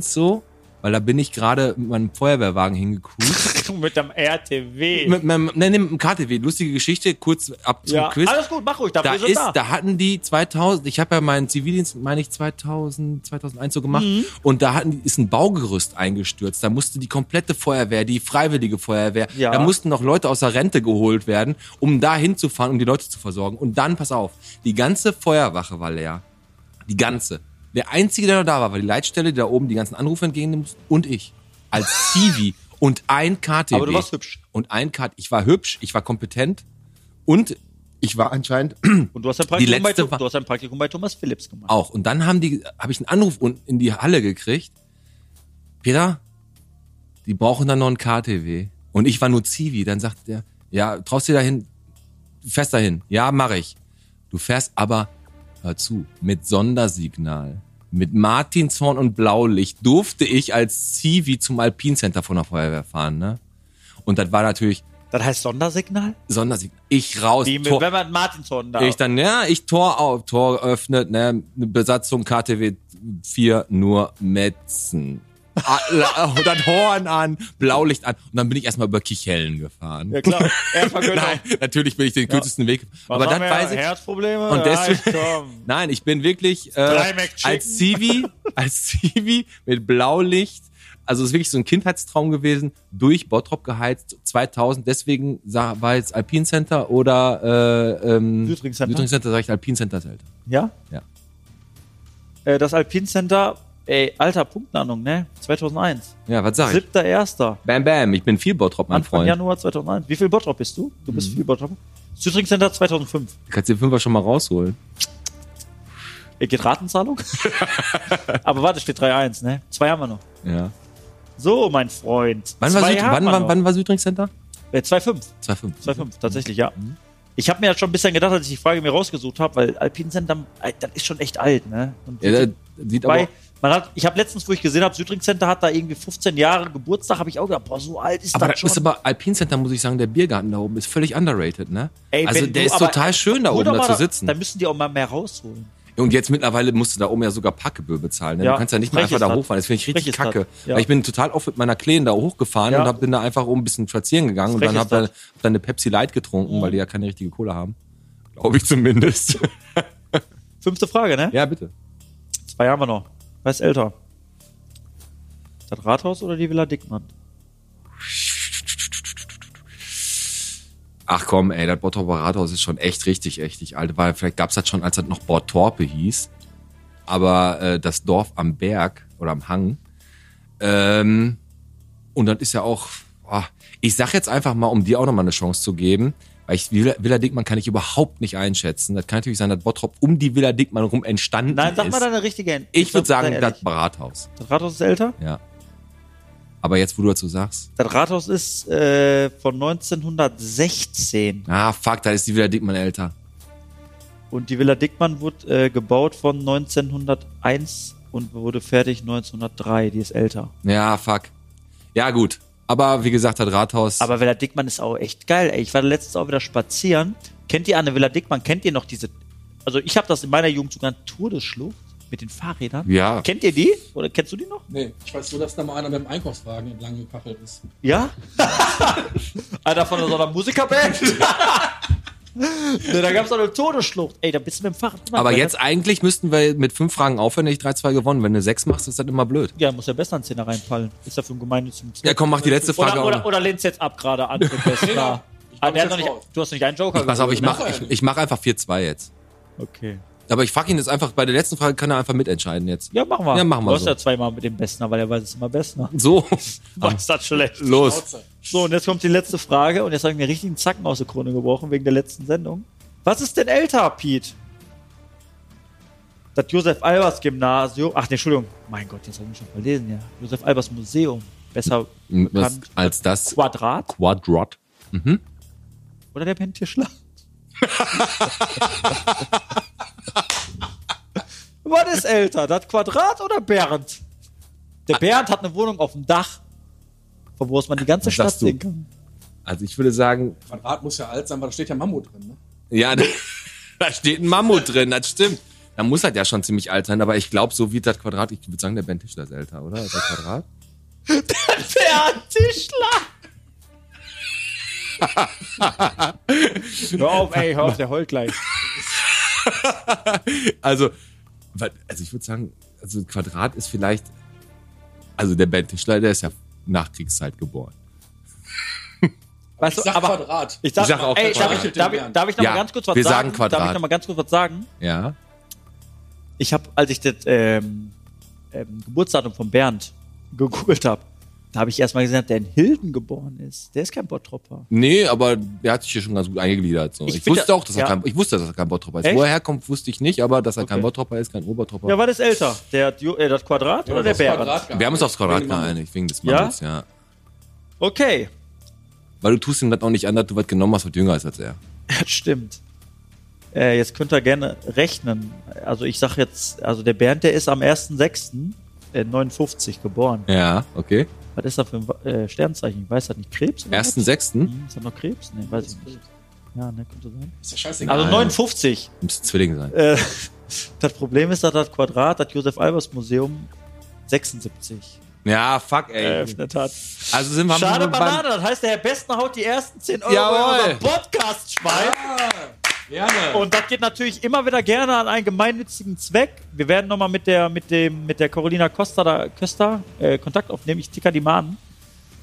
Speaker 1: so. Weil da bin ich gerade mit meinem Feuerwehrwagen hingecruised.
Speaker 2: <laughs> Mit dem RTW.
Speaker 1: mit, mit, nee, nee, mit dem KTW. Lustige Geschichte, kurz ab zum
Speaker 2: ja,
Speaker 1: Quiz.
Speaker 2: alles gut, mach ruhig, dafür
Speaker 1: da
Speaker 2: sind
Speaker 1: ist,
Speaker 2: da.
Speaker 1: da. hatten die 2000, ich habe ja meinen Zivildienst, meine ich 2000, 2001 so gemacht
Speaker 2: Mhm.
Speaker 1: und da hatten, die- ist ein Baugerüst eingestürzt. Da musste die komplette Feuerwehr, die freiwillige Feuerwehr,
Speaker 2: Ja.
Speaker 1: da mussten noch Leute aus der Rente geholt werden, um da hinzufahren, um die Leute zu versorgen. Und dann, pass auf, die ganze Feuerwache war leer. Die ganze. Der einzige, der noch da war, war die Leitstelle, die da oben die ganzen Anrufe entgegennehmen musste und ich.
Speaker 2: <laughs>
Speaker 1: Als Zivi und ein KTW.
Speaker 2: Aber du warst hübsch.
Speaker 1: Und ein KTW. Ich war hübsch, ich war kompetent und ich war anscheinend
Speaker 2: Und du hast, ein Praktikum bei,
Speaker 1: letzte
Speaker 2: Thu-
Speaker 1: war-
Speaker 2: du hast ein Praktikum bei Thomas Phillips gemacht.
Speaker 1: auch. Und dann haben die, habe ich einen Anruf unten in die Halle gekriegt. Peter, die brauchen dann noch ein KTW. Und ich war nur Zivi. Dann sagt der, ja, traust dir dahin, du fährst dahin. Ja, mache ich. Du fährst aber, hör zu, mit Sondersignal. Mit Martinshorn und Blaulicht durfte ich als Zivi zum Alpincenter von der Feuerwehr fahren, ne? Und das war natürlich
Speaker 2: Das heißt Sondersignal?
Speaker 1: Sondersignal. Ich raus.
Speaker 2: Die,
Speaker 1: Ah. Tor-
Speaker 2: wenn man Martinshorn da.
Speaker 1: ich dann, ja, ich Tor auf, Tor öffnet, ne, eine Besatzung KTW 4 nur Metzen. Adler und dann Horn an, Blaulicht an. Und dann bin ich erstmal über Kichellen gefahren. <laughs>
Speaker 2: Ja, genau. klar. Erstmal können
Speaker 1: Nein, natürlich bin ich den kürzesten Weg. Aber dann weiß ich,
Speaker 2: Herzprobleme?
Speaker 1: Und deswegen-
Speaker 2: Nein, komm.
Speaker 1: Nein, ich bin wirklich
Speaker 2: Drei
Speaker 1: äh,
Speaker 2: McChicken.
Speaker 1: als Civi, als Civi mit Blaulicht, also es ist wirklich so ein Kindheitstraum gewesen, durch Bottrop geheizt, 2000, deswegen sah, war jetzt Alpine Center oder äh, ähm,
Speaker 2: Südring Center?
Speaker 1: Südring Center sag ich Alpine Center ist älter.
Speaker 2: Ja?
Speaker 1: Ja.
Speaker 2: Äh, das Alpine Center, ey, alter Punktlandung, ne? 2001.
Speaker 1: Ja, was sag ich?
Speaker 2: 7.1.
Speaker 1: Bam, bam, ich bin viel Bottrop, mein
Speaker 2: Anfang
Speaker 1: Freund. Mhm.
Speaker 2: Januar 2001. Wie viel Bottrop bist du? Du bist viel Bottrop. Südring Center 2005.
Speaker 1: Kannst den Fünfer schon mal rausholen.
Speaker 2: Äh,
Speaker 1: <laughs>
Speaker 2: Geht Ratenzahlung? Aber warte, steht 3-1, ne? Zwei haben wir noch.
Speaker 1: Ja.
Speaker 2: So, mein Freund.
Speaker 1: Wann, war,
Speaker 2: Zwei
Speaker 1: Süd,
Speaker 2: haben
Speaker 1: wann,
Speaker 2: wir
Speaker 1: wann,
Speaker 2: noch.
Speaker 1: wann Mhm. war Südring Center?
Speaker 2: Äh, 2-5.
Speaker 1: 2,5.
Speaker 2: 2,5, tatsächlich, ja. Ich habe mir das schon ein bisschen gedacht, als ich die Frage mir rausgesucht habe, weil Alpine Center, äh, das ist schon echt alt, ne? Und
Speaker 1: Ja, der sieht aber.
Speaker 2: Wobei, man hat, ich habe letztens, wo ich gesehen habe, Südring Center hat da irgendwie 15 Jahre Geburtstag, habe ich auch gedacht, boah, so alt ist
Speaker 1: Aber
Speaker 2: das
Speaker 1: das
Speaker 2: schon.
Speaker 1: ist aber Alpine Center, muss ich sagen, der Biergarten da oben ist völlig underrated, ne?
Speaker 2: Ey,
Speaker 1: also
Speaker 2: wenn
Speaker 1: der
Speaker 2: du
Speaker 1: ist
Speaker 2: aber-
Speaker 1: total schön da
Speaker 2: Hol
Speaker 1: oben
Speaker 2: doch
Speaker 1: da
Speaker 2: mal
Speaker 1: zu sitzen.
Speaker 2: Da müssen die auch mal mehr rausholen.
Speaker 1: Und jetzt mittlerweile musst du da oben ja sogar Parkgebühr bezahlen. Ne?
Speaker 2: Ja.
Speaker 1: Du kannst ja nicht mal einfach da
Speaker 2: Rechtestad.
Speaker 1: hochfahren. Das finde ich richtig
Speaker 2: Rechtestad.
Speaker 1: kacke.
Speaker 2: Ja.
Speaker 1: Weil ich bin total oft mit meiner Kleen da hochgefahren
Speaker 2: Ja.
Speaker 1: und hab, bin da einfach oben ein bisschen spazieren gegangen und dann hab dann,
Speaker 2: Rechtestad.
Speaker 1: hab dann eine Pepsi Light getrunken, weil die ja keine richtige Cola haben. Glaube ich zumindest.
Speaker 2: Fünfte Frage, ne?
Speaker 1: ja, bitte.
Speaker 2: Zwei haben wir noch. Wer ist älter? Das Rathaus oder die Villa Dickmann?
Speaker 1: Ach komm, ey, das Bottroper Rathaus ist schon echt richtig, richtig alt. Weil vielleicht gab's das schon, als das noch Bottorpe hieß. Aber äh, das Dorf am Berg oder am Hang. Ähm, und das ist ja auch. ah, ich sag jetzt einfach mal, um dir auch nochmal eine Chance zu geben, weil ich Villa, Villa Dickmann kann ich überhaupt nicht einschätzen. Das kann natürlich sein, dass Bottrop um die Villa Dickmann rum entstanden
Speaker 2: Nein, sag
Speaker 1: ist.
Speaker 2: mal deine richtige End.
Speaker 1: ich würde
Speaker 2: sag-
Speaker 1: sagen,
Speaker 2: sei
Speaker 1: das
Speaker 2: ehrlich.
Speaker 1: Rathaus.
Speaker 2: das Rathaus ist älter?
Speaker 1: Ja. Aber jetzt, wo du dazu sagst,
Speaker 2: Das Rathaus ist äh, von 1916
Speaker 1: ah fuck, da ist die Villa Dickmann älter.
Speaker 2: und die Villa Dickmann wurde äh, gebaut von 1901 und wurde fertig 1903. Die ist älter.
Speaker 1: Ja, fuck. Ja, gut. Aber wie gesagt, das Rathaus.
Speaker 2: Aber Villa Dickmann ist auch echt geil. Ey. Ich war letztens auch wieder spazieren. Kennt ihr Anne Villa Dickmann? Kennt ihr noch diese? Also ich habe das in meiner Jugend sogar Todesschlucht mit den Fahrrädern.
Speaker 1: ja.
Speaker 2: Kennt ihr die? Oder kennst du die noch?
Speaker 3: Nee, ich weiß nur, dass da mal einer mit dem Einkaufswagen entlang gekachelt ist.
Speaker 1: <laughs>
Speaker 2: Ja? Alter, von so einer Musikerband? <laughs> ne, da gab es eine Todesschlucht. Ey, da bist du mit dem Fahrrad.
Speaker 1: Aber jetzt eigentlich müssten wir mit fünf Fragen aufhören, wenn ich 3-2 gewonnen. Wenn du sechs machst, ist das immer blöd.
Speaker 2: Ja, muss ja besser an Zehner reinfallen. Ist ja für ein gemeinnützigen Zweck.
Speaker 1: Ja, komm, mach die letzte Frage
Speaker 2: Oder,
Speaker 1: auch
Speaker 2: oder,
Speaker 1: noch.
Speaker 2: oder lehnst jetzt ab gerade
Speaker 1: <laughs>
Speaker 2: an. mit
Speaker 3: Ja,
Speaker 2: Bessner.
Speaker 3: ich
Speaker 2: ah,
Speaker 3: komm
Speaker 2: der hat
Speaker 3: jetzt
Speaker 2: noch nicht,
Speaker 3: raus.
Speaker 2: du hast noch nicht einen Joker
Speaker 1: Pass auf, ich
Speaker 2: geholt,
Speaker 1: mach,
Speaker 2: ne?
Speaker 1: ich, ich mach einfach 4-2 jetzt.
Speaker 2: Okay.
Speaker 1: Aber ich frag ihn jetzt einfach, bei der letzten Frage kann er einfach mitentscheiden jetzt.
Speaker 2: Ja, machen wir.
Speaker 1: Ja, machen wir
Speaker 2: Du hast
Speaker 1: so.
Speaker 2: ja zweimal mit dem Bessner, weil er weiß es immer <laughs> Bessner.
Speaker 1: So,
Speaker 2: Boah, ist das schlecht.
Speaker 1: los.
Speaker 2: So, und jetzt kommt die letzte Frage. Und jetzt habe ich mir einen richtigen Zacken aus der Krone gebrochen wegen der letzten Sendung. Was ist denn älter, Pete? Das Josef-Albers-Gymnasium. Ach, nee, Entschuldigung. Mein Gott, jetzt habe ich mich schon verlesen, ja. Josef-Albers-Museum. Besser
Speaker 1: Hm, Was,
Speaker 2: bekannt
Speaker 1: als das
Speaker 2: Quadrat
Speaker 1: Quadrat.
Speaker 2: oder der Pentischler? <laughs> Was ist älter, das Quadrat oder Bernd? Der Bernd hat eine Wohnung auf dem Dach, von wo aus man die ganze
Speaker 1: Was
Speaker 2: Stadt
Speaker 1: sagst du?
Speaker 2: sehen kann.
Speaker 1: Also ich würde sagen,
Speaker 3: Quadrat muss ja alt sein, weil da steht ja Mammut drin. Ne?
Speaker 1: ja, <laughs> da, da steht ein Mammut drin, das stimmt. Da muss das ja schon ziemlich alt sein, aber ich glaube, so wie das Quadrat, ich würde sagen, der Ben Tischler ist älter, oder? Als Das Quadrat?
Speaker 2: Bernd Tischler! hör auf, ey, hör auf, der heult gleich.
Speaker 1: Also, wa- also ich würde sagen, also Quadrat ist vielleicht, also der Ben Tischler, der ist ja Nachkriegszeit geboren.
Speaker 2: Weißt
Speaker 3: Ich sag
Speaker 2: aber,
Speaker 3: Quadrat.
Speaker 2: Ich sag,
Speaker 1: Ich sag auch
Speaker 2: auch ey, darf, ich,
Speaker 1: Quadrat.
Speaker 2: darf, ich, darf ich noch
Speaker 1: Ja,
Speaker 2: mal ganz kurz was
Speaker 1: wir sagen
Speaker 2: sagen? Darf
Speaker 1: Quadrat.
Speaker 2: ich noch mal ganz kurz was sagen?
Speaker 1: Ja.
Speaker 2: ich habe, als ich das ähm, ähm, Geburtsdatum von Bernd gegoogelt habe, da habe ich erstmal gesehen, dass der in Hilden geboren ist. Der ist kein Bottropper.
Speaker 1: Nee, aber der hat sich hier schon ganz gut eingegliedert. So.
Speaker 2: Ich
Speaker 1: Ich,
Speaker 2: finde-
Speaker 1: wusste auch, dass er
Speaker 2: ja.
Speaker 1: kein, ich wusste, dass er kein Bottropper ist.
Speaker 2: Echt?
Speaker 1: Wo er herkommt, wusste ich nicht, aber dass er kein
Speaker 2: Okay.
Speaker 1: Bottropper ist, kein Obertropper.
Speaker 2: Ja, war das älter? Der, Ju- äh, das Quadrat oder der Bernd?
Speaker 1: wir haben uns aufs Quadrat geeinigt, wegen des Mammuts, ja?
Speaker 2: Okay, <laughs>
Speaker 1: Weil du tust ihm das auch nicht an, dass du was genommen hast, was jünger ist als er.
Speaker 2: das stimmt. Äh, jetzt könnt ihr gerne rechnen. Also ich sag jetzt, also der Bernd, der ist am 1.6. Äh, 59 geboren.
Speaker 1: Ja, okay.
Speaker 2: Was ist das für ein Wa- äh, Sternzeichen? Ich weiß das nicht. Krebs? oder
Speaker 1: Ersten,
Speaker 2: was?
Speaker 1: sechsten.
Speaker 2: Hm, Ist das noch Krebs? Nee, weiß ich nicht. Ja, ne, könnte sein.
Speaker 3: Ist ja scheißegal.
Speaker 2: Also
Speaker 1: Nein.
Speaker 2: 59.
Speaker 1: Müsste Zwilling sein.
Speaker 2: Äh, <laughs> das Problem ist, dass das Quadrat, das Josef-Albers-Museum 76.
Speaker 1: Ja, fuck, ey.
Speaker 2: eröffnet hat.
Speaker 1: also sind wir haben
Speaker 2: Äh. Schade
Speaker 1: wir beim-
Speaker 2: Banane, das heißt, der Herr Bestner haut die ersten 10 Euro
Speaker 1: Jawohl.
Speaker 2: in unseren Podcast schmeißt.
Speaker 3: ne.
Speaker 1: Gerne.
Speaker 2: Und das geht natürlich immer wieder gerne an einen gemeinnützigen Zweck. Wir werden nochmal mit der, mit dem, mit der Carolina Costa, da, Köster äh, Kontakt aufnehmen. Ich ticker die mal an.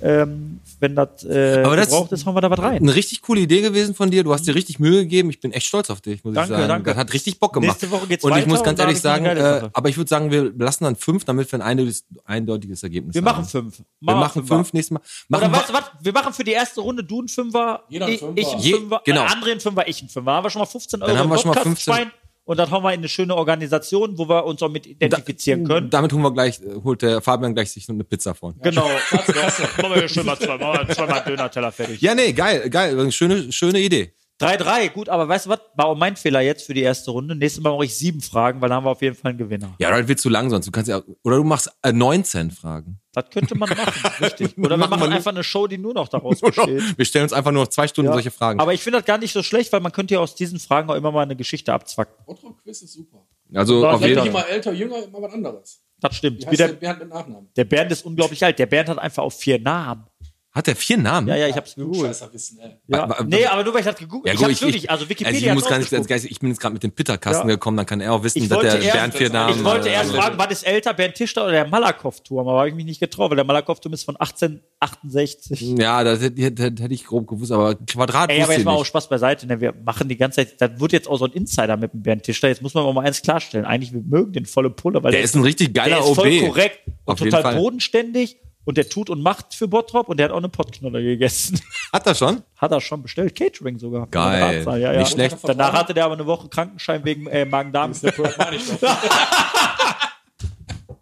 Speaker 2: Ähm, wenn das äh,
Speaker 1: Aber das-
Speaker 2: gebraucht ist, hauen wir da was rein.
Speaker 1: Eine richtig coole Idee gewesen von dir. Du hast dir richtig Mühe gegeben. Ich bin echt stolz auf dich, muss
Speaker 2: Mhm. Danke,
Speaker 1: ich sagen.
Speaker 2: danke.
Speaker 1: Das hat richtig Bock gemacht.
Speaker 2: Nächste Woche geht's
Speaker 1: und ich
Speaker 2: weiter
Speaker 1: muss
Speaker 2: und
Speaker 1: ganz
Speaker 2: da
Speaker 1: ehrlich
Speaker 2: hab ich
Speaker 1: sagen,
Speaker 2: eine geile
Speaker 1: äh,
Speaker 2: Sache.
Speaker 1: aber ich würde sagen, wir lassen dann fünf, damit wir ein eindeutiges, eindeutiges Ergebnis
Speaker 2: Wir
Speaker 1: haben.
Speaker 2: machen fünf.
Speaker 1: Wir machen fünf nächstes Mal.
Speaker 2: Oder
Speaker 1: Machen
Speaker 2: weißt du was? Wir machen für die erste Runde du einen Fünfer,
Speaker 3: Jeder einen
Speaker 2: ich-
Speaker 3: Fünfer.
Speaker 2: ich einen
Speaker 1: Je-
Speaker 2: Fünfer,
Speaker 1: genau.
Speaker 2: äh, André einen Fünfer, ich einen Fünfer. Haben wir schon mal 15 Euro
Speaker 1: Dann haben
Speaker 2: im
Speaker 1: wir schon mal
Speaker 2: Podcast
Speaker 1: 15.
Speaker 2: rein. Und dann haben wir in eine schöne Organisation, wo wir uns auch mit identifizieren können.
Speaker 1: Damit holen wir gleich, äh, holt der Fabian gleich sich eine Pizza von. <laughs>
Speaker 2: genau. Machen wir hier schön mal zwei, machen wir zweimal Döner-Teller fertig.
Speaker 1: Ja, nee, geil, geil. Übrigens, Schöne, schöne Idee.
Speaker 2: 3-3, gut, aber weißt du was? War auch mein Fehler jetzt für die erste Runde. Nächstes Mal mache ich sieben Fragen, weil dann haben wir auf jeden Fall einen Gewinner.
Speaker 1: Ja, das wird zu lang sonst. Du kannst ja, oder du machst äh, 19 Fragen.
Speaker 2: Das könnte man machen,
Speaker 1: <laughs>
Speaker 2: richtig. Oder wir
Speaker 1: Machen wir
Speaker 2: machen
Speaker 1: nicht.
Speaker 2: einfach eine Show, die nur
Speaker 1: <laughs>
Speaker 2: noch daraus besteht.
Speaker 1: Wir stellen uns einfach nur noch zwei Stunden
Speaker 2: Ja.
Speaker 1: solche Fragen.
Speaker 2: Aber ich finde das gar nicht so schlecht, weil man könnte ja aus diesen Fragen auch immer mal eine Geschichte abzwacken.
Speaker 3: Bottrop-Quiz ist super.
Speaker 1: also
Speaker 2: Da
Speaker 1: auf
Speaker 2: hätte
Speaker 1: jeden
Speaker 2: ich
Speaker 1: Fall.
Speaker 3: Immer älter, jünger, immer was anderes.
Speaker 2: Das stimmt.
Speaker 3: Wie
Speaker 2: Wie
Speaker 3: heißt der
Speaker 2: der,
Speaker 3: Bernd mit Nachnamen?
Speaker 2: der Bernd ist unglaublich alt. Der Bernd hat einfach auch vier Namen.
Speaker 1: Hat der vier Namen?
Speaker 2: Ja, ja, ich hab's gegoogelt.
Speaker 3: Scheißer wissen, ey.
Speaker 1: Wa-
Speaker 2: Ja.
Speaker 1: wa-
Speaker 2: Nee, aber nur weil ich das gegoogelt
Speaker 1: Ja, gut,
Speaker 2: habe. ich hab's wirklich, also Wikipedia
Speaker 1: ich,
Speaker 2: hat's
Speaker 1: muss gar nicht,
Speaker 2: ausgespuckt.
Speaker 1: ganz, ich bin jetzt gerade mit dem Pitterkasten
Speaker 2: Ja.
Speaker 1: gekommen, dann kann er auch wissen,
Speaker 2: Ich
Speaker 1: dass der
Speaker 2: wollte erst-
Speaker 1: Bernd vier Namen
Speaker 2: Ich wollte
Speaker 1: äh,
Speaker 2: erst
Speaker 1: also-
Speaker 2: fragen, war das älter Bernd Tischler oder der Malakoff-Turm? Aber habe ich mich nicht getraut, weil der Malakoff-Turm ist von 1868.
Speaker 1: Ja, das hätte, hätte, hätte ich grob gewusst, aber Quadrat
Speaker 2: Ey, aber
Speaker 1: wusste
Speaker 2: jetzt
Speaker 1: ich
Speaker 2: mal auch
Speaker 1: nicht.
Speaker 2: Spaß beiseite, ne? wir machen die ganze Zeit, das wird jetzt auch so ein Insider mit dem Bernd Tischler, jetzt muss man aber mal eins klarstellen, eigentlich, wir mögen den volle Pulle, weil
Speaker 1: Der ist ein richtig
Speaker 2: der
Speaker 1: geiler
Speaker 2: ist
Speaker 1: OB.
Speaker 2: voll korrekt und
Speaker 1: Auf jeden
Speaker 2: total
Speaker 1: Fall.
Speaker 2: bodenständig und der tut und macht für Bottrop und der hat auch eine Pottknolle gegessen.
Speaker 1: Hat er schon?
Speaker 2: hat er schon bestellt, Catering sogar.
Speaker 1: Geil.
Speaker 2: Von der Anzahl, Ja, ja.
Speaker 1: Nicht schlecht.
Speaker 2: Danach hatte der aber eine Woche Krankenschein wegen äh, Magen-Darm. so, was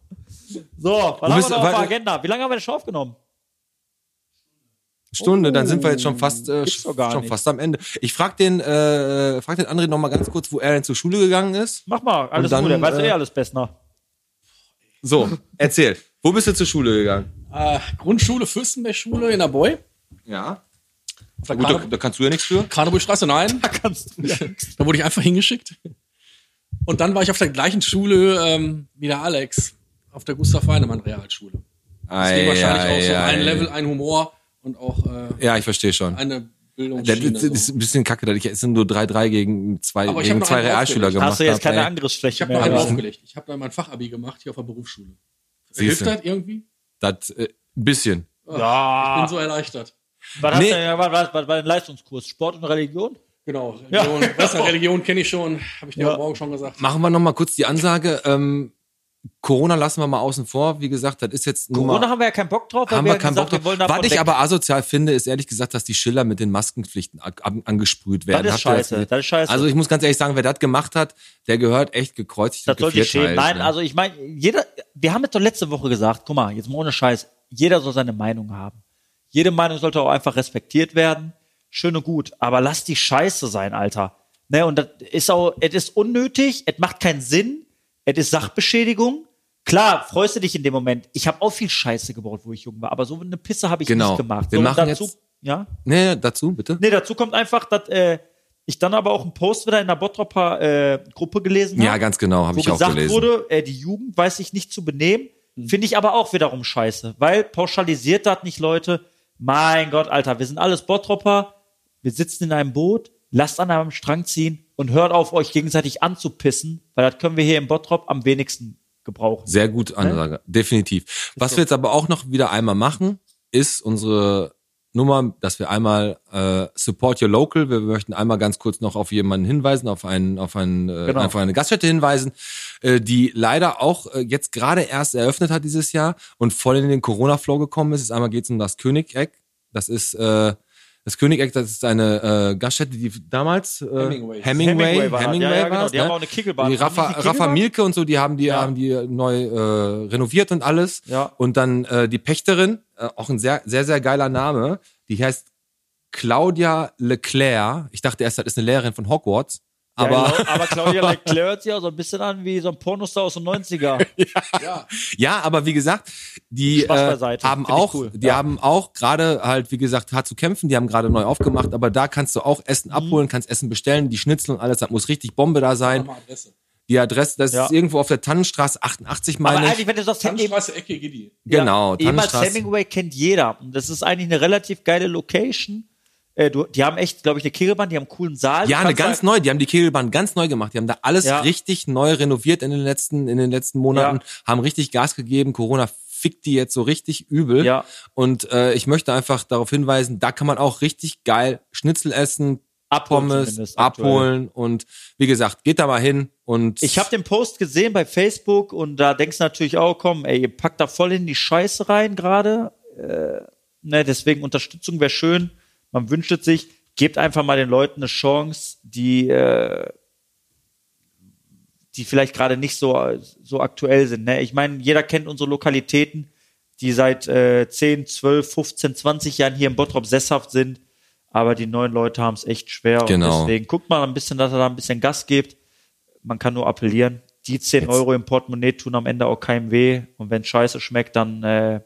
Speaker 2: haben wir
Speaker 1: bist-
Speaker 2: noch auf der
Speaker 1: wa-
Speaker 2: Agenda? Wie lange haben wir denn schon aufgenommen?
Speaker 1: Stunde, dann sind wir jetzt schon fast, äh,
Speaker 2: gibt's doch gar
Speaker 1: schon
Speaker 2: nicht.
Speaker 1: fast am Ende. Ich frag den, äh, frag den André nochmal ganz kurz, wo er denn zur Schule gegangen ist.
Speaker 2: Mach mal, alles
Speaker 1: Und dann,
Speaker 2: Gute. Weißt du
Speaker 1: äh,
Speaker 2: eh
Speaker 1: <laughs>
Speaker 2: alles Bestner. <laughs>
Speaker 1: So, erzähl. Wo bist du zur Schule gegangen?
Speaker 3: Äh, Grundschule, Fürstenberg-Schule in der Boy.
Speaker 1: Ja. Gut, da,
Speaker 3: Karne-
Speaker 1: da kannst du ja nichts für.
Speaker 3: Karneburgstraße, nein.
Speaker 2: Da kannst du
Speaker 3: Da wurde ich einfach hingeschickt. Und dann war ich auf der gleichen Schule ähm, wie der Alex, auf der Gustav Heinemann Realschule. Das
Speaker 1: Ei,
Speaker 3: ging wahrscheinlich
Speaker 1: ei,
Speaker 3: auch so
Speaker 1: ei.
Speaker 3: ein Level, ein Humor und auch äh,
Speaker 1: Ja, ich verstehe schon.
Speaker 3: eine
Speaker 2: Oh,
Speaker 1: Das
Speaker 3: Bildungsschiene.
Speaker 1: ist,
Speaker 3: So.
Speaker 1: ist ein bisschen kacke, dass ich es sind nur 3-3 gegen zwei,
Speaker 3: Aber ich hab
Speaker 1: gegen
Speaker 3: noch
Speaker 1: zwei
Speaker 3: einen
Speaker 1: Realschüler
Speaker 3: draufgelegt.
Speaker 1: gemacht.
Speaker 2: Hast du jetzt
Speaker 1: hab,
Speaker 2: keine
Speaker 1: ey.
Speaker 3: Ich
Speaker 2: Angriffsfläche
Speaker 3: habe noch einen
Speaker 2: mehr.
Speaker 3: aufgelegt. Ich habe dann mein Fachabi gemacht hier auf der Berufsschule.
Speaker 1: Siehst du.
Speaker 3: Hilft das irgendwie?
Speaker 1: Das, äh, ein bisschen.
Speaker 3: Ich bin
Speaker 2: Ja.
Speaker 3: so erleichtert.
Speaker 2: Was hast du
Speaker 1: Nee.
Speaker 2: denn, was, was, was war dein Leistungskurs? Sport und Religion?
Speaker 3: Genau.
Speaker 2: <laughs>
Speaker 3: Religion.
Speaker 2: Ja.
Speaker 3: Weißt du, Religion kenne ich schon. Habe ich dir
Speaker 2: Ja.
Speaker 3: heute Morgen schon gesagt.
Speaker 1: Machen wir nochmal kurz die Ansage. Ähm, Corona lassen wir mal außen vor. Wie gesagt, das ist jetzt nur
Speaker 2: Corona
Speaker 1: mal,
Speaker 2: haben wir ja keinen Bock drauf, weil
Speaker 1: haben
Speaker 2: wir
Speaker 1: wir
Speaker 2: ja
Speaker 1: keinen
Speaker 2: gesagt,
Speaker 1: Bock
Speaker 2: wir wollen
Speaker 1: drauf.
Speaker 2: davon
Speaker 1: Was ich
Speaker 2: weg.
Speaker 1: aber asozial finde, ist ehrlich gesagt, dass die Schilder mit den Maskenpflichten a- ab- angesprüht werden.
Speaker 2: Das ist
Speaker 1: Habt ihr
Speaker 2: scheiße,
Speaker 1: mit-
Speaker 2: das ist scheiße.
Speaker 1: Also ich muss ganz ehrlich sagen, wer das gemacht hat, der gehört echt gekreuzigt
Speaker 2: Das
Speaker 1: und
Speaker 2: sollte stehen.
Speaker 1: gevierteilt,
Speaker 2: Nein,
Speaker 1: ne?
Speaker 2: also ich meine, jeder, wir haben jetzt doch letzte Woche gesagt, guck mal, jetzt mal ohne Scheiß, jeder soll seine Meinung haben. Jede Meinung sollte auch einfach respektiert werden. Schön und gut, aber lass die Scheiße sein, Alter. Ne, und das ist auch, es ist unnötig, es macht keinen Sinn, es ist Sachbeschädigung. Klar, freust du dich in dem Moment. Ich habe auch viel Scheiße gebaut, wo ich jung war, aber so eine Pisse habe ich
Speaker 1: Genau.
Speaker 2: nicht gemacht.
Speaker 1: Wir
Speaker 2: so, und
Speaker 1: machen
Speaker 2: dazu,
Speaker 1: jetzt-
Speaker 2: ja?
Speaker 1: Nee, dazu, bitte.
Speaker 2: Nee, dazu kommt einfach, dass äh, ich dann aber auch einen Post wieder in der Bottropper äh, Gruppe gelesen habe
Speaker 1: Ja, ganz genau, habe
Speaker 2: wo
Speaker 1: ich auch
Speaker 2: gesagt
Speaker 1: gelesen.
Speaker 2: wurde, äh, die Jugend weiß sich nicht zu benehmen, finde ich aber auch wiederum scheiße, weil pauschalisiert das nicht Leute. Mein Gott, Alter, wir sind alles Bottropper, wir sitzen in einem Boot, lasst an einem Strang ziehen und hört auf, euch gegenseitig anzupissen, weil das können wir hier im Bottrop am wenigsten gebrauchen.
Speaker 1: Sehr gut, Ansage. Definitiv. Was wir jetzt aber auch noch wieder einmal machen, ist unsere Nummer, dass wir einmal äh, Support Your Local, wir möchten einmal ganz kurz noch auf jemanden hinweisen, auf einen, auf einen, äh,
Speaker 2: Genau.
Speaker 1: auf eine Gaststätte hinweisen, äh, die leider auch äh, jetzt gerade erst eröffnet hat dieses Jahr und voll in den Corona-Flow gekommen ist. Jetzt einmal geht es um das Königeck. Das ist äh, das Königeck, das ist eine äh, Gaststätte, die damals äh,
Speaker 3: Hemingway.
Speaker 1: Hemingway, Hemingway ne? war,
Speaker 2: das. Ja, ja, genau.
Speaker 1: das,
Speaker 2: Die haben auch eine Kegelbahn.
Speaker 1: Die
Speaker 2: Haben
Speaker 1: Rafa,
Speaker 2: die die
Speaker 1: Rafa
Speaker 2: Kegelbahn?
Speaker 1: Mielke und so, die haben die,
Speaker 2: Ja.
Speaker 1: haben die äh, neu äh, renoviert und alles.
Speaker 2: Ja.
Speaker 1: Und dann äh, die Pächterin, äh, auch ein sehr, sehr, sehr geiler Name, die heißt Claudia Leclerc. Ich dachte erst, das ist eine Lehrerin von Hogwarts. Aber
Speaker 2: ja, genau. aber Claudia Leclerc hört sich auch so ein bisschen an wie so ein Pornostar aus den 90er.
Speaker 3: Ja.
Speaker 1: <laughs> Ja, aber wie gesagt, die äh,
Speaker 2: Spaß beiseite.
Speaker 1: haben
Speaker 2: Find ich
Speaker 1: auch,
Speaker 2: cool.
Speaker 1: die
Speaker 2: Ja.
Speaker 1: haben auch gerade halt, wie gesagt, hart zu kämpfen. Die haben gerade neu
Speaker 2: Mhm.
Speaker 1: aufgemacht, aber da kannst du auch Essen abholen, kannst Essen bestellen, die Schnitzel und alles. Das muss richtig Bombe da sein.
Speaker 3: Mal Adresse.
Speaker 1: Die Adresse, das
Speaker 2: Ja.
Speaker 1: ist irgendwo auf der Tannenstraße 88,
Speaker 2: Aber
Speaker 1: meine
Speaker 2: eigentlich,
Speaker 1: ich.
Speaker 2: wenn du sagst, Hem-
Speaker 3: Tannenstraße, Ecke, Giddy.
Speaker 1: Genau,
Speaker 2: ja, ehemals
Speaker 1: Tannenstraße.
Speaker 2: Hemingway kennt jeder. Und das ist eigentlich eine relativ geile Location. Äh, du, die haben echt, glaube ich, eine Kegelbahn, die haben einen coolen Saal.
Speaker 1: Ja,
Speaker 2: Du
Speaker 1: eine
Speaker 2: kannst
Speaker 1: ganz
Speaker 2: sagen,
Speaker 1: neu. Die haben die Kegelbahn ganz neu gemacht. Die haben da alles
Speaker 2: Ja.
Speaker 1: richtig neu renoviert in den letzten, in den letzten Monaten, haben richtig Gas gegeben. Corona fickt die jetzt so richtig übel.
Speaker 2: Ja.
Speaker 1: Und äh, ich möchte einfach darauf hinweisen, da kann man auch richtig geil Schnitzel essen,
Speaker 2: Abholen
Speaker 1: Pommes
Speaker 2: zumindest aktuell.
Speaker 1: abholen. Und wie gesagt, geht da mal hin und
Speaker 2: Ich habe den Post gesehen bei Facebook und da denkst du natürlich auch, komm, ey, ihr packt da voll in die Scheiße rein gerade. Äh, ne, deswegen Unterstützung wäre schön. Man wünscht es sich, gebt einfach mal den Leuten eine Chance, die, äh, die vielleicht gerade nicht so, so aktuell sind. Ne? Ich meine, jeder kennt unsere Lokalitäten, die seit äh, 10, 12, 15, 20 Jahren hier in Bottrop sesshaft sind. Aber die neuen Leute haben es echt schwer.
Speaker 1: Genau.
Speaker 2: Und deswegen guckt mal ein bisschen, dass er da ein bisschen Gas gibt man kann nur appellieren. Die 10 Euro im Portemonnaie tun am Ende auch keinem weh. Und wenn Scheiße schmeckt, dann äh,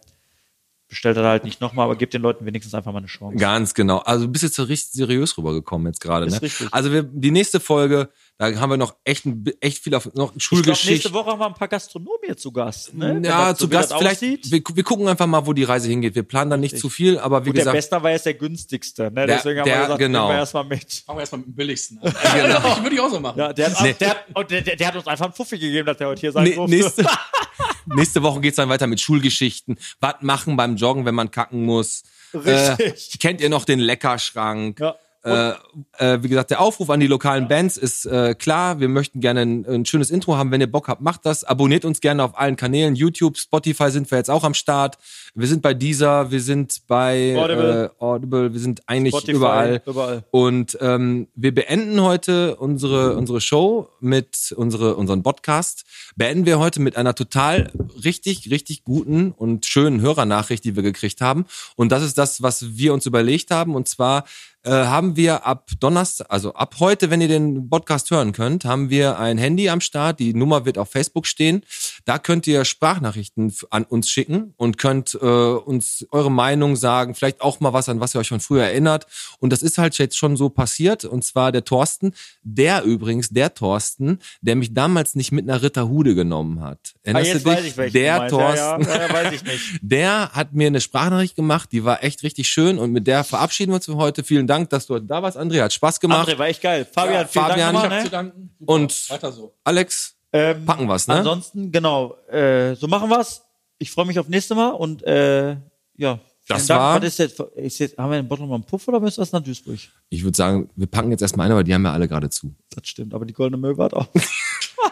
Speaker 2: bestellt er da halt nicht nochmal, aber gebt den Leuten wenigstens einfach mal eine Chance.
Speaker 1: Ganz genau. Also du bist jetzt so richtig seriös rübergekommen jetzt gerade. Ne?
Speaker 2: Ist richtig.
Speaker 1: Also wir, die nächste Folge, da haben wir noch echt, ein, bi- echt viel auf noch
Speaker 2: Ich glaube,
Speaker 1: Schulgeschichte.
Speaker 2: nächste Woche haben wir ein paar Gastronomen hier zu Gast. Ne? Wenn
Speaker 1: Ja,
Speaker 2: das so
Speaker 1: zu
Speaker 2: wie
Speaker 1: Gast
Speaker 2: das
Speaker 1: vielleicht.
Speaker 2: aussieht.
Speaker 1: Wir, gu- wir gucken einfach mal, wo die Reise hingeht. Wir planen dann nicht zu viel, aber wie
Speaker 2: Und der
Speaker 1: gesagt,
Speaker 2: Beste war jetzt der günstigste. Ne?
Speaker 1: Der-
Speaker 2: Deswegen haben
Speaker 1: der-
Speaker 2: wir gesagt,
Speaker 1: genau.
Speaker 2: nehmen wir erstmal mit.
Speaker 3: Machen wir erstmal mit dem billigsten. an. genau. <laughs> Würde ich auch so machen.
Speaker 2: Ja, der, hat,
Speaker 1: Nee.
Speaker 2: der, hat- und der, der, der hat uns einfach einen Fuffi gegeben, dass der heute hier sein
Speaker 1: Nee,
Speaker 2: durfte.
Speaker 1: nächste,
Speaker 2: <laughs>
Speaker 1: <laughs> nächste Woche geht's dann weiter mit Schulgeschichten. Was machen beim Joggen, wenn man kacken muss?
Speaker 2: Richtig.
Speaker 1: Äh, kennt ihr noch den Leckerschrank?
Speaker 2: Ja. Ah,
Speaker 1: Äh, äh, wie gesagt, der Aufruf an die lokalen Bands ist äh, klar. Wir möchten gerne ein, ein schönes Intro haben. Wenn ihr Bock habt, macht das. Abonniert uns gerne auf allen Kanälen. YouTube, Spotify sind wir jetzt auch am Start. Wir sind bei Deezer, wir sind bei
Speaker 2: Audible.
Speaker 1: Äh, Audible. Wir sind eigentlich
Speaker 2: Spotify,
Speaker 1: überall.
Speaker 2: überall.
Speaker 1: Und ähm, wir beenden heute unsere, unsere Show mit unsere, unseren Podcast. Beenden wir heute mit einer total richtig, richtig guten und schönen Hörernachricht, die wir gekriegt haben. Und das ist das, was wir uns überlegt haben. Und zwar äh, haben wir ab Donnerstag, also ab heute, wenn ihr den Podcast hören könnt, haben wir ein Handy am Start. Die Nummer wird auf Facebook stehen. Da könnt ihr Sprachnachrichten f- an uns schicken und könnt äh, uns eure Meinung sagen, vielleicht auch mal was, an was ihr euch von früher erinnert. Und das ist halt jetzt schon so passiert. Und zwar der Thorsten, der übrigens, der Thorsten, der mich damals nicht mit einer Ritterhude genommen hat.
Speaker 2: Ah,
Speaker 1: Erinnerst
Speaker 2: jetzt
Speaker 1: du dich?
Speaker 2: weiß ich, welchen du
Speaker 1: der
Speaker 2: meinst.
Speaker 1: Thorsten.
Speaker 2: Ja, ja, ja, weiß
Speaker 1: <laughs>
Speaker 2: ich nicht.
Speaker 1: Der hat mir eine Sprachnachricht gemacht, die war echt richtig schön und mit der verabschieden wir uns für heute. Vielen Dank, dass du da warst, André. Hat Spaß gemacht.
Speaker 2: André, war echt geil. Fabian, vielen
Speaker 1: Fabian,
Speaker 2: Dank
Speaker 3: Ich
Speaker 2: nochmal.
Speaker 3: hab
Speaker 2: Ne?
Speaker 3: zu danken. Super.
Speaker 1: Und-
Speaker 3: Weiter so.
Speaker 1: Alex,
Speaker 2: Ähm,
Speaker 1: packen was, ne?
Speaker 2: Ansonsten, genau, äh, so machen wir's. Ich freue mich auf nächste Mal und äh, ja.
Speaker 1: Das
Speaker 2: Vielen
Speaker 1: war-
Speaker 2: Was ist jetzt, ist jetzt, haben wir in Bottrop noch einen Puff oder müssen wir es nach Duisburg?
Speaker 1: Ich würde sagen, wir packen jetzt erstmal ein, aber die haben ja alle gerade zu.
Speaker 2: Das stimmt, aber die goldene Möwe hat auch.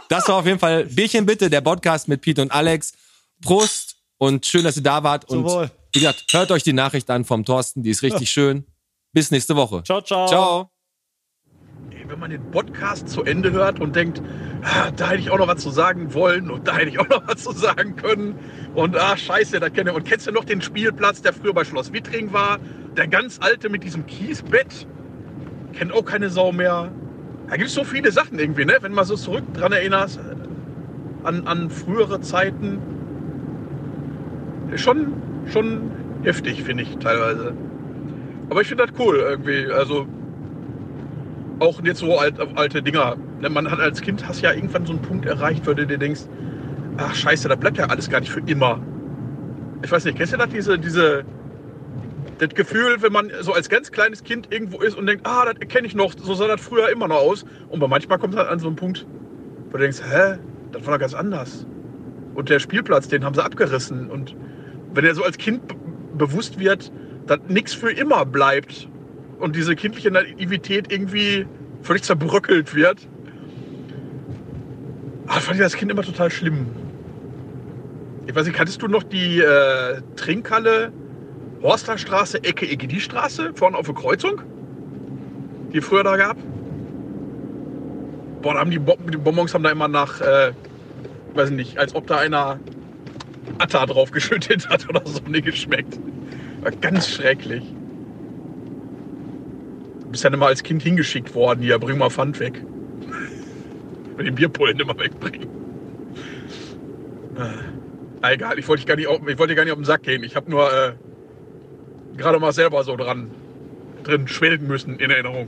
Speaker 1: Das war auf jeden Fall Bierchen bitte, der Podcast mit Pete und Alex. Prost und schön, dass ihr da wart.
Speaker 2: Zum
Speaker 1: Und
Speaker 2: Wohl.
Speaker 1: wie gesagt, hört euch die Nachricht an vom Thorsten, die ist richtig schön. Bis nächste Woche.
Speaker 2: Ciao, ciao.
Speaker 1: Ciao.
Speaker 5: Ey, wenn man den Podcast zu Ende hört und denkt, ah, da hätte ich auch noch was zu sagen wollen und da hätte ich auch noch was zu sagen können und ah, scheiße, da kenne ich. Und kennst du noch den Spielplatz, der früher bei Schloss Wittring war? Der ganz alte mit diesem Kiesbett? Kennt auch keine Sau mehr. Da gibt es so viele Sachen irgendwie, ne? Wenn man so zurück dran erinnerst, äh, an, an frühere Zeiten. Schon, schon heftig, finde ich teilweise. Aber ich finde das cool irgendwie. Also auch jetzt so alt, alte Dinger. Ne, Man hat als Kind hast ja irgendwann so einen Punkt erreicht, wo du dir denkst, ach scheiße, da bleibt ja alles gar nicht für immer. Ich weiß nicht, kennst du das, diese, diese, das Gefühl, wenn man so als ganz kleines Kind irgendwo ist und denkt, ah, das erkenne ich noch, so sah das früher immer noch aus. Und bei manchmal kommt halt an so einen Punkt, wo du denkst, hä, das war doch ganz anders. Und der Spielplatz, den haben sie abgerissen. Und wenn dir so als Kind b- bewusst wird, dass nichts für immer bleibt und diese kindliche Naivität irgendwie völlig zerbröckelt wird, ah, fand ich das Kind immer total schlimm. Ich weiß nicht, kanntest du noch die äh, Trinkhalle Horsterstraße, Ecke Egidi-Straße, vorne auf der Kreuzung, die früher da gab? Boah, da haben die, Bo die Bonbons haben da immer nach, äh, weiß nicht, als ob da einer Atta drauf geschüttet <laughs> hat oder so, nicht geschmeckt. War ganz schrecklich. Du bist dann immer als Kind hingeschickt worden, hier, bring mal Pfand weg. <laughs> Mit den Bierpullen immer wegbringen. Äh, egal, ich wollte dich gar nicht, auf- ich wollte dir gar nicht auf den Sack gehen. Ich habe nur äh, gerade mal selber so dran drin schwelgen müssen in Erinnerung.